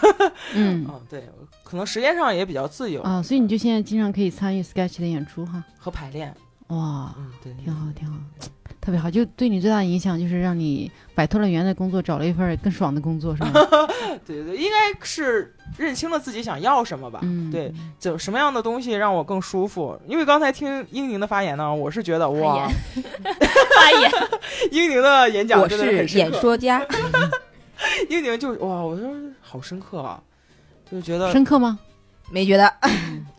Speaker 1: 嗯
Speaker 4: 嗯，对，可能时间上也比较自由
Speaker 1: 啊，所以你就现在经常可以参与 Sketch 的演出哈，
Speaker 4: 和排练，
Speaker 1: 哇，
Speaker 4: 嗯，对，
Speaker 1: 啊挺好挺好，特别好。就对你最大的影响就是让你摆脱了原来的工作，找了一份儿更爽的工作， 是吗？
Speaker 4: 对对对，应该是认清了自己想要什么吧。
Speaker 1: 嗯，
Speaker 4: 对，就什么样的东西让我更舒服？因为刚才听英宁的发言呢，我是觉得哇，
Speaker 3: 发言，
Speaker 4: 英宁的演讲
Speaker 3: 我
Speaker 4: 真的很
Speaker 3: 是
Speaker 4: 深
Speaker 3: 演
Speaker 4: 刻
Speaker 3: 说 家，
Speaker 4: 英宁就哇，我说好深刻啊，就觉得
Speaker 1: 深刻吗？
Speaker 3: 没觉
Speaker 1: 啊
Speaker 3: 得，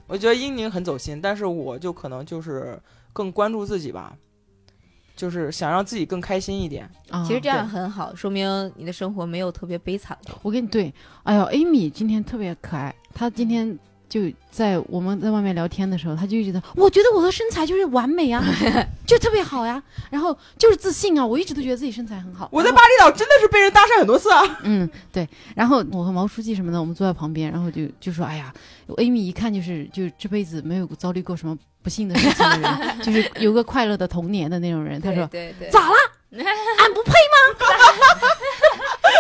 Speaker 4: 我觉得英宁很走心，但是我就可能就是更关注自己吧，就是想让自己更开心一点。
Speaker 1: 啊，
Speaker 3: 其实这样很好，说明你的生活没有特别悲惨的。
Speaker 1: 我跟你对，哎呦，Amy 今天特别可爱，她今天就在我们在外面聊天的时候，她就觉得，我觉得我的身材就是完 美啊，就特别好呀、然后就是自信啊，我一直都觉得自己身材很好。
Speaker 4: 我在
Speaker 1: 然
Speaker 4: 巴
Speaker 1: 后
Speaker 4: 厘岛真的是被人搭讪很多次啊，
Speaker 1: 嗯，对。然后我和毛书记什么的，我们坐在旁边，然后就就说，哎呀，Amy 一看就是就这辈子没有遭历过什么不幸的事情的 人，就是有个快乐的童年的那种人。她说，
Speaker 3: 对对，
Speaker 1: 咋了？俺不配。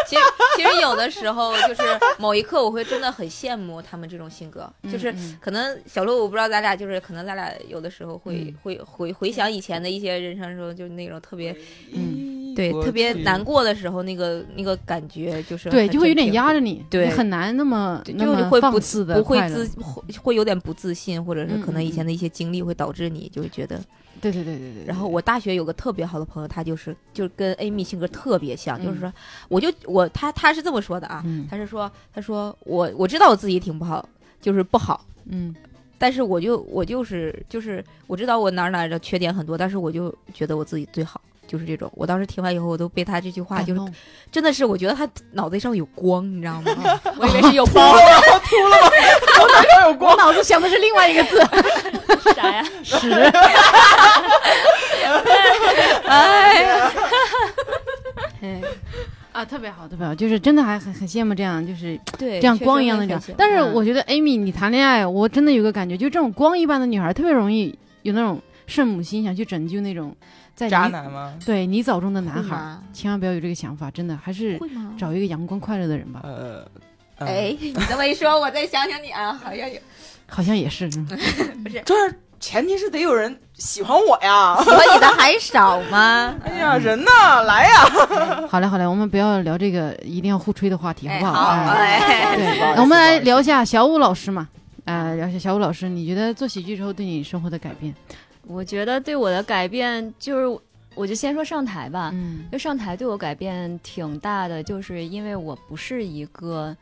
Speaker 3: 其实其实有的时候就是某一刻，我会真的很羡慕他们这种性格，就是
Speaker 1: 嗯嗯
Speaker 3: 可能小鹿，我不知道咱俩就是可能咱俩有的时候会、
Speaker 1: 嗯
Speaker 3: 会回回想以前的一些人生的时候，就是那种特别
Speaker 1: 嗯
Speaker 3: 对特别难
Speaker 4: 过。
Speaker 3: 过的时候，那个那个感觉就是
Speaker 1: 对，
Speaker 3: 很
Speaker 1: 就会有点
Speaker 3: 震惊
Speaker 1: 压着你，
Speaker 3: 对
Speaker 1: 你很难那么
Speaker 3: 对
Speaker 1: 那
Speaker 3: 就
Speaker 1: 么
Speaker 3: 是会
Speaker 1: 放
Speaker 3: 不
Speaker 1: 肆的
Speaker 3: 不会
Speaker 1: 快乐
Speaker 3: 自会会有点不自信，或者是
Speaker 1: 嗯
Speaker 3: 可能以前
Speaker 1: 嗯
Speaker 3: 的一些经历会导致你就是觉得。
Speaker 1: 对对对对对。
Speaker 3: 然后
Speaker 1: 对
Speaker 3: 我大学有个特别好的朋友，他就是就是跟 Amy 性格特别像，就
Speaker 1: 嗯
Speaker 3: 是说，我就我他他是这么说的啊，
Speaker 1: 嗯
Speaker 3: 他是说他说我我知道我自己挺不好，就是不好，
Speaker 1: 嗯
Speaker 3: 但是我就我就是就是我知道我哪儿哪儿的缺点很多，但是我就觉得我自己最好。就是这种，我当时听完以后，我都被他这句话，
Speaker 1: 感
Speaker 3: 就是
Speaker 1: 动
Speaker 3: 真的是，我觉得他脑袋上有光，你知道吗？
Speaker 2: 我以为是有包
Speaker 4: 哪有光
Speaker 1: 我？ 脑子想的是另外一个字，
Speaker 2: 啥呀？
Speaker 1: 屎。
Speaker 3: 哎，
Speaker 1: 啊，特别好，特别好，就是真的还很很羡慕这样，就是
Speaker 3: 对，
Speaker 1: 这样
Speaker 3: 确实
Speaker 1: 光一样
Speaker 3: 会
Speaker 1: 的女
Speaker 3: 很
Speaker 1: 孩
Speaker 3: 喜。欢
Speaker 1: 但是
Speaker 3: 嗯
Speaker 1: 我觉得 Amy，你谈恋爱，我真的有个感觉，就这种光一般的女孩，特别容易有那种圣母心，想去拯救那种在
Speaker 4: 渣
Speaker 1: 泥
Speaker 3: 啊
Speaker 4: 男吗？
Speaker 1: 对泥沼中的男
Speaker 3: 会
Speaker 1: 孩儿，
Speaker 3: 吗
Speaker 1: 千万不要有这个想法，真的还是
Speaker 3: 会吗？
Speaker 1: 找一个阳光快乐的人吧，
Speaker 4: 呃，呃
Speaker 3: 哎，，你这么一说，我再想想你啊，好 像有
Speaker 1: 好像也是。嗯
Speaker 4: 这前提是得有人喜欢我呀。
Speaker 3: 喜欢你的还少 吗？
Speaker 4: 哎呀，人呢？来呀！
Speaker 1: 好嘞，好嘞，我们不要聊这个一定要互吹的话题，好
Speaker 3: 哎，
Speaker 1: 不
Speaker 3: 好，
Speaker 1: 哎
Speaker 3: 哎，
Speaker 1: 对
Speaker 4: 不好意，思
Speaker 1: 我们来
Speaker 4: 不好意思
Speaker 1: 聊一下小武老师嘛。啊、聊一下小武老师，你觉得做喜剧之后对你生活的改变？
Speaker 2: 我觉得对我的改变就是，我就先说上台吧。
Speaker 1: 嗯
Speaker 2: 就上台对我改变挺大的，就是因为我不是一个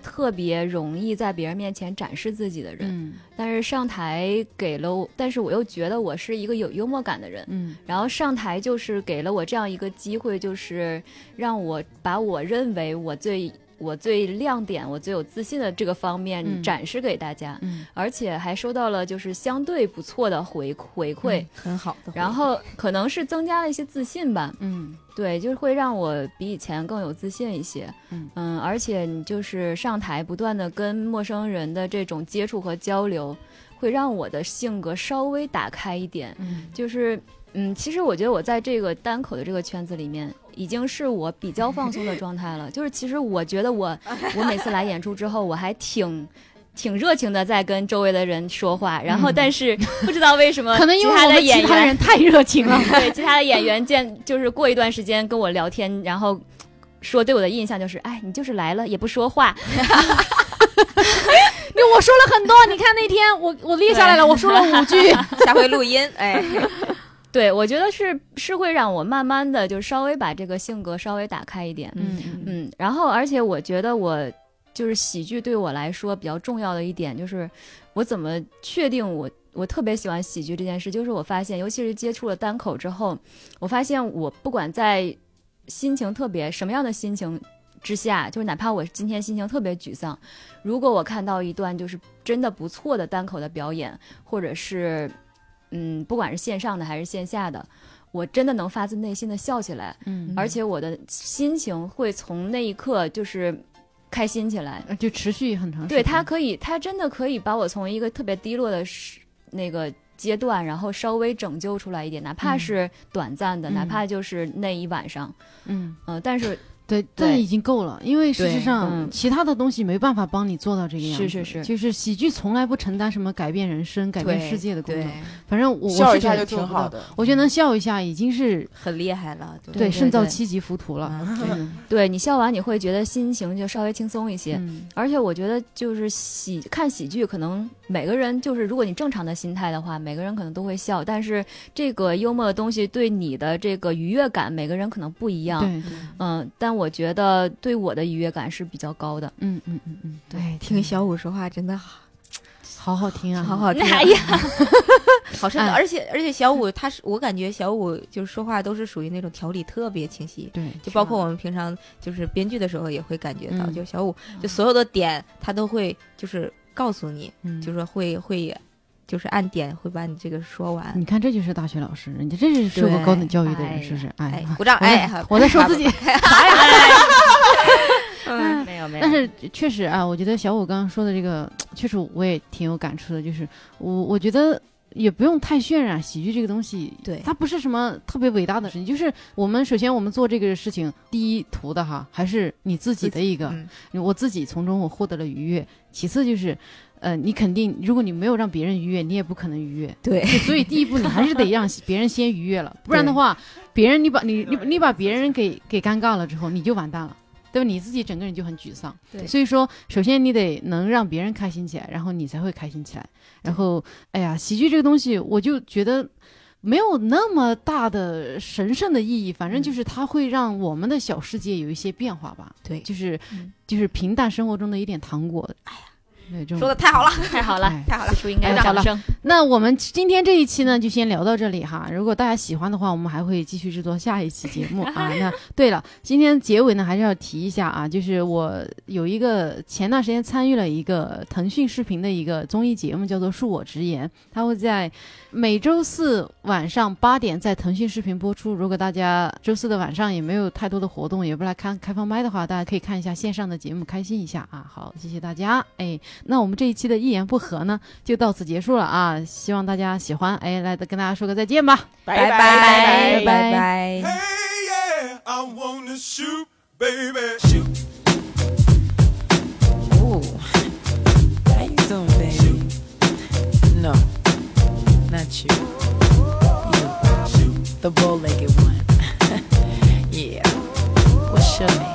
Speaker 2: 特别容易在别人面前展示自己的人，
Speaker 1: 嗯
Speaker 2: 但是上台给了我，但是我又觉得我是一个有幽默感的人。
Speaker 1: 嗯
Speaker 2: 然后上台就是给了我这样一个机会，就是让我把我认为我最我最亮点、我最有自信的这个方面
Speaker 1: 嗯
Speaker 2: 展示给大家，
Speaker 1: 嗯，
Speaker 2: 而且还收到了就是相对不错的回回馈，
Speaker 1: 嗯
Speaker 3: 很好的。
Speaker 2: 然后可能是增加了一些自信吧。
Speaker 1: 嗯
Speaker 2: 对，就是会让我比以前更有自信一些。
Speaker 1: 嗯
Speaker 2: 而且你就是上台不断的跟陌生人的这种接触和交流，会让我的性格稍微打开一点。
Speaker 1: 嗯
Speaker 2: 就是嗯，其实我觉得我在这个单口的这个圈子里面，已经是我比较放松的状态了。就是其实我觉得我我每次来演出之后，我还挺。挺热情的，在跟周围的人说话，然后
Speaker 1: 嗯
Speaker 2: 但是不知道为什么，
Speaker 1: 可能因为我
Speaker 2: 的
Speaker 1: 们
Speaker 2: 演
Speaker 1: 其他
Speaker 2: 员
Speaker 1: 人太热情了。
Speaker 2: 对，其他的演员见就是过一段时间跟我聊天，然后说对我的印象就是，哎，你就是来了也不说话，
Speaker 1: 因为我说了很多，你看那天我我列下来了，我说了五句。
Speaker 3: 下回录 音，哎，
Speaker 2: 对我觉得是是会让我慢慢的就稍微把这个性格稍微打开一点，
Speaker 1: 嗯
Speaker 2: 嗯，然后而且我觉得我就是喜剧对我来说比较重要的一点就是我怎么确定我。我特别喜欢喜剧这件事，就是我发现，尤其是接触了单口之后，我发现我不管在心情特别什么样的心情之下，就是哪怕我今天心情特别沮丧，如果我看到一段就是真的不错的单口的表演，或者是嗯，不管是线上的还是线下的，我真的能发自内心的笑起来，
Speaker 1: 嗯
Speaker 2: 而且我的心情会从那一刻就是开心起
Speaker 1: 嗯
Speaker 2: 来。
Speaker 1: 呃而就持续很长时间。
Speaker 2: 对他可以，他真的可以把我从一个特别低落的时那个阶段，然后稍微拯救出来一点，哪怕
Speaker 1: 嗯
Speaker 2: 是短暂的，
Speaker 1: 嗯
Speaker 2: 哪怕就是那一晚上，
Speaker 1: 嗯，
Speaker 2: 嗯、但是
Speaker 1: 对，这已经够了，因为事实
Speaker 2: 对
Speaker 1: 上
Speaker 2: 嗯
Speaker 1: 其他的东西没办法帮你做到这个样子。
Speaker 2: 是是是
Speaker 1: 就是喜剧从来不承担什么改变人生、改变世界的功能。反正我我
Speaker 4: 笑
Speaker 1: 是
Speaker 4: 一
Speaker 1: 觉
Speaker 4: 下
Speaker 1: 得
Speaker 4: 就
Speaker 1: 做
Speaker 4: 挺
Speaker 1: 不到
Speaker 4: 好。的。
Speaker 1: 我觉得能笑一下已经是
Speaker 3: 很厉害了，对
Speaker 2: 对
Speaker 1: 胜造
Speaker 2: 对
Speaker 1: 七级浮屠了。
Speaker 3: 嗯
Speaker 1: 嗯
Speaker 2: 对你笑完，你会觉得心情就稍微轻松一些。
Speaker 1: 嗯
Speaker 2: 而且我觉得，就是喜看喜剧，可能每个人就是，如果你正常的心态的话，每个人可能都会笑。但是这个幽默的东西对你的这个愉悦感，每个人可能不一样。
Speaker 1: 对，
Speaker 2: 嗯，但我觉得对我的愉悦感是比较高的。
Speaker 1: 嗯嗯嗯嗯，对，
Speaker 3: 哎，听小五说话真的好，
Speaker 1: 好好听啊，
Speaker 3: 好嗯好听啊，
Speaker 2: 哎呀，
Speaker 3: 好深刻。
Speaker 1: 哎
Speaker 3: 而且而且小五他是，我感觉小五就是说话都是属于那种条理特别清晰，
Speaker 1: 对，
Speaker 3: 就包括我们平常就是编剧的时候也会感觉到，
Speaker 1: 嗯
Speaker 3: 就小五就所有的点他都会就是告诉你，
Speaker 1: 嗯
Speaker 3: 就是说会会就是按点会把你这个说完。
Speaker 1: 你看，这就是大学老师，人家这是受过高等教育的
Speaker 2: 哎
Speaker 1: 人，
Speaker 2: 呀
Speaker 1: 是不是？哎
Speaker 3: 哎，
Speaker 1: 呀，
Speaker 3: 鼓掌！哎，
Speaker 1: 我在说自己，
Speaker 3: 嗯
Speaker 2: 没有没有，
Speaker 1: 但是确实啊，我觉得小五刚刚说的这个，确实我也挺有感触的，就是我我觉得。也不用太渲染喜剧这个东西，
Speaker 3: 对
Speaker 1: 它不是什么特别伟大的事情。就是我们首先我们做这个事情，第一图的哈，还是你自己的一个，
Speaker 3: 嗯
Speaker 1: 我自己从中我获得了愉悦。其次就是，呃，你肯定如果你没有让别人愉悦，你也不可能愉悦。
Speaker 3: 对，
Speaker 1: 就所以第一步你还是得让别人先愉悦了，不然的话，别人你把你你你把别人给给尴尬了之后，你就完蛋了。对吧？你自己整个人就很沮丧，
Speaker 3: 对
Speaker 1: 所以说，首先你得能让别人开心起来，然后你才会开心起来。然后，哎呀，喜剧这个东西，我就觉得没有那么大的神圣的意义，反正就是它会让我们的小世界有一些变化吧。
Speaker 3: 对
Speaker 1: 就是、
Speaker 2: 嗯
Speaker 1: 就是平淡生活中的一点糖果。哎呀，对，这种
Speaker 3: 说的太好了，
Speaker 2: 太好了，
Speaker 1: 哎
Speaker 3: 太好 了
Speaker 2: 此。处应该
Speaker 1: 哎好
Speaker 2: 掌
Speaker 1: 了
Speaker 2: 声。
Speaker 1: 那我们今天这一期呢，就先聊到这里哈。如果大家喜欢的话，我们还会继续制作下一期节目 啊。那对了，今天结尾呢，还是要提一下啊，就是我有一个前段时间参与了一个腾讯视频的一个综艺节目，叫做《恕我直言》，它会在每周四晚上八点在腾讯视频播出。如果大家周四的晚上也没有太多的活动，也不来看开放麦的话，大家可以看一下线上的节目，开心一下啊。好，谢谢大家。哎，那我们这一期的一言不合呢，就到此结束了啊！希望大家喜欢，哎，来跟大家说个再见吧。
Speaker 3: 拜拜
Speaker 1: 拜拜
Speaker 3: 拜拜。
Speaker 5: Hey, yeah, I wanna shoot, baby. Shoot.
Speaker 6: Ooh. How you doing, baby? No, not you. You, the bow-legged one. yeah. What's your name?